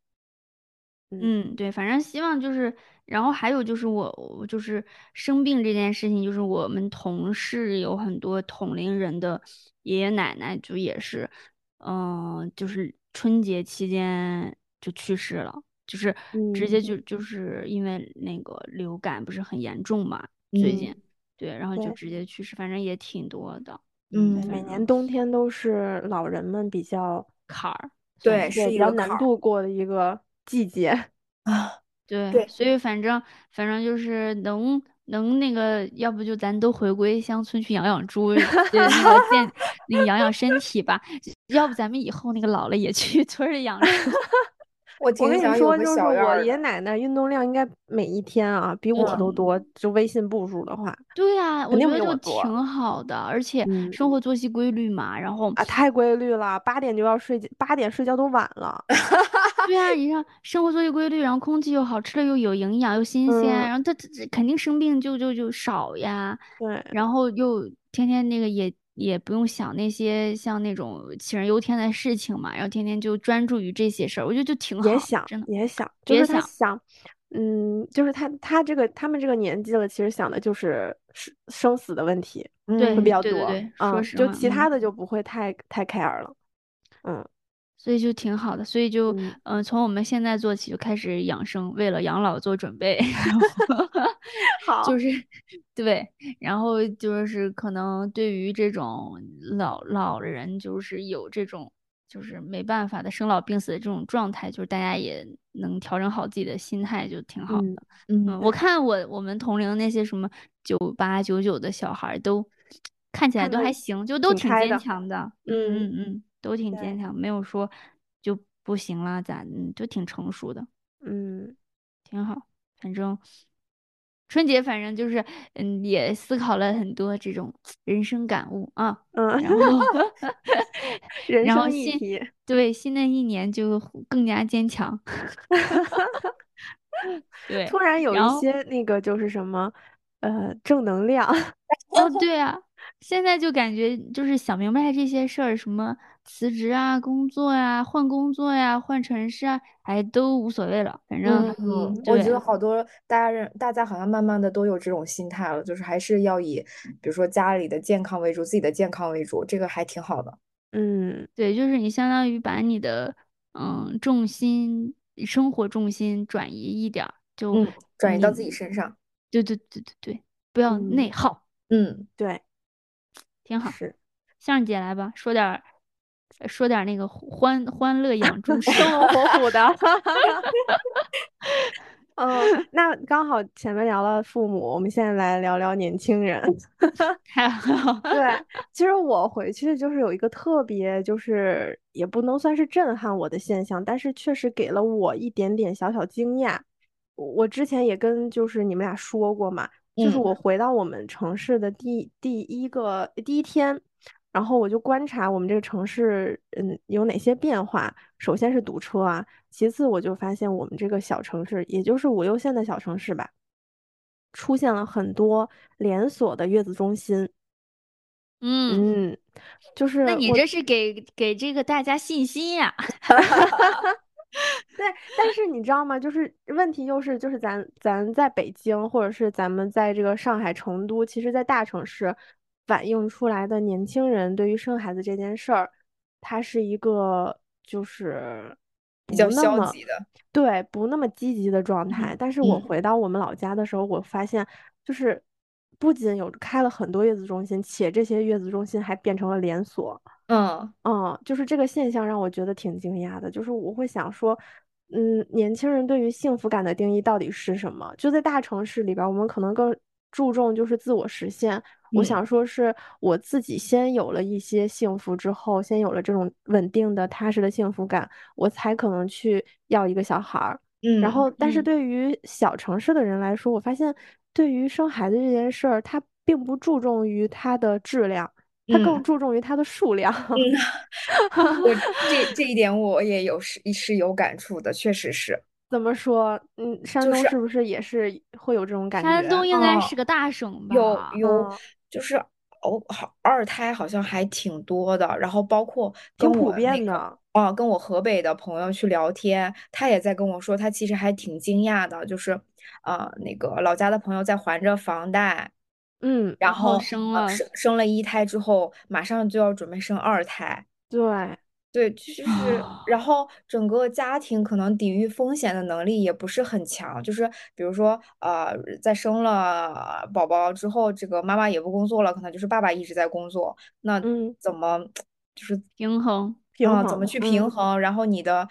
Speaker 4: 嗯
Speaker 2: 嗯，对，反正希望就是，然后还有就是我，我就是生病这件事情，就是我们同事有很多同龄人的爷爷奶奶，就也是，嗯、就是春节期间就去世了，就是直接
Speaker 4: 嗯
Speaker 2: 就就是因为那个流感不是很严重嘛，最近，
Speaker 1: 嗯
Speaker 2: 对，然后就
Speaker 4: 对。
Speaker 2: 直接去世，反正也挺多的，嗯，
Speaker 1: 嗯
Speaker 4: 每
Speaker 2: 反
Speaker 4: 年
Speaker 2: 正
Speaker 4: 冬天都是老人们比较
Speaker 2: 坎儿算
Speaker 1: 对，
Speaker 2: 是。
Speaker 4: 对
Speaker 1: 是
Speaker 4: 比
Speaker 1: 一
Speaker 4: 较
Speaker 1: 个
Speaker 4: 难
Speaker 1: 坎儿
Speaker 4: 度过的一个季节。
Speaker 1: 啊。
Speaker 2: 对，
Speaker 1: 对
Speaker 2: 所以反正反正就是能能那个，要不就咱都回归乡村去养养猪， 对那个健 那个养养身体吧，要不咱们以后那个老了也去村儿 里养猪。
Speaker 1: 我
Speaker 4: 我
Speaker 1: 挺
Speaker 4: 跟你
Speaker 1: 想有
Speaker 4: 说，
Speaker 1: 个
Speaker 4: 就是
Speaker 1: 小院
Speaker 4: 我
Speaker 1: 儿
Speaker 4: 爷爷
Speaker 1: 的，
Speaker 4: 奶奶运动量应该每一天啊比我都
Speaker 2: 嗯，
Speaker 4: 多，就微信步数的话，
Speaker 2: 对呀，
Speaker 4: 肯
Speaker 2: 我觉
Speaker 4: 定比
Speaker 2: 得就
Speaker 4: 我多。
Speaker 2: 挺好的，而且
Speaker 4: 嗯
Speaker 2: 生活作息规律嘛，然后
Speaker 4: 啊，太规律了，八点就要睡觉，八点睡觉都晚了。
Speaker 2: 对啊，你让生活作息规律，然后空气又好，吃的又有营养又新鲜，
Speaker 4: 嗯，
Speaker 2: 然后他他他肯定生病就就就少呀，
Speaker 4: 对，
Speaker 2: 然后又天天那个也也不用想那些像那种杞人忧天的事情嘛，然后天天就专注于这些事儿，我觉得就挺
Speaker 4: 也
Speaker 2: 好的，
Speaker 4: 想
Speaker 2: 真的
Speaker 4: 也想，就
Speaker 2: 别
Speaker 4: 是他
Speaker 2: 想，
Speaker 4: 想，嗯，就是他他这个他们这个年纪了，其实想的就是生生死的问题会比
Speaker 2: 对
Speaker 1: 嗯
Speaker 4: 较
Speaker 2: 对对
Speaker 4: 多，
Speaker 2: 对，说
Speaker 4: 嗯，
Speaker 2: 实
Speaker 4: 就
Speaker 2: 话，
Speaker 4: 其他
Speaker 2: 嗯。
Speaker 4: 的就不会太太 care 了。嗯
Speaker 2: 所以就挺好的，所以就，
Speaker 4: 嗯，
Speaker 2: 嗯、从我们现在做起就开始养生，为了养老做准备， 然后
Speaker 4: 好，
Speaker 2: 就是对，然后就是可能对于这种老老人，就是有这种就是没办法的生老病死的这种状态，就是大家也能调整好自己的心态，就挺好
Speaker 4: 嗯，
Speaker 2: 的。
Speaker 1: 嗯，
Speaker 2: 嗯，我
Speaker 4: 对，
Speaker 2: 看我我们同龄那些什么九八九九的小孩儿都看起来
Speaker 4: 看
Speaker 2: 都
Speaker 4: 的
Speaker 2: 还行，就都
Speaker 4: 挺
Speaker 2: 挺
Speaker 4: 开
Speaker 2: 坚
Speaker 4: 的，
Speaker 2: 强的。嗯
Speaker 4: 嗯，
Speaker 2: 嗯嗯，都挺
Speaker 4: 对，
Speaker 2: 坚强，没有说就不行啦，咋嗯，就挺成熟的。
Speaker 4: 嗯。
Speaker 2: 挺好。反正春节，反正就是嗯，也思考了很多这种人生感悟啊。
Speaker 4: 嗯，
Speaker 2: 然后
Speaker 4: 人
Speaker 2: 然后
Speaker 4: 生议
Speaker 2: 新
Speaker 4: 题，
Speaker 2: 对新的一年就更加 坚强。 对，
Speaker 4: 突然有
Speaker 2: 然
Speaker 4: 一
Speaker 2: 后
Speaker 4: 些那个就是什么，呃，正能量。
Speaker 2: 哦，对啊，现在就感觉就是想明白这些事儿，什么辞职啊、工作呀、换工作呀、换城市啊，哎，都无所谓了，反正
Speaker 1: 嗯嗯，我觉
Speaker 2: 对
Speaker 1: 得好多大家人，大家好像慢慢的都有这种心态了，就是还是要以，比如说家里的健康为主，自己的健康为主，这个还挺好的。
Speaker 4: 嗯
Speaker 2: 对，就是你相当于把你的嗯重心、生活重心转移一点儿，就
Speaker 1: 嗯，转移到自己
Speaker 2: 你
Speaker 1: 身上。
Speaker 2: 对对对对对，不要
Speaker 4: 嗯
Speaker 2: 内耗，
Speaker 1: 嗯，
Speaker 4: 对，
Speaker 2: 挺好。
Speaker 4: 是。
Speaker 2: 向姐来吧，说点儿呃说点儿那个欢欢乐 养猪食。
Speaker 4: 生龙活虎 的。 嗯，那刚好前面聊了父母，我们现在来聊聊年轻人。
Speaker 2: 太好，
Speaker 4: 对，其实我回去就是有一个特别，就是也不能算是震撼我的现象，但是确实给了我一点点小小惊讶。我我之前也跟就是你们俩说过嘛，就是
Speaker 1: 嗯
Speaker 4: 我回到我们城市的第第一个第一天，然后我就观察我们这个城市，嗯，有哪些变化。首先是堵车啊，其次我就发现我们这个小城市，也就是五六线的小城市吧，出现了很多连锁的月子中心。
Speaker 2: 嗯。
Speaker 4: 嗯，就是
Speaker 2: 那你
Speaker 4: 我
Speaker 2: 这是给给这个大家信心呀、
Speaker 4: 对，但是你知道吗？就是问题又是就是咱咱在北京，或者是咱们在这个上海、成都，其实，在大城市反映出来的年轻人对于生孩子这件事儿，它是一个就是
Speaker 1: 比较
Speaker 4: 不那
Speaker 1: 消
Speaker 4: 么
Speaker 1: 极的。
Speaker 4: 对不那么积极的状态。但是我
Speaker 1: 嗯
Speaker 4: 回到我们老家的时候，我发现就是不仅有开了很多月子中心，且这些月子中心还变成了连锁。
Speaker 1: 嗯，
Speaker 4: 嗯，就是这个现象让我觉得挺惊讶的，就是我会想说，嗯，年轻人对于幸福感的定义到底是什么？就在大城市里边儿，我们可能更注重就是自我实现。我
Speaker 1: 嗯
Speaker 4: 想说是我自己先有了一些幸福之后，先有了这种稳定的、踏实的幸福感，我才可能去要一个小孩儿。然
Speaker 1: 嗯
Speaker 4: 后，但是
Speaker 2: 嗯
Speaker 4: 对于小城市的人来说，我发现对于生孩子这件事儿，他并不注重于它的质量，他更
Speaker 1: 嗯
Speaker 4: 注重于它的数量。
Speaker 1: 我这这一点我也有是是有感触的，确实是。
Speaker 4: 怎么说？嗯，山
Speaker 1: 就
Speaker 4: 东
Speaker 1: 是
Speaker 4: 是不是也是会有这种感觉？
Speaker 2: 山东应该
Speaker 1: 哦
Speaker 2: 是个大省吧？
Speaker 1: 有有
Speaker 4: 嗯，
Speaker 1: 就是哦，好二胎好像还挺多的，然后包括
Speaker 4: 挺
Speaker 1: 跟
Speaker 4: 普
Speaker 1: 我那
Speaker 4: 遍
Speaker 1: 个
Speaker 4: 的。
Speaker 1: 啊，跟我河北的朋友去聊天，他也在跟我说，他其实还挺惊讶的，就是呃，那个老家的朋友在还着房贷，
Speaker 4: 嗯，
Speaker 1: 然
Speaker 2: 然后
Speaker 1: 后
Speaker 2: 哦生
Speaker 1: 呃
Speaker 2: 了
Speaker 1: 生生了一胎之后，马上就要准备生二胎。
Speaker 4: 对，
Speaker 1: 对，就是，
Speaker 4: 啊
Speaker 1: 然后整个家庭可能抵御风险的能力也不是很强，就是比如说，呃，在生了宝宝之后，这个妈妈也不工作了，可能就是爸爸一直在工作，那
Speaker 4: 嗯，
Speaker 1: 怎么就是
Speaker 2: 平衡。
Speaker 4: 平
Speaker 1: 啊、
Speaker 4: 衡，
Speaker 1: 怎么去平
Speaker 4: 嗯，
Speaker 1: 衡？然后你的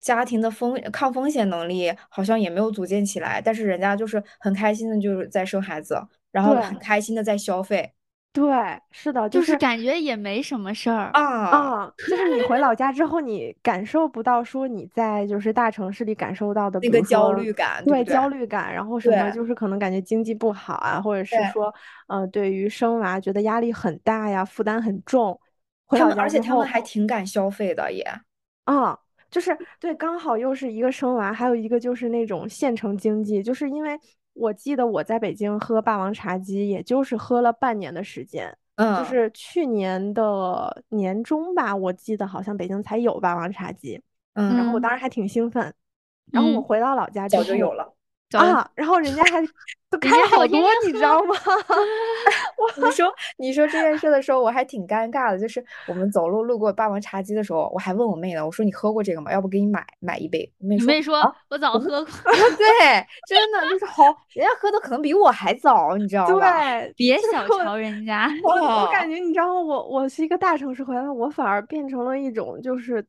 Speaker 1: 家庭的风抗风险能力好像也没有组建起来，但是人家就是很开心的就是在生孩子，然后很
Speaker 4: 对
Speaker 1: 开心的在消费
Speaker 4: 对，是的，
Speaker 2: 就是感觉也没什么事儿，
Speaker 1: 啊，
Speaker 4: 啊，就是你回老家之后，你感受不到说你在就是大城市里感受到的，比
Speaker 1: 那个
Speaker 4: 如说
Speaker 1: 焦虑感，对
Speaker 4: 对
Speaker 1: 不对？
Speaker 4: 焦虑感，然后什么
Speaker 1: 对
Speaker 4: 就是可能感觉经济不好啊，或者是
Speaker 1: 对。
Speaker 4: 说呃，对于生娃觉得压力很大呀，负担很重。回
Speaker 1: 他
Speaker 4: 老
Speaker 1: 们，
Speaker 4: 家
Speaker 1: 而
Speaker 4: 之
Speaker 1: 且他们
Speaker 4: 后。
Speaker 1: 还挺敢消费的，也，
Speaker 4: 啊，就是对，刚好又是一个生娃，还有一个就是那种县城经济，就是因为我记得我在北京喝霸王茶姬，也就是喝了半年的时间，就
Speaker 1: 嗯
Speaker 4: 是去年的年中吧，我记得好像北京才有霸王茶姬，然
Speaker 1: 嗯，
Speaker 4: 后我当
Speaker 2: 嗯
Speaker 4: 时还挺兴奋，然后我
Speaker 2: 嗯
Speaker 4: 回到老家之
Speaker 1: 早就有
Speaker 4: 后
Speaker 1: 了。
Speaker 2: 早
Speaker 4: 啊，然后人家还都
Speaker 2: 人
Speaker 4: 开
Speaker 2: 家
Speaker 4: 了
Speaker 2: 还有
Speaker 4: 好
Speaker 2: 天
Speaker 4: 多，
Speaker 2: 天
Speaker 4: 你知道吗？
Speaker 1: 你说你说这件事的时候，我还挺尴尬的。就是我们走路路过霸王茶姬的时候，我还问我妹呢，我说你喝过这个吗？要不给你买买一杯？我妹
Speaker 2: 你
Speaker 1: 说
Speaker 2: 妹说
Speaker 1: 啊，
Speaker 2: 我早
Speaker 1: 我们
Speaker 2: 喝过，
Speaker 1: 对，真的就是好，人家喝的可能比我还早，你知道吧？
Speaker 4: 对，
Speaker 2: 别
Speaker 4: 就是
Speaker 2: 小
Speaker 4: 我
Speaker 2: 瞧人家。
Speaker 4: 我我
Speaker 1: 啊，
Speaker 4: 感觉你知道吗？我我是一个大城市回来，我反而变成了一种就是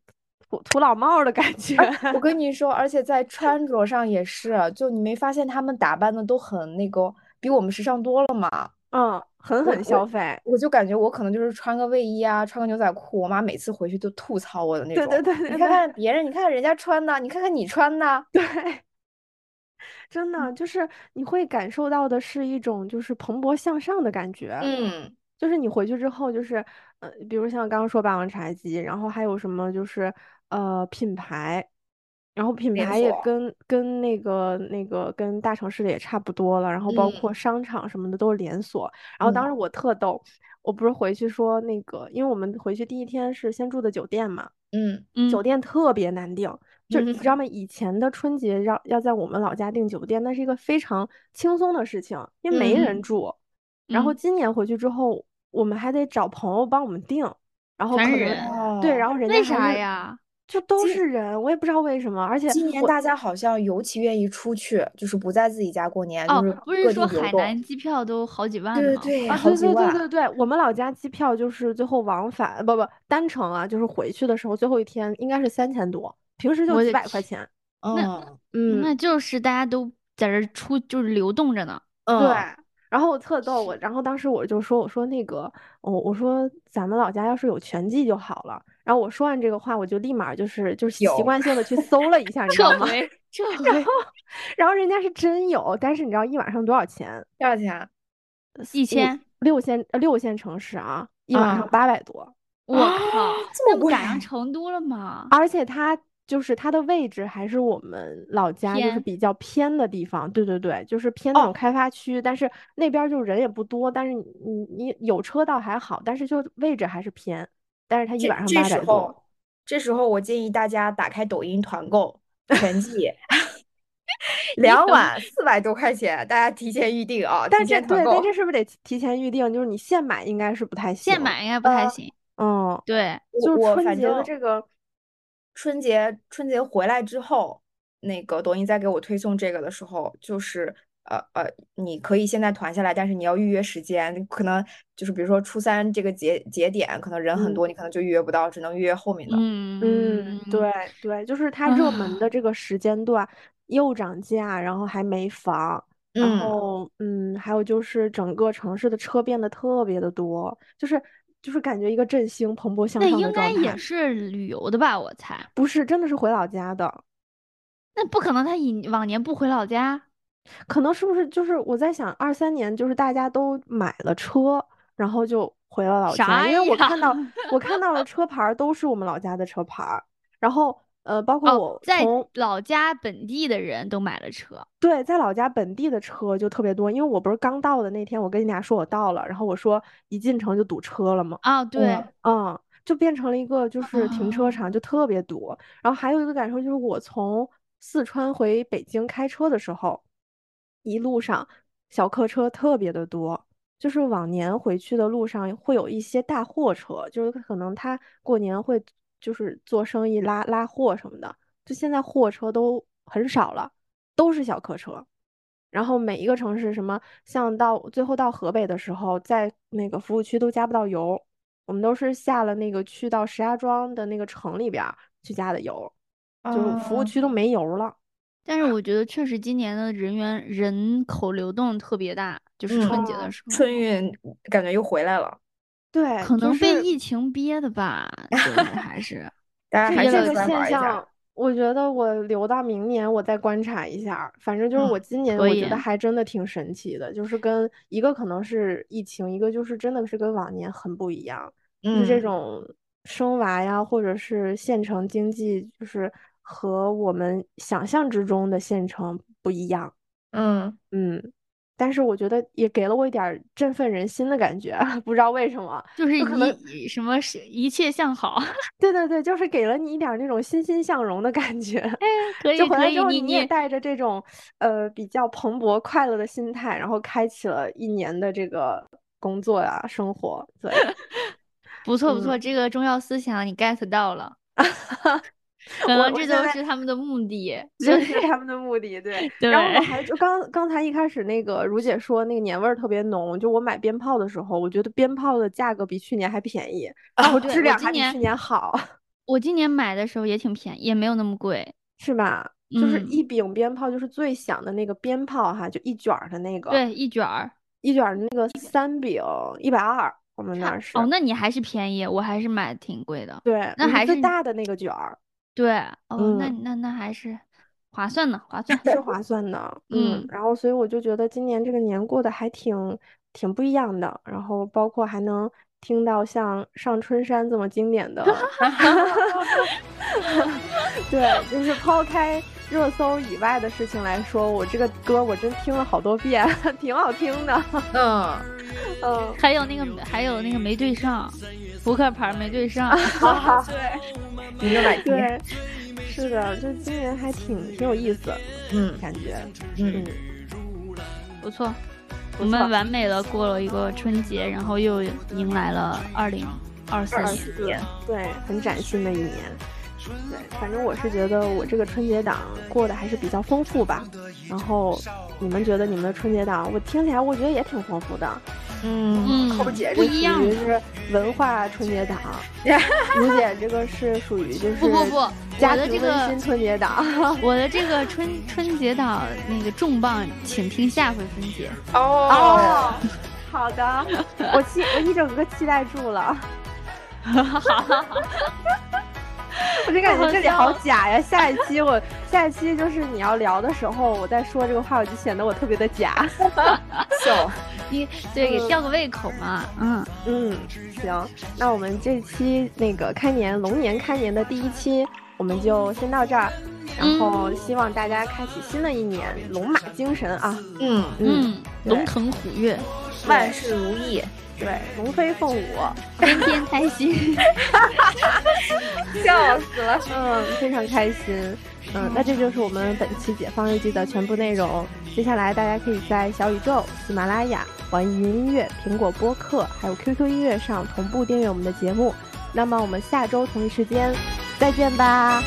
Speaker 4: 土土老帽儿的感觉。
Speaker 1: 哎我跟你说，而且在穿着上也是，就你没发现他们打扮的都很那个，比我们时尚多了吗？
Speaker 4: 嗯，狠
Speaker 1: 我
Speaker 4: 狠消
Speaker 1: 我
Speaker 4: 费。
Speaker 1: 我就感觉我可能就是穿个卫衣啊，穿个牛仔裤，我妈每次回去都吐槽我的那
Speaker 4: 对
Speaker 1: 种。
Speaker 4: 对对
Speaker 1: 你
Speaker 4: 对
Speaker 1: 看
Speaker 4: 对
Speaker 1: 看别人，你看看人家穿的，你看看你穿的，
Speaker 4: 对，真
Speaker 1: 嗯
Speaker 4: 的就是你会感受到的是一种就是蓬勃向上的感觉，
Speaker 1: 嗯，
Speaker 4: 就是你回去之后就是，呃，比如像刚刚说霸王茶姬，然后还有什么就是呃品牌，然后品
Speaker 1: 连
Speaker 4: 牌也
Speaker 1: 锁
Speaker 4: 跟跟那个那个跟大城市的也差不多了，然后包括
Speaker 1: 嗯
Speaker 4: 商场什么的都是连锁，然后当
Speaker 1: 嗯
Speaker 4: 时我特逗，我不是回去说那个，因为我们回去第一天是先住的酒店嘛。
Speaker 1: 嗯，
Speaker 4: 酒店特别难订，就是你知道
Speaker 1: 嗯
Speaker 4: 吗？以前的春节要要在我们老家订酒店，那是一个非常轻松的事情，因为没人
Speaker 2: 嗯
Speaker 4: 住。然后
Speaker 2: 嗯
Speaker 4: 今年回去之后，我们还得找朋友帮我们订，然后
Speaker 2: 全
Speaker 4: 可能
Speaker 2: 是人
Speaker 4: 对，
Speaker 1: 哦
Speaker 4: 然后人家
Speaker 2: 为
Speaker 4: 还
Speaker 2: 啥
Speaker 4: 是
Speaker 2: 呀？
Speaker 4: 就都
Speaker 1: 今
Speaker 4: 是人，我也不知道为什么，而且
Speaker 1: 今年
Speaker 4: 我
Speaker 1: 大家好像尤其愿意出去，就是不在自己家过年，就
Speaker 2: 哦
Speaker 1: 是，
Speaker 2: 不是
Speaker 1: 各地
Speaker 2: 说
Speaker 1: 流
Speaker 2: 海
Speaker 1: 动。
Speaker 2: 南机票都好几万
Speaker 1: 对
Speaker 2: 吗？
Speaker 1: 对对，
Speaker 4: 啊，
Speaker 1: 好
Speaker 4: 对
Speaker 1: 几
Speaker 4: 对对
Speaker 1: 万。
Speaker 4: 对对，我们老家机票就是最后往返不不单程啊，就是回去的时候最后一天应该是三千多，平时就
Speaker 2: 我
Speaker 4: 几
Speaker 2: 的
Speaker 4: 百块
Speaker 2: 天
Speaker 4: 钱。
Speaker 1: 嗯
Speaker 4: 嗯，
Speaker 2: 那就是大家都在这儿出，就是流动着呢。
Speaker 4: 对
Speaker 1: 嗯，，
Speaker 4: 然后我特逗，我然后当时我就说，我说那个，我我说咱们老家要是有全季就好了。然后我说完这个话，我就立马就是就是习
Speaker 1: 有
Speaker 4: 惯性的去搜了一下，你知道
Speaker 2: 撤
Speaker 4: 吗？
Speaker 2: 回，撤
Speaker 4: 然
Speaker 2: 回
Speaker 4: 后然后人家是真有，但是你知道一晚上多少钱？
Speaker 1: 多少钱？
Speaker 2: 一
Speaker 4: 五
Speaker 2: 千，
Speaker 4: 六线呃六线城市啊，一晚上
Speaker 1: 啊
Speaker 4: 八百多，
Speaker 2: 我
Speaker 4: 啊
Speaker 2: 靠，
Speaker 1: 这
Speaker 2: 那
Speaker 1: 么
Speaker 2: 不
Speaker 1: 贵？
Speaker 2: 赶上成都了吗？
Speaker 4: 而且它就是它的位置还是我们老家就是
Speaker 2: 偏
Speaker 4: 比较偏的地方，对对对，就是偏那种
Speaker 1: 哦
Speaker 4: 开发区，但是那边儿就人也不多，但是你你你有车倒还好，但是就位置还是偏，但是它一
Speaker 1: 这
Speaker 4: 晚上
Speaker 1: 这
Speaker 4: 八
Speaker 1: 时
Speaker 4: 百多，
Speaker 1: 候，这时候我建议大家打开抖音团购全 季，两
Speaker 2: 等
Speaker 1: 晚四百多块钱，大家提前预定啊，
Speaker 4: 但
Speaker 1: 提
Speaker 4: 这
Speaker 1: 前团
Speaker 4: 对，但
Speaker 1: 购。
Speaker 4: 这是不是得提提前预定？就是你现买应该是不太行，
Speaker 2: 现买应该不太
Speaker 1: 呃
Speaker 2: 行。
Speaker 4: 嗯，
Speaker 2: 对，
Speaker 1: 我
Speaker 4: 就是
Speaker 1: 我
Speaker 4: 春
Speaker 1: 反
Speaker 4: 节的
Speaker 1: 正
Speaker 4: 这个，
Speaker 1: 春节春节回来之后，那个抖音在给我推送这个的时候，就是呃呃，你可以现在团下来，但是你要预约时间，可能就是比如说初三这个节节点，可能人很
Speaker 4: 嗯
Speaker 1: 多，你可能就预约不到，只能预约后面的。
Speaker 4: 嗯，
Speaker 2: 嗯，
Speaker 4: 对对，就是它热门 的
Speaker 2: 啊，
Speaker 4: 这个时间段又涨价，然后还没房，然
Speaker 1: 嗯
Speaker 4: 后嗯，还有就是整个城市的车变得特别的多，就是就是感觉一个振兴蓬勃向
Speaker 2: 那
Speaker 4: 上的
Speaker 2: 应该
Speaker 4: 状
Speaker 2: 也
Speaker 4: 态，
Speaker 2: 是旅游的吧？我猜，
Speaker 4: 不是真的是回老家的，
Speaker 2: 那不可能，他以往年不回老家。
Speaker 4: 可能是不是就是我在想二三年就是大家都买了车，然后就回了老家，
Speaker 2: 啥
Speaker 4: 因为我
Speaker 2: 呀？
Speaker 4: 看到我看到了车牌儿都是我们老家的车牌儿，然后呃，包括
Speaker 2: 哦，
Speaker 4: 我
Speaker 2: 在
Speaker 4: 从。
Speaker 2: 老家本地的人都买了车。
Speaker 4: 对，在老家本地的车就特别多，因为我不是刚到的那天，我跟你俩说我到了，然后我说一进城就堵车了嘛，
Speaker 2: 啊，对，
Speaker 1: 嗯
Speaker 4: 嗯，就变成了一个就是停车
Speaker 2: 啊，
Speaker 4: 场就特别堵。然后还有一个感受就是，我从四川回北京开车的时候，一路上小客车特别的多，就是往年回去的路上会有一些大货车，就是可能他过年会就是做生意拉拉货什么的，就现在货车都很少了。都是小客车。然后每一个城市，什么像到最后到河北的时候，在那个服务区都加不到油，我们都是下了那个去到石家庄的那个城里边儿去加的油，就是服务
Speaker 1: 啊，
Speaker 4: 区都没油了。
Speaker 2: 但是我觉得确实今年的人员人口流动特别大，就是春节的
Speaker 4: 嗯，
Speaker 2: 时候，
Speaker 1: 春运感觉又回来了，
Speaker 4: 对，
Speaker 2: 可
Speaker 4: 就
Speaker 2: 能被
Speaker 4: 是
Speaker 2: 疫情憋 的吧，就是还是
Speaker 1: 大家
Speaker 4: 就
Speaker 1: 还
Speaker 4: 是
Speaker 2: 憋
Speaker 1: 是
Speaker 4: 这个
Speaker 2: 了
Speaker 1: 要出来玩
Speaker 4: 现
Speaker 1: 儿一下。
Speaker 4: 象，我觉得我留到明年我再观察一下儿。反正就是我
Speaker 1: 嗯
Speaker 4: 今年
Speaker 2: 可
Speaker 4: 我觉
Speaker 2: 以。
Speaker 4: 得还真的挺神奇的，就是跟一个可能是疫情，一个就是真的是跟往年很不一样，就是这
Speaker 1: 嗯
Speaker 4: 种生娃呀，或者是县城经济，就是和我们想象之中的县城不一样。
Speaker 1: 嗯，
Speaker 4: 嗯，但是我觉得也给了我一点儿振奋人心的感觉，啊 不知道为什么，
Speaker 2: 就是
Speaker 4: 就可能
Speaker 2: 一什么是一切向 好，
Speaker 4: 对对对，就是给了你一点儿那种欣欣向荣的感觉。
Speaker 2: 可
Speaker 4: 就
Speaker 2: 以
Speaker 4: 回
Speaker 2: 可
Speaker 4: 来之
Speaker 2: 以，
Speaker 4: 后，
Speaker 2: 你
Speaker 4: 你
Speaker 2: 你
Speaker 4: 也
Speaker 2: 也
Speaker 4: 带着这种呃比较蓬勃快乐的心态，然后开启了一年的这个工作呀、生活。 对，
Speaker 2: 不错不错，
Speaker 4: 嗯，
Speaker 2: 这个中药思想你 get 到了，可
Speaker 4: 我
Speaker 2: 能
Speaker 4: 我
Speaker 2: 这
Speaker 4: 现
Speaker 2: 都
Speaker 4: 在
Speaker 2: 是他们的目的，就
Speaker 4: 这
Speaker 2: 是
Speaker 4: 是他们的目的，对。然后我
Speaker 2: 对，
Speaker 4: 还就刚刚才一开始那个如姐说那个年味儿特别浓，就我买鞭炮的时候，我觉得鞭炮的价格比去年还便宜，然
Speaker 2: 哦
Speaker 4: 后
Speaker 2: 对，
Speaker 4: 质
Speaker 2: 我
Speaker 4: 量
Speaker 2: 今
Speaker 4: 还比去
Speaker 2: 年
Speaker 4: 年好，
Speaker 2: 我今年买的时候也挺便宜，也没有那么贵，
Speaker 4: 是吧？就是
Speaker 2: 嗯，
Speaker 4: 一柄鞭炮，就是最响的那个鞭炮哈，就一卷儿的那个，
Speaker 2: 对，一卷儿
Speaker 4: 一卷儿那个三柄一百二，我们那
Speaker 2: 差
Speaker 4: 儿
Speaker 2: 哦，
Speaker 4: 是。
Speaker 2: 那你还是便宜，我还是买的挺贵的，
Speaker 4: 对，
Speaker 2: 那
Speaker 4: 我是
Speaker 2: 还
Speaker 4: 最
Speaker 2: 是
Speaker 4: 大的那个卷儿。
Speaker 2: 对哦，那
Speaker 4: 嗯，
Speaker 2: 那那还是划算呢，划算。
Speaker 4: 是划算的，嗯
Speaker 2: 嗯，
Speaker 4: 然后所以我就觉得今年这个年过得还挺挺不一样的，然后包括还能听到像上春山这么经典的，对，就是抛开热搜以外的事情来说，我这个歌我真听了好多遍， 挺好听的，
Speaker 1: 嗯，
Speaker 4: 嗯，
Speaker 2: 还有那个，还有那个没对上，扑克牌没对上，
Speaker 1: 一个买题，
Speaker 4: 对，是的，就今年还挺挺有意思，
Speaker 1: 嗯
Speaker 4: 感觉，
Speaker 1: 嗯，
Speaker 2: 不错。
Speaker 4: 不
Speaker 2: 我们
Speaker 4: 错
Speaker 2: 完美的过了一个春节，然后又迎来了二零二四
Speaker 4: 二
Speaker 2: 年。
Speaker 4: 四，对，很崭新的一年。对，反正我是觉得我这个春节档过得还是比较丰富吧。然后你们觉得你们的春节档，我听起来我觉得也挺丰富的。
Speaker 1: 嗯，
Speaker 2: 嗯，
Speaker 4: 寇姐
Speaker 2: 不
Speaker 4: 这
Speaker 2: 一样
Speaker 4: 属于。是文化春节 档，卢姐这个是属于就是
Speaker 2: 不不不，我
Speaker 4: 家
Speaker 2: 的这
Speaker 4: 庭温馨
Speaker 2: 个
Speaker 4: 春节档。
Speaker 2: 我的这个春春节档那个重磅，请听下回分解。
Speaker 1: 哦，，
Speaker 4: 好的，我期我一整个期待住了。 我就感觉这里好
Speaker 1: 啊
Speaker 4: 假呀！下一期我下一期就是你要聊的时候，我再说这个话，我就显得我特别的假。
Speaker 1: 笑，
Speaker 2: 你对，给
Speaker 4: 嗯
Speaker 2: 吊个胃口嘛。嗯，
Speaker 4: 嗯，行，那我们这期那个开年龙年开年的第一期，我们就先到这儿。然后
Speaker 1: 嗯
Speaker 4: 希望大家开启新的一年，龙马精神啊！
Speaker 1: 嗯，
Speaker 2: 嗯，
Speaker 4: 对
Speaker 2: 龙腾虎跃，
Speaker 1: 万事如意，
Speaker 4: 对，龙飞凤舞，
Speaker 2: 天天开 心。
Speaker 1: 笑死了，
Speaker 4: 嗯，非常开心。嗯，那这就是我们本期《解放日记》的全部内容。接下来大家可以在小宇宙、喜马拉雅、网易云音乐、苹果播客还有 QQ 音乐上同步订阅我们的节目。那么我们下周同一时间再见吧，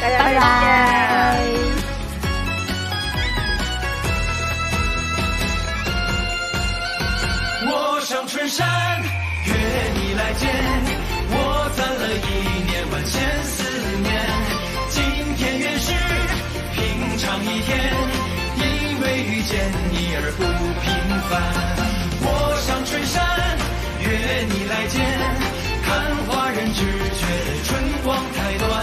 Speaker 1: 大家
Speaker 4: 拜
Speaker 1: 再见。
Speaker 4: 拜。
Speaker 3: 我上春山，约你来见。我攒了一年万千思念，今天原是平常一天，因为遇见你而不平凡。我上春山，约你来见，看花人只觉春光太短，